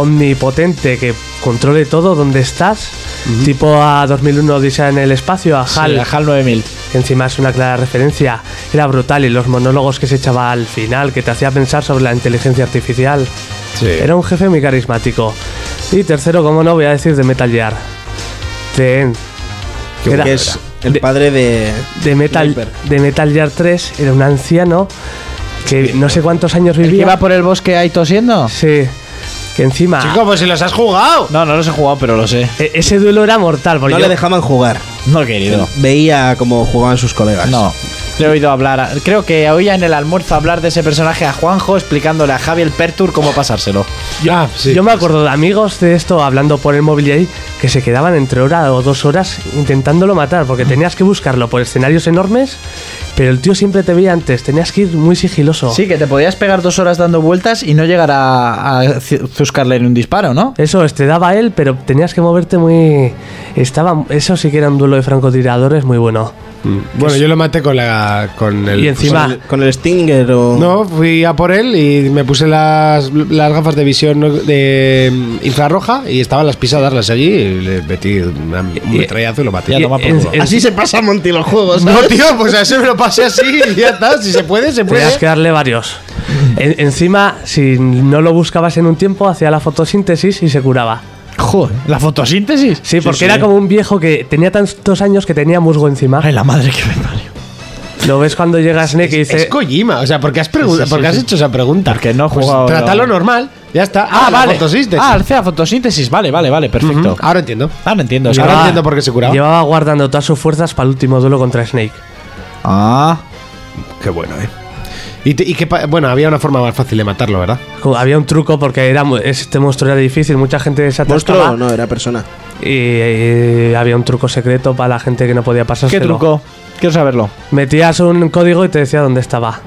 S6: omnipotente que controle todo donde estás. Tipo a 2001 Odisea en el espacio, a HAL.
S4: Sí, a HAL 9000.
S6: que encima es una clara referencia. Era brutal y los monólogos que se echaba al final, que te hacía pensar sobre la inteligencia artificial. Era un jefe muy carismático. Y tercero, como no, voy a decir de Metal Gear. Ten.
S5: Que
S6: Era-
S5: es el padre de.
S6: de Metal,
S5: Sniper.
S6: de Metal Gear 3 era un anciano que no sé cuántos años
S4: ¿El que
S6: vivía.
S4: iba por el bosque ahí tosiendo?
S6: Sí, que encima
S2: Chico, pues si los has jugado.
S4: No, no los he jugado, pero lo sé.
S6: e- ese duelo era mortal. Porque
S5: No
S6: yo-
S5: le dejaban jugar.
S4: No he querido.
S5: Veía cómo jugaban sus colegas.
S4: No. Le he oído hablar. a- creo que oía en el almuerzo hablar de ese personaje a Juanjo explicándole a Javier Pertur cómo pasárselo.
S7: Ah, sí.
S6: yo me acuerdo de amigos de esto hablando por el móvil y ahí que se quedaban entre hora o dos horas intentándolo matar porque tenías que buscarlo por escenarios enormes, pero el tío siempre te veía antes. Tenías que ir muy sigiloso.
S4: Sí, que te podías pegar dos horas dando vueltas y no llegar a, a ci- zuzcarle en un disparo, ¿no?
S6: Eso, es, te daba él, pero tenías que moverte muy. Estaba. Eso sí que era un duelo de francotiradores muy bueno.
S2: Bueno, yo lo maté con la. Con el,
S6: Y encima-
S5: ¿Con el, con el Stinger o.?
S2: No, fui a por él y me puse las, las gafas de visión no- de mm, infrarroja y estaban las pisadas, las allí y le metí una- un metrallazo y lo maté.
S6: Y- en- en-
S5: Así se pasa Monty los juegos.
S2: No, tío, pues a ese me lo pasé así y ya está. Si se puede, se puede.
S6: Tenías que darle varios. En- encima, si no lo buscabas en un tiempo, hacía la fotosíntesis y se curaba.
S4: Joder, la fotosíntesis.
S6: Sí, porque era como un viejo que tenía tantos años que tenía musgo encima.
S4: Ay, la madre que me parió.
S6: Lo ves cuando llega Snake y
S2: Es
S6: dice...
S2: Kojima, o sea, ¿por qué has, pregun-
S4: Sí, sí,
S2: por qué
S4: sí,
S2: has
S4: sí.
S2: hecho esa pregunta?
S4: Porque no he
S2: Pues
S4: jugado,
S2: trátalo
S4: no.
S2: normal, ya está.
S4: Ah,
S2: la
S4: vale.
S2: fotosíntesis.
S4: Ah, hacía fotosíntesis. Vale, vale, vale, perfecto.
S2: Ujú, Ahora entiendo.
S4: Ahora entiendo. o sea,
S2: Ahora
S4: va-
S2: entiendo por qué se curaba.
S6: Llevaba guardando todas sus fuerzas para el último duelo contra Snake.
S4: Ah,
S2: Qué bueno, eh. Y, te- y qué pa- bueno, había una forma más fácil de matarlo, ¿verdad?
S6: Como- Había un truco porque era mu- este monstruo era difícil, mucha gente se
S5: ¿Monstruo?
S6: atascaba
S5: No, era persona.
S6: y, y había un truco secreto para la gente que no podía pasar.
S4: ¿qué truco? Quiero saberlo.
S6: Metías un código y te decía dónde estaba.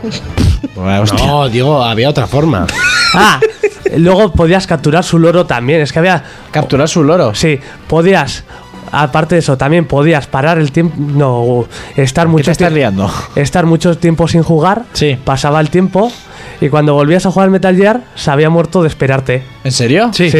S4: Ah,
S2: No, digo, había otra forma.
S6: Ah, luego podías capturar su loro también. Es que había
S4: Capturar su loro.
S6: Sí, podías. Aparte de eso, también podías parar el tiempo. No, estar
S4: ¿Qué te
S6: mucho,
S4: estás
S6: tie-
S4: liando?
S6: estar mucho tiempo sin jugar.
S4: Sí.
S6: Pasaba el tiempo. Y cuando volvías a jugar al Metal Gear, se había muerto de esperarte.
S4: ¿En serio?
S6: Sí.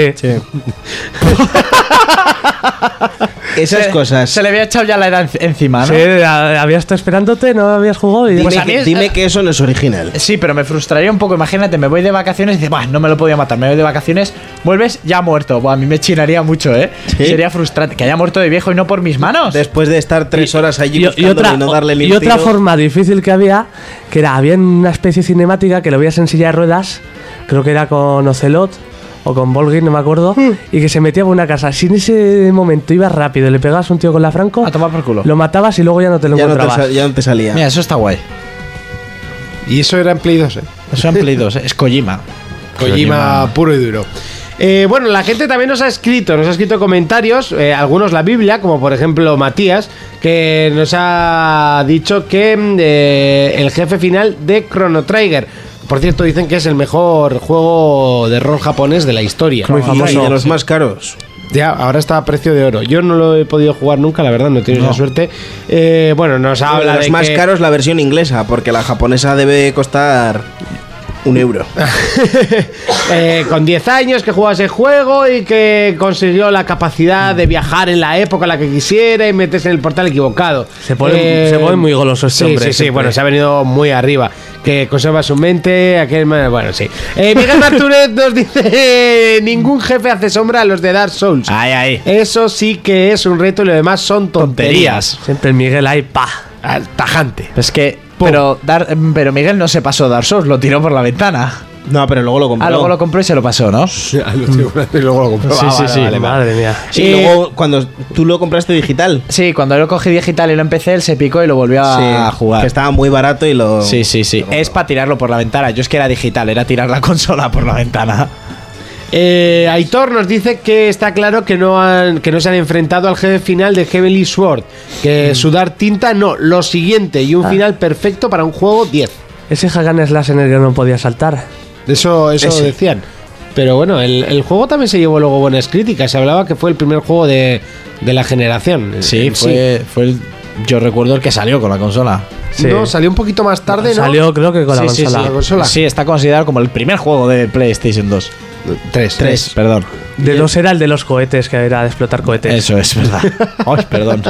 S5: Esas cosas.
S4: Se le había echado ya la edad en- encima, ¿no?
S6: Sí, a- había estado esperándote, no habías jugado. Y
S5: Dime,
S6: pues,
S4: a mí
S5: que,
S4: es-
S5: dime que eso no es original.
S4: Sí, pero me frustraría un poco. Imagínate, me voy de vacaciones y dices, "Bah, no me lo podía matar, me voy de vacaciones, vuelves ya muerto. Buah, a mí me chinaría mucho, ¿eh?
S5: Sí.
S4: Sería frustrante que haya muerto de viejo y no por mis manos.
S5: Después de estar tres horas allí
S6: y, y
S5: buscándolo
S6: otra,
S5: y no darle ni
S6: y
S5: un
S6: otra
S5: tiro.
S6: forma difícil que había, que era, había una especie de cinemática que lo veías en silla de ruedas, creo que era con Ocelot, o con Volgin, no me acuerdo, y que se metía por una casa. Si en ese momento ibas rápido, le pegabas un tío con la Franco, a tomar por culo. Lo matabas y luego ya no te lo
S5: Ya no te,
S6: encontrabas.
S5: sa- ya no te salía.
S4: Mira, eso está guay.
S7: Y eso era en Play 2, ¿eh?
S4: Eso era en Play 2, es Kojima.
S7: Kojima puro y duro.
S2: Eh, bueno, la gente también nos ha escrito, nos ha escrito comentarios, eh, algunos la Biblia, como por ejemplo Matías, que nos ha dicho que mm, eh, el jefe final de Chrono Trigger. Por cierto, dicen que es el mejor juego de rol japonés de la historia.
S5: Muy famoso. Y de los más
S2: caros. Ya, ahora está a precio de oro. Yo no lo he podido jugar nunca, la verdad, no he tenido esa suerte. Eh, bueno, nos
S5: De
S2: habla
S5: los
S2: de
S5: más
S2: que-
S5: caros la versión inglesa, porque la japonesa debe costar un euro.
S2: Eh, con 10 años que jugaba ese juego y que consiguió la capacidad de viajar en la época en la que quisiera y meterse en el portal equivocado.
S6: Se pone- se pone muy goloso este
S2: sí,
S6: hombre,
S2: Sí, sí,
S6: siempre.
S2: bueno, se ha venido muy arriba. Que conserva su mente, aquel man- Bueno, sí. Eh, Miguel Martínez nos dice: eh, Ningún jefe hace sombra a los de Dark Souls.
S4: Ay, ay.
S2: Eso sí que es un reto y lo demás son tonterías.
S6: Siempre el Miguel ahí, pa.
S2: Al tajante.
S4: Es que. Pero, Dar- pero Miguel no se pasó Dark Souls, lo tiró por la ventana.
S5: No, pero luego lo compró.
S4: Ah, luego lo compró y se lo pasó, ¿no? Mm.
S7: y luego lo compró.
S4: Sí,
S5: Ah,
S4: sí,
S5: vale,
S4: sí.
S5: vale, vale.
S6: Madre mía.
S5: Sí,
S4: Y-
S5: luego cuando tú lo compraste digital.
S4: Sí, cuando lo cogí digital y lo empecé, él se picó y lo volvió a
S5: Sí,
S4: jugar.
S5: Que estaba muy barato y lo.
S4: Sí, sí, sí. Es para tirarlo por la ventana. Yo es que era digital, era tirar la consola por la ventana.
S2: Eh, Aitor nos dice que está claro que no, han, que no se han enfrentado al jefe final de Heavenly Sword.
S4: Mm.
S2: Que sudar tinta, no. Lo siguiente, y un
S6: Ah.
S2: final perfecto para un juego 10.
S6: Ese Hagan Slash en el que no podía saltar.
S2: Eso, eso
S6: Ese.
S2: decían. Pero bueno, el, el juego también se llevó luego buenas críticas. Se hablaba que fue el primer juego de, de la generación.
S4: Sí,
S2: En sí.
S4: fue, fue el. Yo recuerdo el que salió con la consola.
S2: No, salió un poquito más tarde, ¿no?
S6: Salió, creo que con la
S4: Sí, sí,
S6: consola.
S4: sí. Sí, está considerado como el primer juego de PlayStation 2.
S2: 3.
S4: Tres, perdón.
S6: De los era el de los cohetes, que era de explotar cohetes.
S4: Eso es verdad. Ay, perdón.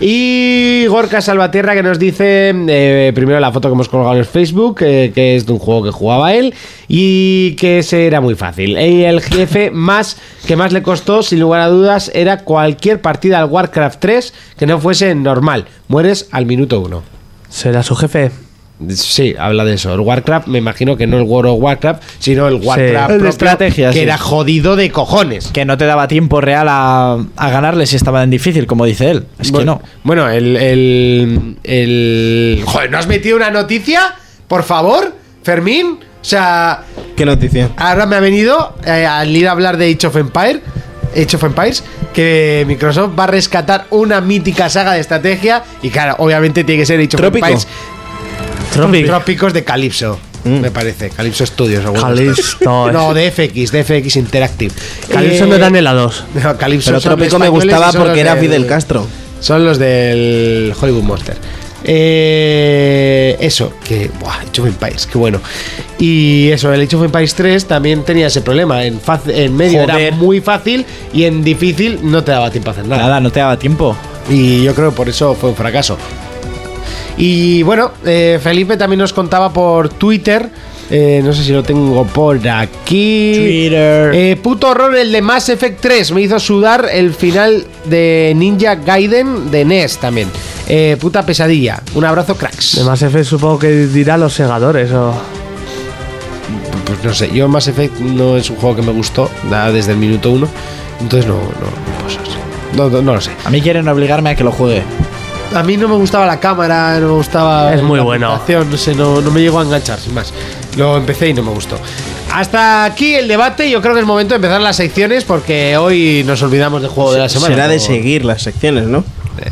S2: Y Gorka Salvatierra que nos dice eh, primero la foto que hemos colgado en Facebook, eh, que es de un juego que jugaba él y que ese era muy fácil. Y el jefe más que más le costó, sin lugar a dudas, era cualquier partida al Warcraft 3 que no fuese normal. Mueres al minuto uno.
S6: ¿Será su jefe?
S2: Sí, habla de eso. El Warcraft, me imagino que no el World of Warcraft, sino el Warcraft
S4: El de
S2: propio,
S4: estrategia,
S2: que
S4: sí.
S2: era jodido de cojones.
S4: Que no te daba tiempo real a, a ganarle si estaba en difícil, como dice él. Es
S2: Bueno,
S4: que no.
S2: Bueno, el, el, el- Joder, ¿no has metido una noticia? Por favor, Fermín. O sea,
S5: ¿Qué noticia?
S2: ahora me ha venido eh, al ir a hablar de Age of Empire. Age of Empires, que Microsoft va a rescatar una mítica saga de estrategia. Y claro, obviamente tiene que ser Age of
S5: Trópico.
S2: Empires.
S6: Trópico.
S2: Trópicos de Calypso,
S5: Mm.
S2: me parece. Calypso Studios, seguro.
S6: Calypso.
S2: No, de FX, de FX Interactive. Eh,
S6: Calypso
S4: Eh.
S6: no eran helados.
S2: No, Calypso
S5: Pero
S2: son
S5: Trópico me
S2: españoles y
S5: gustaba
S2: son los
S5: porque era
S2: del-
S5: Fidel Castro.
S2: son los del Hollywood Monster. Eh, eso, que. Buah, Age of Empires, qué bueno. Y eso, el Age of Empires 3 también tenía ese problema. En, faz- en medio
S4: Joder.
S2: era muy fácil y en difícil no te daba tiempo a hacer nada.
S4: Nada, no te daba tiempo.
S2: Y yo creo que por eso fue un fracaso. Y bueno, eh, Felipe también nos contaba por Twitter. eh, no sé si lo tengo por aquí.
S4: Twitter.
S2: Eh, puto horror el de Mass Effect 3. Me hizo sudar el final de Ninja Gaiden de NES también. Eh, puta pesadilla. Un abrazo, cracks.
S6: De más F supongo que dirá los segadores o...
S2: Pues no sé, yo Mass Effect no es un juego que me gustó nada desde el minuto uno. Entonces no, no, no, pues, no, no- no lo sé.
S4: A mí quieren obligarme a que lo juegue.
S2: A mí no me gustaba la cámara, no me gustaba.
S6: Es muy
S2: la
S6: bueno.
S2: presentación, No sé, no, no me llegó a enganchar, sin más. Lo empecé y no me gustó. Hasta aquí el debate. Yo creo que es momento de empezar las secciones porque hoy nos olvidamos del juego de la semana.
S5: Será
S2: ¿no?
S5: de seguir las secciones, ¿no?
S2: Eh,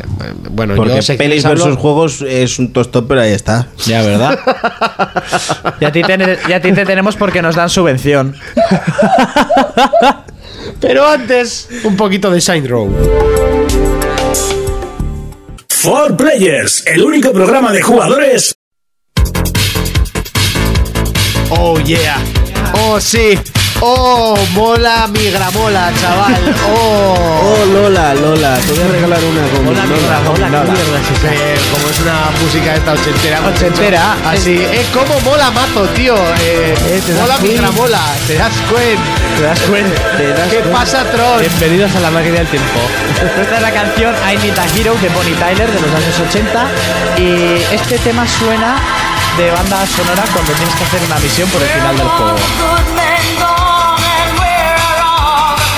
S2: Bueno,
S5: Porque
S2: yo secciones
S5: pelis
S2: hablo-
S5: versus juegos es un tostón, pero ahí está.
S4: Ya, ¿verdad? y, a ti te, y a ti te tenemos porque nos dan subvención.
S2: Pero antes, un poquito de Saint Row.
S1: For Players, el único programa de jugadores.
S2: Oh yeah. Oh sí. Oh, mola mi gramola, chaval. Oh.
S5: Oh, Lola, Lola, te voy a regalar una con
S2: Hola, mi
S5: Lola.
S2: gramola, qué
S5: Lola.
S2: mierda es esa? Eh, como es una música esta ochentera. hemos
S4: Ochentera,
S2: hecho Así. Eh, cómo mola mazo, tío. Eh,
S4: te das
S2: mola mi
S4: cuenta.
S2: gramola. Te Eh, das cuenta.
S4: ¿Te das cuenta?
S2: ¿Qué pasa, Tron?
S6: Bienvenidos a la máquina del tiempo.
S4: Esta es la canción I Need a Hero de Bonnie Tyler de los años 80 y este tema suena de banda sonora cuando tienes que hacer una misión por el final del juego.
S11: Good men gone and we're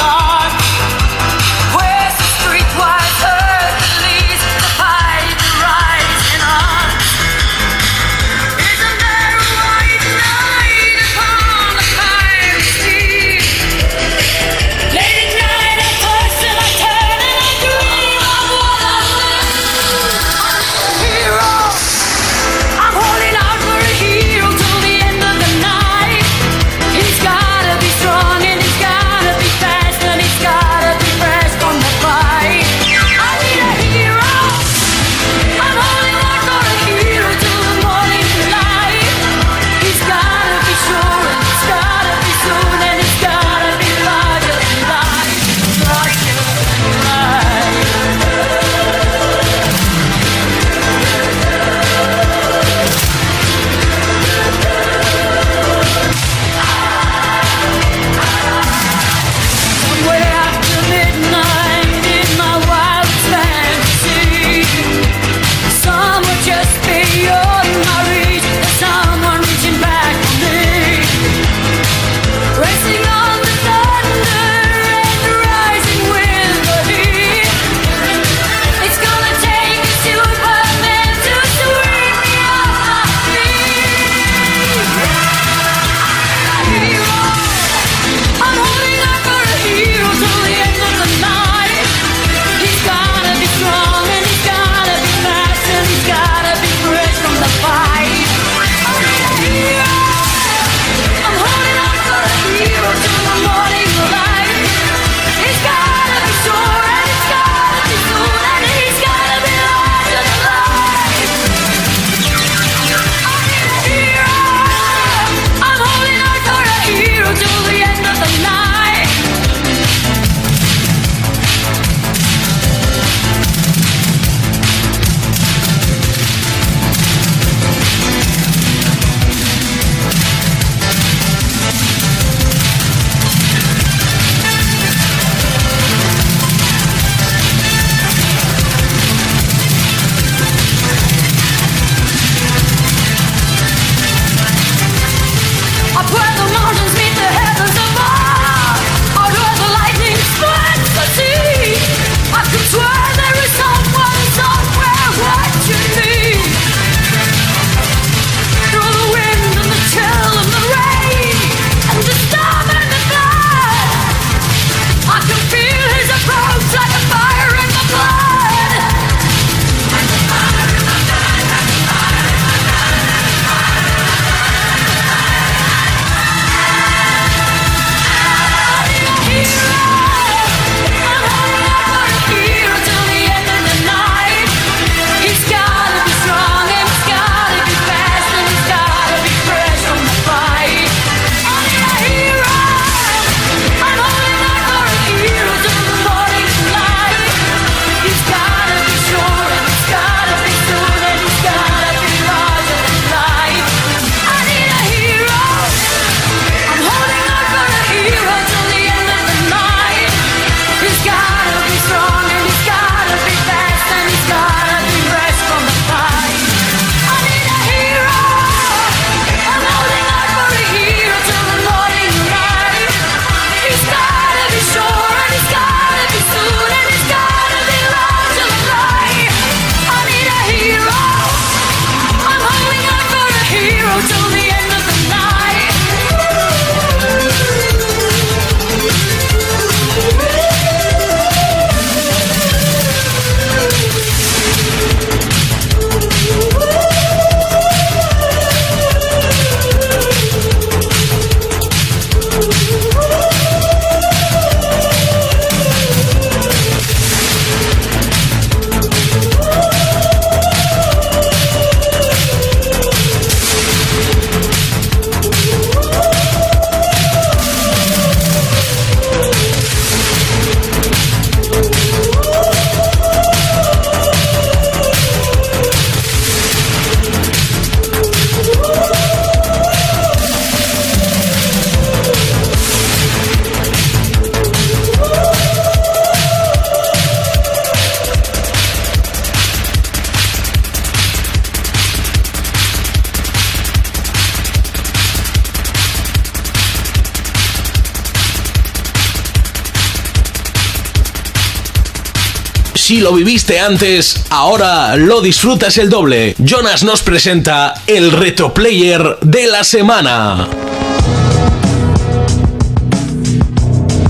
S14: Si lo viviste antes, ahora lo disfrutas el doble. Jonas nos presenta el retroplayer de la semana.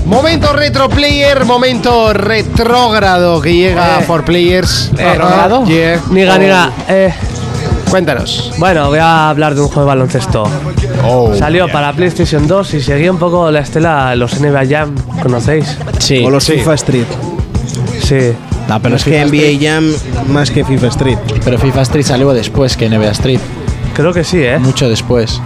S2: Momento retro player, momento retrógrado que llega a For Players.
S6: ¿Retrógrado?
S2: Yeah.
S6: Niga,
S2: Eh, Oh.
S6: niga. eh,
S2: Cuéntanos.
S6: Bueno, voy a hablar de un juego de baloncesto. Salió para PlayStation 2 y seguía un poco la estela de los NBA Jam, ¿conocéis?
S4: Sí.
S5: O los FIFA Street.
S6: Sí.
S4: No, pero
S5: es que NBA Jam más que FIFA Street.
S4: Pero FIFA Street salió después que NBA Street.
S6: Creo que sí, ¿eh?
S4: Mucho después.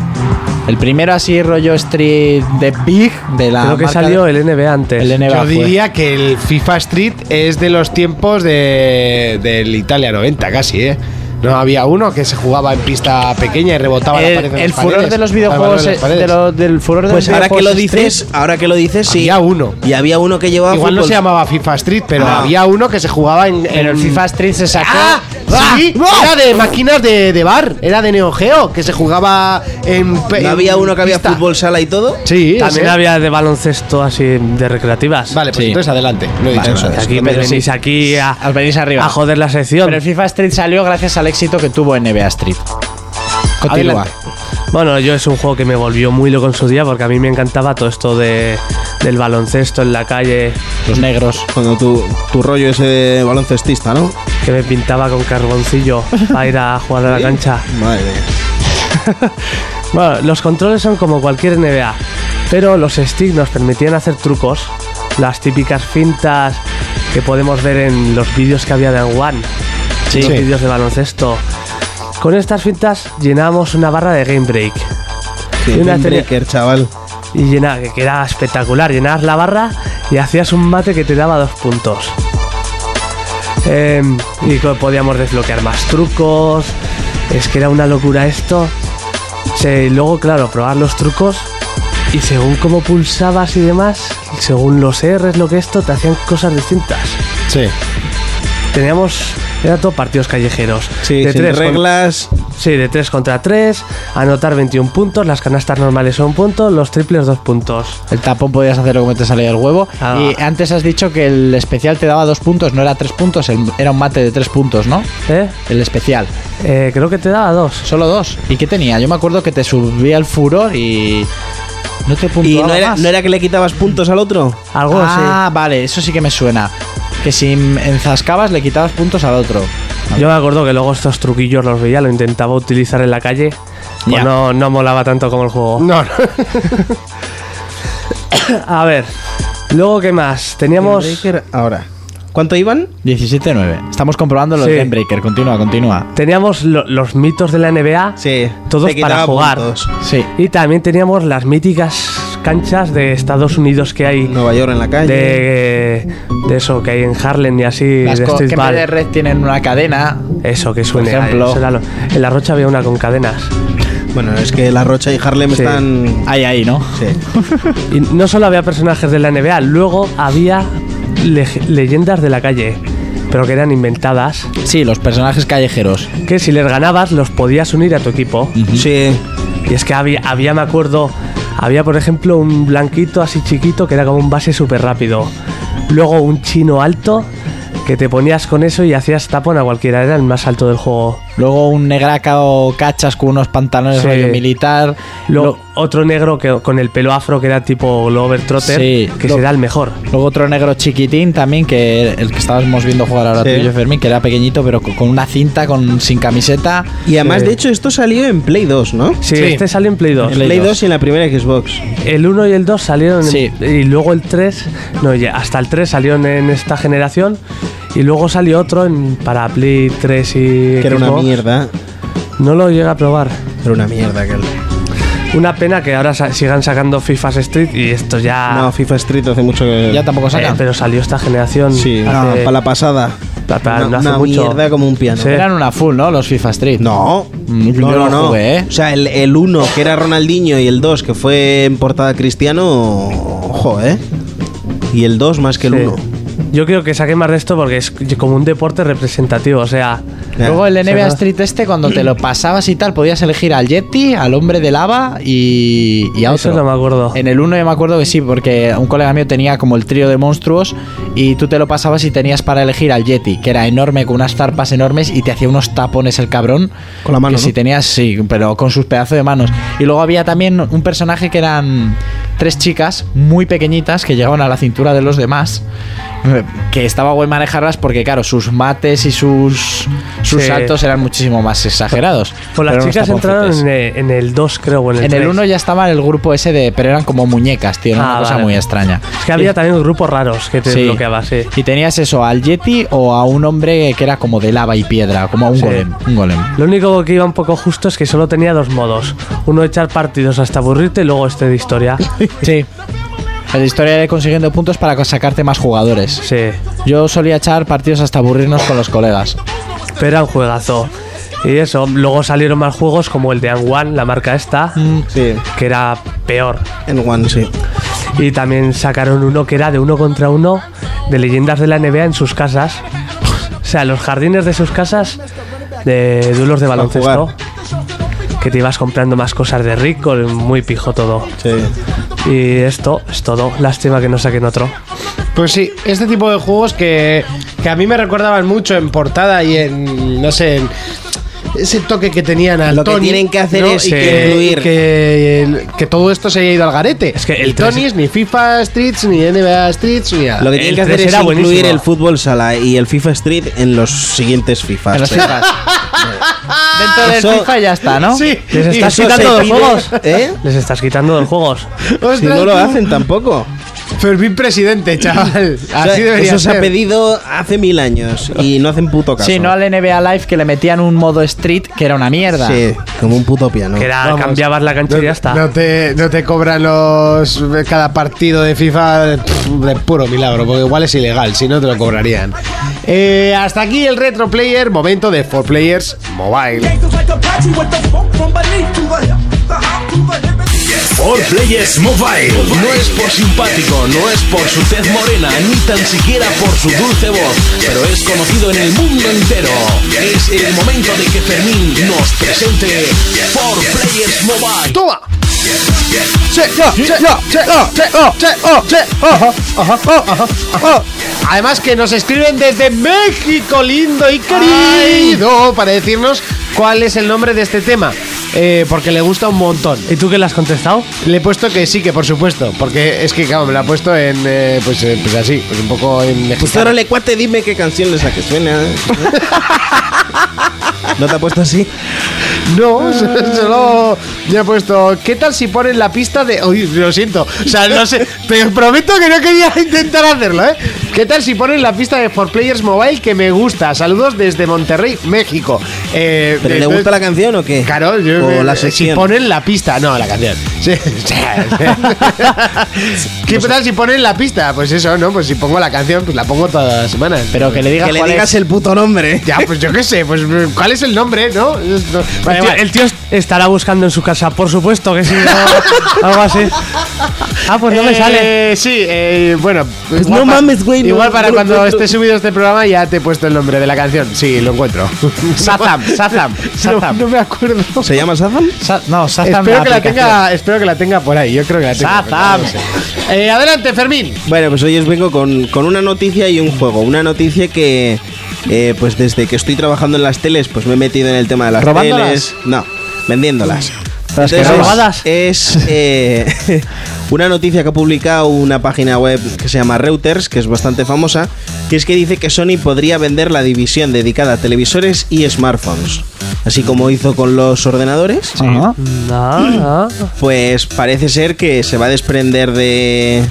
S4: El primero así rollo Street de Big de la
S6: Creo que
S4: marca
S6: salió el NBA antes.
S4: El NBA
S7: Yo
S4: fue.
S7: diría que el FIFA Street es de los tiempos de, del Italia 90 casi, ¿eh? No había uno que se jugaba en pista pequeña y rebotaba la
S4: El,
S7: pared en
S4: el
S7: las
S4: furor
S7: paredes.
S4: de los
S7: Rebotaba
S4: videojuegos
S7: en las
S4: eh,
S7: paredes.
S4: de lo- del furor de
S5: Pues
S4: los
S5: ahora que lo
S4: videojuegos
S5: dices,
S4: Street,
S5: ahora que lo dices, sí. Había
S7: uno.
S5: Y había uno que llevaba
S7: Igual no
S5: fútbol.
S7: se llamaba FIFA Street, pero
S5: No.
S7: había uno que se jugaba en.
S4: Ah. Pero el
S7: en-
S4: FIFA Street se sacó.
S2: ¡Ah! Sí, era de máquinas de, de bar, era de Neo Geo, que se jugaba en. pe-
S5: ¿No había
S2: en
S5: uno que había
S2: pista.
S5: fútbol sala y todo?
S2: Sí,
S6: También
S4: ¿eh?
S2: ese.
S6: había de baloncesto así de recreativas.
S7: Vale, pues entonces adelante. No he dicho
S5: Vale,
S7: nada.
S4: pues
S5: eso es.
S6: Aquí me
S4: Pero sí.
S6: venís aquí a,
S4: Os venís arriba.
S6: a joder la sección.
S4: Pero el FIFA Street salió gracias al éxito que tuvo NBA Street. Continúa.
S6: Adelante. Bueno, yo es un juego que me volvió muy loco en su día porque a mí me encantaba todo esto de, del baloncesto en la calle
S4: Los negros.
S5: Cuando tu, tu rollo ese de baloncestista, ¿no?
S6: que me pintaba con carboncillo para ir a jugar a la cancha.
S5: Madre mía.
S6: Bueno, los controles son como cualquier NBA, pero los sticks nos permitían hacer trucos, las típicas fintas que podemos ver en los vídeos que había de One,
S4: Sí.
S6: los
S4: Sí.
S6: vídeos de baloncesto. Con estas fintas llenábamos una barra de Game Break.
S5: Qué
S6: Y una
S5: game
S6: serie-
S5: breaker, chaval.
S6: y llenaba, que era espectacular. Llenabas la barra y hacías un mate que te daba dos puntos. Eh, y co- podíamos desbloquear más trucos. Es que era una locura esto. Se- y luego, claro, probar los trucos. Y según cómo pulsabas y demás, según los R's, lo que esto, te hacían cosas distintas.
S7: Sí.
S6: Teníamos. Era todo partidos callejeros.
S5: Sí, sin
S6: tres con-
S5: reglas.
S6: Sí, de 3 contra 3, anotar 21 puntos, las canastas normales son puntos, los triples 2 puntos.
S4: El tapón podías hacerlo como te salía el huevo.
S6: Ah.
S4: Y antes has dicho que el especial te daba dos puntos, no era tres puntos, el- era un mate de tres puntos, ¿no?
S6: ¿Eh?
S4: El especial.
S6: Eh, creo que te daba 2.
S4: Solo dos. ¿Y qué tenía? Yo me acuerdo que te subía el furor y. No te puntuaba
S5: ¿Y no era,
S4: más.
S5: no era que le quitabas puntos al otro?
S6: Algo
S4: ah, vale, eso sí que me suena. Que si enzascabas le quitabas puntos al otro.
S6: así. Yo me acuerdo que luego estos truquillos los veía, lo intentaba utilizar en la calle. Pues
S4: Ya.
S6: no, no molaba tanto como el juego.
S7: No, no.
S6: A ver, luego qué más. Teníamos.
S5: Breaker, ahora. ¿Cuánto iban?
S4: 17-9. Estamos comprobando lo
S6: Sí.
S4: de Game Breaker. Continúa, continúa.
S6: Teníamos lo- los mitos de la NBA.
S5: Sí.
S6: Todos
S5: te quitaba
S6: para jugar.
S5: puntos.
S4: Sí.
S6: Y también teníamos las míticas canchas de Estados Unidos que hay.
S5: Nueva York en la calle.
S6: de, de eso que hay en Harlem y así
S4: Las
S6: de
S4: co- que
S6: street
S4: en
S6: ball.
S4: vez de red tienen una cadena.
S6: eso que suena
S4: ejemplo.
S6: en la rocha había una con cadenas
S5: Bueno, es que La Rocha y Harlem
S6: Sí.
S5: están.
S4: Ahí, ahí, ¿no?
S5: Sí.
S6: y no solo había personajes de la NBA luego había leg- leyendas de la calle pero que eran inventadas
S4: Sí, los personajes callejeros.
S6: que si les ganabas los podías unir a tu equipo
S5: Sí.
S6: y es que había había me acuerdo había por ejemplo un blanquito así chiquito que era como un base súper rápido luego un chino alto que te ponías con eso y hacías tapón a cualquiera era el más alto del juego
S4: Luego un negraca o cachas con unos pantalones
S6: Sí.
S4: rollo militar.
S6: Luego, otro negro que, con el pelo afro que era tipo Glover Trotter,
S4: Sí,
S6: que
S4: lo-
S6: será el mejor.
S4: Luego otro negro chiquitín también, que el que estábamos viendo jugar ahora
S5: Sí.
S4: tú y yo, Fermín, que era pequeñito, pero co- con una cinta, con, sin camiseta.
S5: Y además,
S6: Sí.
S5: de hecho, esto salió en Play 2, ¿no?
S6: Sí, este salió en Play 2.
S5: En Play 2 y en la primera Xbox.
S6: El 1 y el 2 salieron en-
S4: Sí.
S6: y luego el 3, no, ya, hasta el 3 salieron en esta generación y luego salió otro en, para Play 3 y
S5: Que era una
S6: Xbox.
S5: mierda.
S6: No lo llegué a probar.
S5: Era una mierda aquel.
S6: Una pena que ahora sa- sigan sacando FIFA's Street y esto ya...
S5: No, FIFA Street hace mucho que.
S4: Ya tampoco
S6: Eh,
S4: sacan.
S6: pero salió esta generación.
S5: Sí, no,
S6: hace-
S5: para la pasada.
S6: Pa- pa-
S5: una
S6: no Ah. hace
S5: una
S6: mucho.
S5: mierda como un piano.
S6: Sí.
S4: Eran una full, ¿no? Los FIFA Street.
S5: No,
S4: Mm, yo
S5: no,
S4: lo
S5: no, no.
S4: jugué, ¿eh?
S5: O sea, el 1 que era Ronaldinho y el 2 que fue en portada Cristiano, ojo, ¿eh? Y el 2 más que el
S6: Sí.
S5: 1.
S6: Yo creo que saquen más de esto porque es como un deporte representativo, o sea,
S4: Luego el NBA
S6: Será.
S4: Street este, cuando te lo pasabas y tal, podías elegir al Yeti, al hombre de lava y, y a otro.
S6: Eso no me acuerdo.
S4: En el 1 yo me acuerdo que sí, porque un colega mío tenía como el trío de monstruos y tú te lo pasabas y tenías para elegir al Yeti, que era enorme, con unas zarpas enormes y te hacía unos tapones el cabrón.
S5: Con la mano,
S4: Que
S5: ¿no?
S4: si tenías, sí, pero con sus pedazos de manos. Y luego había también un personaje que eran tres chicas muy pequeñitas que llegaban a la cintura de los demás. eh, Que estaba guay manejarlas porque, claro, sus mates y sus, sus
S6: Sí.
S4: saltos eran muchísimo más exagerados.
S6: Pues las
S4: Pero eran
S6: chicas
S4: unos
S6: entraron
S4: taponcefes.
S6: en el, en el 2, creo, o en el
S4: En el
S6: 3.
S4: 1 ya estaba el grupo ese de. Pero eran como muñecas, tío. Era
S6: Ah,
S4: una cosa
S6: vale.
S4: muy extraña.
S6: Es que había también grupos raros que te
S4: Sí.
S6: bloqueabas, sí.
S4: Y tenías eso, al Yeti o a un hombre que era como de lava y piedra, como a un
S6: Sí.
S4: golem. Un golem.
S6: Lo único que iba un poco justo es que solo tenía dos modos. Uno echar partidos hasta aburrirte y luego este de historia.
S4: Sí. La historia de consiguiendo puntos para sacarte más jugadores.
S6: Sí.
S4: Yo solía echar partidos hasta aburrirnos con los colegas.
S6: Pero era un juegazo. Y eso, luego salieron más juegos como el de An One, la marca esta, que era peor.
S5: En One, sí.
S6: Y también sacaron uno que era de uno contra uno de leyendas de la NBA en sus casas. O sea, los jardines de sus casas de duelos de
S5: Para
S6: baloncesto.
S5: jugar.
S6: Que te ibas comprando más cosas de rico, muy pijo todo. Y esto es todo. Lástima que no saquen otro.
S2: Pues sí, este tipo de juegos que, que a mí me recordaban mucho en portada y en, no sé, en ese toque que tenían al
S5: Lo que
S2: Tony,
S5: tienen que hacer es
S2: Y que,
S5: incluir.
S2: y que, que todo esto se haya ido al garete. Es que
S6: el tres-
S2: Tony ni FIFA Streets, ni NBA Streets, ni nada.
S5: Lo que tienen que hacer es incluir el fútbol sala y el FIFA Street en los siguientes FIFA.
S4: En los FIFAs. Dentro del
S5: Eso-
S4: FIFA ya está, ¿no?
S2: Sí.
S6: ¿Les
S5: Y
S6: estás
S5: eso se
S6: quitando los
S5: pide,
S6: juegos?
S5: ¿eh?
S6: ¿Les estás quitando los juegos?
S5: Si
S2: Ostras,
S5: no lo
S2: tú.
S5: hacen tampoco.
S2: Fermín presidente, chaval.
S5: O sea,
S2: Así debería
S5: eso se ha
S2: ser.
S5: pedido hace mil años y no hacen puto caso.
S4: Sí, no al NBA Live que le metían un modo street que era una mierda.
S5: Sí, como un puto piano.
S6: Que era,
S2: Vamos.
S6: cambiabas la cancha y ya está.
S2: No te, no te cobran los cada partido de FIFA pff, de puro milagro, porque igual es ilegal, si no te lo cobrarían. Eh, hasta aquí el Retro Player, momento de 4 Players Mobile.
S1: All Players Mobile.
S14: No es por simpático, no es por su tez morena, ni tan siquiera por su dulce voz, pero es conocido en el mundo entero. Es el momento de que Fermín nos presente For Players Mobile.
S2: ¡Toma! Oh, Además que nos escriben desde México, lindo y querido, para decirnos cuál es el nombre de este tema, eh, porque le gusta un montón.
S6: ¿Y tú qué le has contestado?
S2: Le he puesto que sí, que por supuesto, porque es que, claro, me la ha puesto en, eh, pues, eh, pues así, pues un poco en
S5: Pues
S2: mexicano.
S5: ahora le cuate, dime qué canción es la que suena. ¿eh? ¿No te ha puesto así? Ah.
S2: No, se- solo me ha puesto, ¿qué tal si ponen la pista de... Uy, lo siento, o sea, no sé, te prometo que no quería intentar hacerlo, ¿eh? ¿Qué tal si ponen la pista de For Players Mobile que me gusta? Saludos desde Monterrey, México. Eh,
S5: ¿Pero le
S2: entonces-
S5: gusta la canción o qué?
S2: Claro, yo,
S5: O la
S2: si
S5: sección.
S2: ponen la pista, no, la canción. Sí, sí. ¿Qué tal si ponen la pista? Pues eso, ¿no? Pues si pongo la canción, pues la pongo todas las semanas.
S4: Pero que le digas
S5: Que le
S4: cuál
S5: digas
S4: es.
S5: el puto nombre.
S2: Ya, pues yo qué sé, pues ¿cuál es el nombre, no? Esto- Vale,
S6: El tío,
S2: vale.
S6: el tío estará buscando en su casa, por supuesto que sí. o algo así. Ah, pues no me
S2: Eh,
S6: sale.
S2: Sí, eh, bueno.
S5: no
S2: pa-
S5: mames, güey, no,
S2: Igual
S5: no
S2: para
S5: lo
S2: cuando
S5: encuentro.
S2: esté subido este programa ya te he puesto el nombre de la canción. Sí, lo encuentro.
S4: Sazam, Sazam,
S2: No,
S4: Sazam.
S2: no me acuerdo.
S5: ¿Se llama Sazam?
S4: Sa- no, Sazam.
S2: Espero que, la
S4: aplicación.
S2: tenga, espero que la tenga por ahí. Yo creo que la tengo. pero
S4: Sazam.
S2: no lo sé. Eh, adelante, Fermín.
S5: Bueno, pues hoy os vengo con, con una noticia y un juego. Una noticia que, eh, pues desde que estoy trabajando en las teles, pues me he metido en el tema de las
S4: ¿Robándolas?
S5: teles. No, vendiéndolas.
S4: Las que
S5: Entonces,
S4: robas.
S5: es eh, una noticia que ha publicado una página web que se llama Reuters, que es bastante famosa, que es que dice que Sony podría vender la división dedicada a televisores y smartphones. Así como hizo con los ordenadores,
S4: Ajá.
S6: Ah, ah.
S5: pues parece ser que se va a desprender de,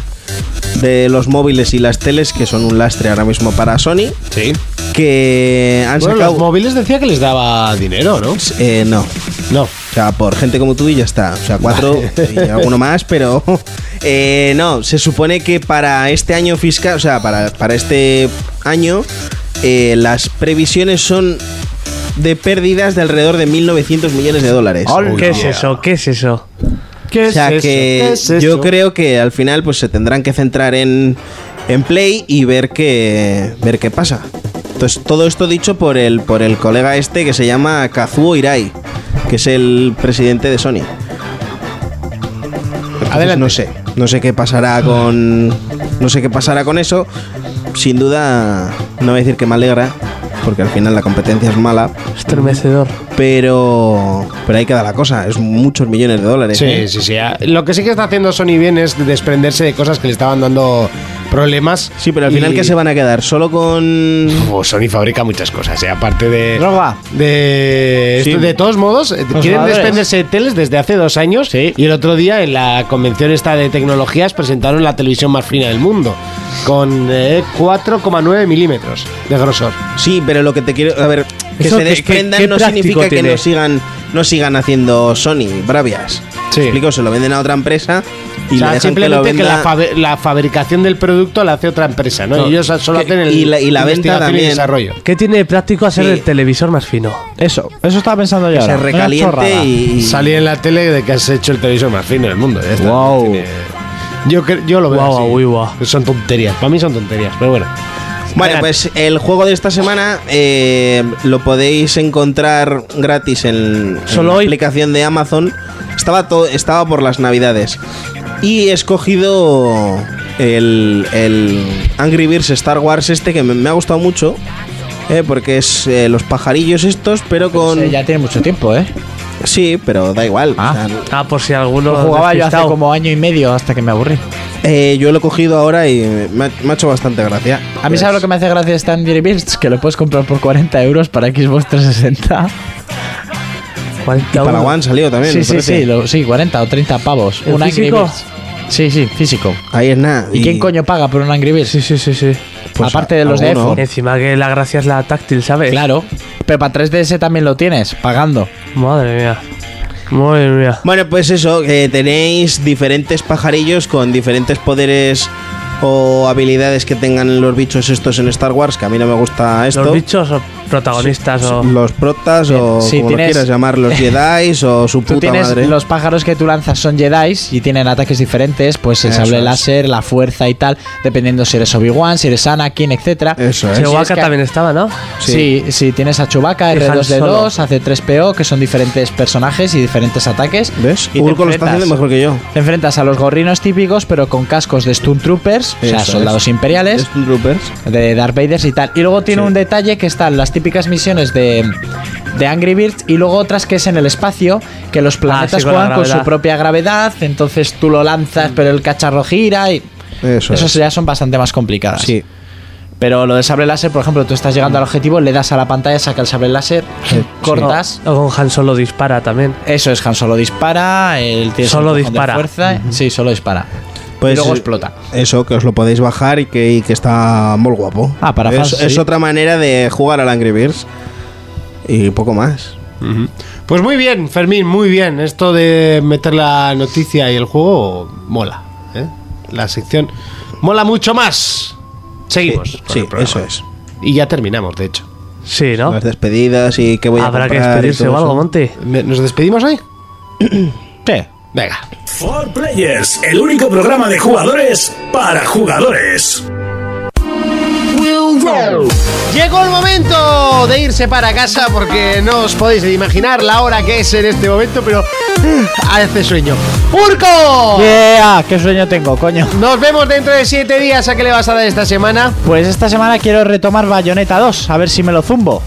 S5: de los móviles y las teles, que son un lastre ahora mismo para Sony,
S7: Sí.
S5: que han
S2: Bueno, los
S5: sacado...
S2: móviles decía que les daba dinero, ¿no?
S5: Eh, no,
S2: No.
S5: o sea, por gente como tú y ya está. O sea, cuatro y alguno más, pero. eh, no, se supone que para este año fiscal, o sea, para, para este año, eh, las previsiones son de pérdidas de alrededor de 1.900 millones de dólares.
S6: ¿Qué es eso? ¿Qué es eso?
S5: O sea que yo creo que al final pues se tendrán que centrar en, en Play y ver qué ver qué pasa. Entonces, todo esto dicho por el, por el colega este que se llama Kazuo Irai, que es el presidente de Sony. Entonces, No sé, no sé qué pasará con, no sé qué pasará con eso. Sin duda, no voy a decir que me alegra, porque al final la competencia es mala.
S6: Estremecedor.
S5: Pero, pero ahí queda la cosa. Es muchos millones de dólares.
S7: Sí,
S5: ¿eh?
S7: sí, sí. Ah, Lo que sí que está haciendo Sony bien es desprenderse de cosas que le estaban dando problemas. Oh,
S5: Sí, pero al final que se van a quedar solo con.
S7: Sony fabrica muchas cosas, ¿eh? aparte de.
S4: Droga.
S7: De,
S4: Sí.
S7: esto- de todos modos, eh,
S5: Pues
S4: Los
S7: quieren
S4: jugadores.
S7: desprenderse de teles desde hace dos años. Y el otro día en la convención esta de tecnologías presentaron la televisión más fina del mundo. Con eh, 4,9 milímetros de grosor.
S5: Sí, pero lo que te quiero. A ver, que
S7: Eso
S5: se
S7: que-
S5: desprendan
S7: que- que
S5: no
S7: práctico
S5: significa que
S7: tiene.
S5: no sigan, no sigan haciendo Sony bravias. Sí. Explico, se lo venden a otra empresa y
S7: o sea,
S5: le dejan que lo
S7: simplemente que,
S5: venda.
S7: la, fabe- la fabricación del producto la hace otra empresa, ¿no?
S5: No,
S7: Ellos solo
S5: que-
S7: hacen el
S5: y la- y la venta
S7: investigación y
S5: también.
S7: desarrollo.
S6: ¿Qué tiene de práctico hacer
S7: Sí.
S6: el televisor más fino?
S4: Eso, eso estaba pensando yo.
S7: Que se
S4: ahora. Una
S7: recaliente
S4: chorrada.
S7: y salí en la tele de que has hecho el televisor más fino del mundo. ya está. No tiene- Yo, cre- yo lo veo
S6: Guau,
S7: así. Son tonterías. Para mí son tonterías, pero bueno.
S5: Vale, pues el juego de esta semana eh, lo podéis encontrar gratis en, en
S6: Solo
S5: la
S6: hoy.
S5: aplicación de Amazon. Estaba, to- estaba por las navidades. Y he escogido el, el Angry Birds Star Wars este que me, me ha gustado mucho. eh, porque es eh, los pajarillos estos, pero con...
S4: Sí, ya tiene mucho tiempo, ¿eh?
S5: Sí, pero da igual. o sea,
S6: Ah, por si alguno.
S4: Lo jugaba yo hace
S6: despistado.
S4: como año y medio hasta que me aburrí.
S5: eh, yo lo he cogido ahora y me ha, me ha hecho bastante gracia.
S4: A mí,
S5: Pues-
S4: ¿sabes lo que me hace gracia de Angry Birds? Que lo puedes comprar por 40 euros para Xbox 360.
S5: Y para One salió también.
S4: Sí,
S5: me
S4: sí,
S5: parece.
S4: sí, lo- sí, 40 o 30 pavos.
S5: ¿En
S4: Un Angry
S5: físico?
S4: Birds. Sí, sí, físico.
S5: Ahí es nada.
S4: ¿Y, quién coño paga por un Angry Birds? Sí, Pues
S6: sí, sí, sí.
S4: Aparte de los de
S6: alguno.
S4: iPhone.
S6: Encima que la gracia es la táctil, ¿sabes?
S4: Claro. Pero para 3DS también lo tienes, pagando.
S6: Madre mía. Madre mía.
S5: Bueno, pues eso, que tenéis diferentes pajarillos con diferentes poderes o habilidades que tengan los bichos estos en Star Wars, que a mí no me gusta esto.
S6: Los bichos o protagonistas o.
S5: Los protas o
S4: Sí,
S5: como lo
S4: tienes-
S5: quieras llamar, los Jedi o su
S4: Tú
S5: puta
S4: tienes
S5: madre.
S4: los pájaros que tú lanzas son Jedi y tienen ataques diferentes, pues el
S5: Eso
S4: sable
S5: es.
S4: láser, la fuerza y tal, dependiendo si eres Obi-Wan, si eres Anakin, etcétera.
S5: Eso ¿eh?
S4: Si es
S6: Chewbacca
S4: que-
S6: también estaba, ¿no?
S4: Sí. sí, tienes a Chewbacca,
S6: Y Han
S4: R2D2, AC3PO, que son diferentes personajes y diferentes ataques.
S5: ¿Ves?
S4: Y te
S5: Urko lo está
S4: enfrentas-
S5: haciendo mejor que yo.
S4: Te enfrentas a los gorrinos típicos, pero con cascos de Stormtroopers, o sea,
S5: Eso
S4: soldados
S5: es.
S4: imperiales.
S5: Stormtroopers.
S4: De Darth Vader y tal. Y luego tiene un detalle que están las típicas misiones de, de Angry Birds y luego otras que es en el espacio, que
S5: Ah,
S4: los planetas
S6: sí, con la
S4: juegan con
S6: gravedad.
S4: su propia gravedad, entonces tú lo lanzas, pero el cacharro gira y.
S5: Mm. Eso
S4: Esas
S5: es.
S4: ya son bastante más complicadas.
S5: Sí. Mm.
S4: Pero lo del sable láser, por ejemplo, tú estás llegando al objetivo, le das a la pantalla, saca el sable láser, cortas.
S6: O con Han Solo dispara también.
S4: Eso es, Han Solo dispara, él tiene
S6: Solo
S4: un empujón de
S6: dispara.
S4: fuerza. Sí, solo dispara.
S5: Pues,
S4: y luego
S5: eh,
S4: explota.
S5: Eso, que os lo podéis bajar y que, y que está muy guapo.
S4: Ah, para
S5: es,
S4: fans, sí.
S5: es otra manera de jugar al Angry Birds. Y poco más.
S7: Pues muy bien, Fermín, muy bien. Esto de meter la noticia y el juego mola. ¿eh? La sección mola mucho más. Seguimos. con
S5: Sí,
S7: el programa.
S5: eso es.
S7: Y ya terminamos, de hecho.
S6: Sí, ¿no?
S5: Las despedidas y que voy a
S6: Habrá que
S5: comprar y
S6: despedirse
S5: todo
S6: o algo,
S5: eso.
S6: Monte.
S7: ¿Me- ¿Nos despedimos ahí?
S4: Sí.
S7: Venga.
S1: For Players, el único programa de jugadores para jugadores.
S2: Llegó el momento de irse para casa porque no os podéis imaginar la hora que es en este momento, pero ah, hace sueño. ¡Urco!
S4: Yeah, ¡Qué sueño tengo, coño!
S2: Nos vemos dentro de siete días. ¿A qué le vas a dar esta semana?
S4: Pues esta semana quiero retomar Bayonetta 2, a ver si me lo zumbo.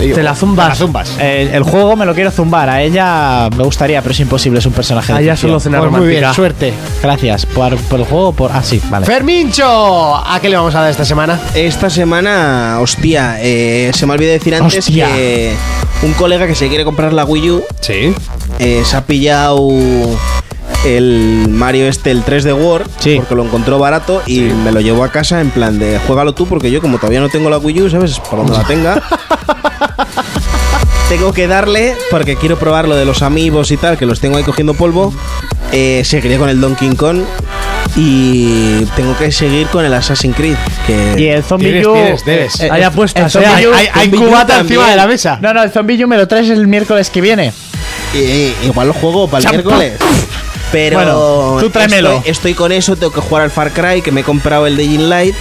S4: Eh,
S6: Te la zumbas.
S4: El, el juego me lo quiero zumbar, a ella me gustaría, pero es imposible, es un personaje.
S6: Ah,
S4: de
S6: ya
S4: ficción.
S6: solo cena
S7: Pues muy bien,
S6: romántica.
S7: suerte.
S4: Gracias por, por el juego, por... Ah, sí, vale.
S2: Fermincho, ¿a qué le vamos a dar esta semana?
S5: Esta semana, hostia, eh, se me olvidó decir antes
S4: Hostia.
S5: que un colega que se quiere comprar la Wii U
S7: Sí.
S5: eh, se ha pillado el Mario este, el 3 de War, porque lo encontró barato y me lo llevó a casa en plan de juégalo tú, porque yo como todavía no tengo la Wii U, ¿sabes? Para donde la tenga. tengo que darle, porque quiero probar lo de los amigos y tal, que los tengo ahí cogiendo polvo. Eh, seguiré con el Donkey Kong. Y tengo que seguir con el Assassin's Creed. Que
S4: Y el Zombie
S7: Tienes,
S4: U...
S7: tienes, debes.
S4: eh,
S6: Hay
S4: eh,
S6: apuestas,
S4: el Zombie
S6: hay-
S4: U-
S7: Hay, hay
S5: Zombie U
S7: cubata
S5: también.
S7: encima de la mesa.
S4: No, no, el Zombie U me lo traes el miércoles que viene.
S5: Eh, eh, igual lo juego para el miércoles. Pero
S4: Bueno, tú tráemelo.
S5: Estoy, estoy con eso, tengo que jugar al Far Cry, que me he comprado el de Jin Light.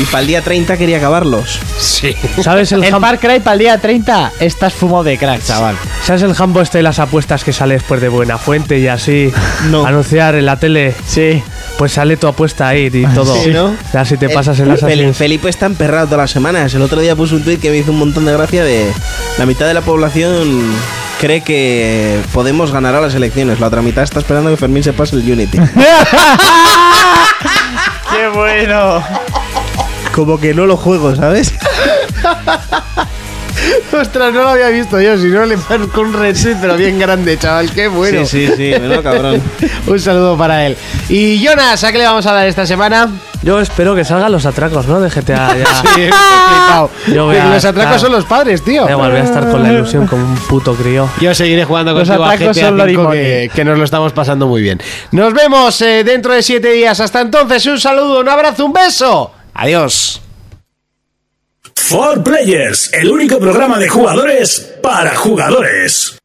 S5: Y para el día 30 quería acabarlos.
S2: Sí.
S6: ¿Sabes el,
S4: El
S6: jam-
S4: Far Cry para el día 30 estás fumo de crack, chaval.
S6: ¿Sabes el jambo este de las apuestas que sale después de Buena Fuente y así? Anunciar en la tele.
S4: Sí.
S6: Pues sale tu apuesta ahí y todo.
S5: Sí, ¿no?
S6: Ya si te pasas el
S5: Eh, Fel-
S6: Assassin's.
S5: Felipe está emperrado todas las semanas. El otro día puso un tuit que me hizo un montón de gracia de la mitad de la población cree que podemos ganar a las elecciones. La otra mitad está esperando que Fermín se pase el Unity.
S4: ¡Qué bueno!
S5: Como que no lo juego, ¿sabes?
S2: Ostras, no lo había visto yo, si no le marco un reset, pero bien grande, chaval, qué bueno.
S5: Sí, sí, sí, menudo cabrón.
S2: un saludo para él. Y Jonas, ¿a qué le vamos a dar esta semana?
S6: Yo espero que salgan los atracos, ¿no? De GTA ya.
S2: Sí, estoy flipado.
S6: Yo voy a
S2: los
S6: estar-
S2: atracos son los padres, tío.
S6: Da igual, voy a estar con la ilusión como un puto crío.
S2: Yo seguiré jugando
S6: Los
S2: contigo a
S6: atracos
S2: GTA
S6: son lo
S2: V,
S6: limón.
S2: que, que nos lo estamos pasando muy bien. Nos vemos eh, dentro de siete días. Hasta entonces, un saludo, un abrazo, un beso. Adiós.
S1: For Players, el único programa de jugadores para jugadores.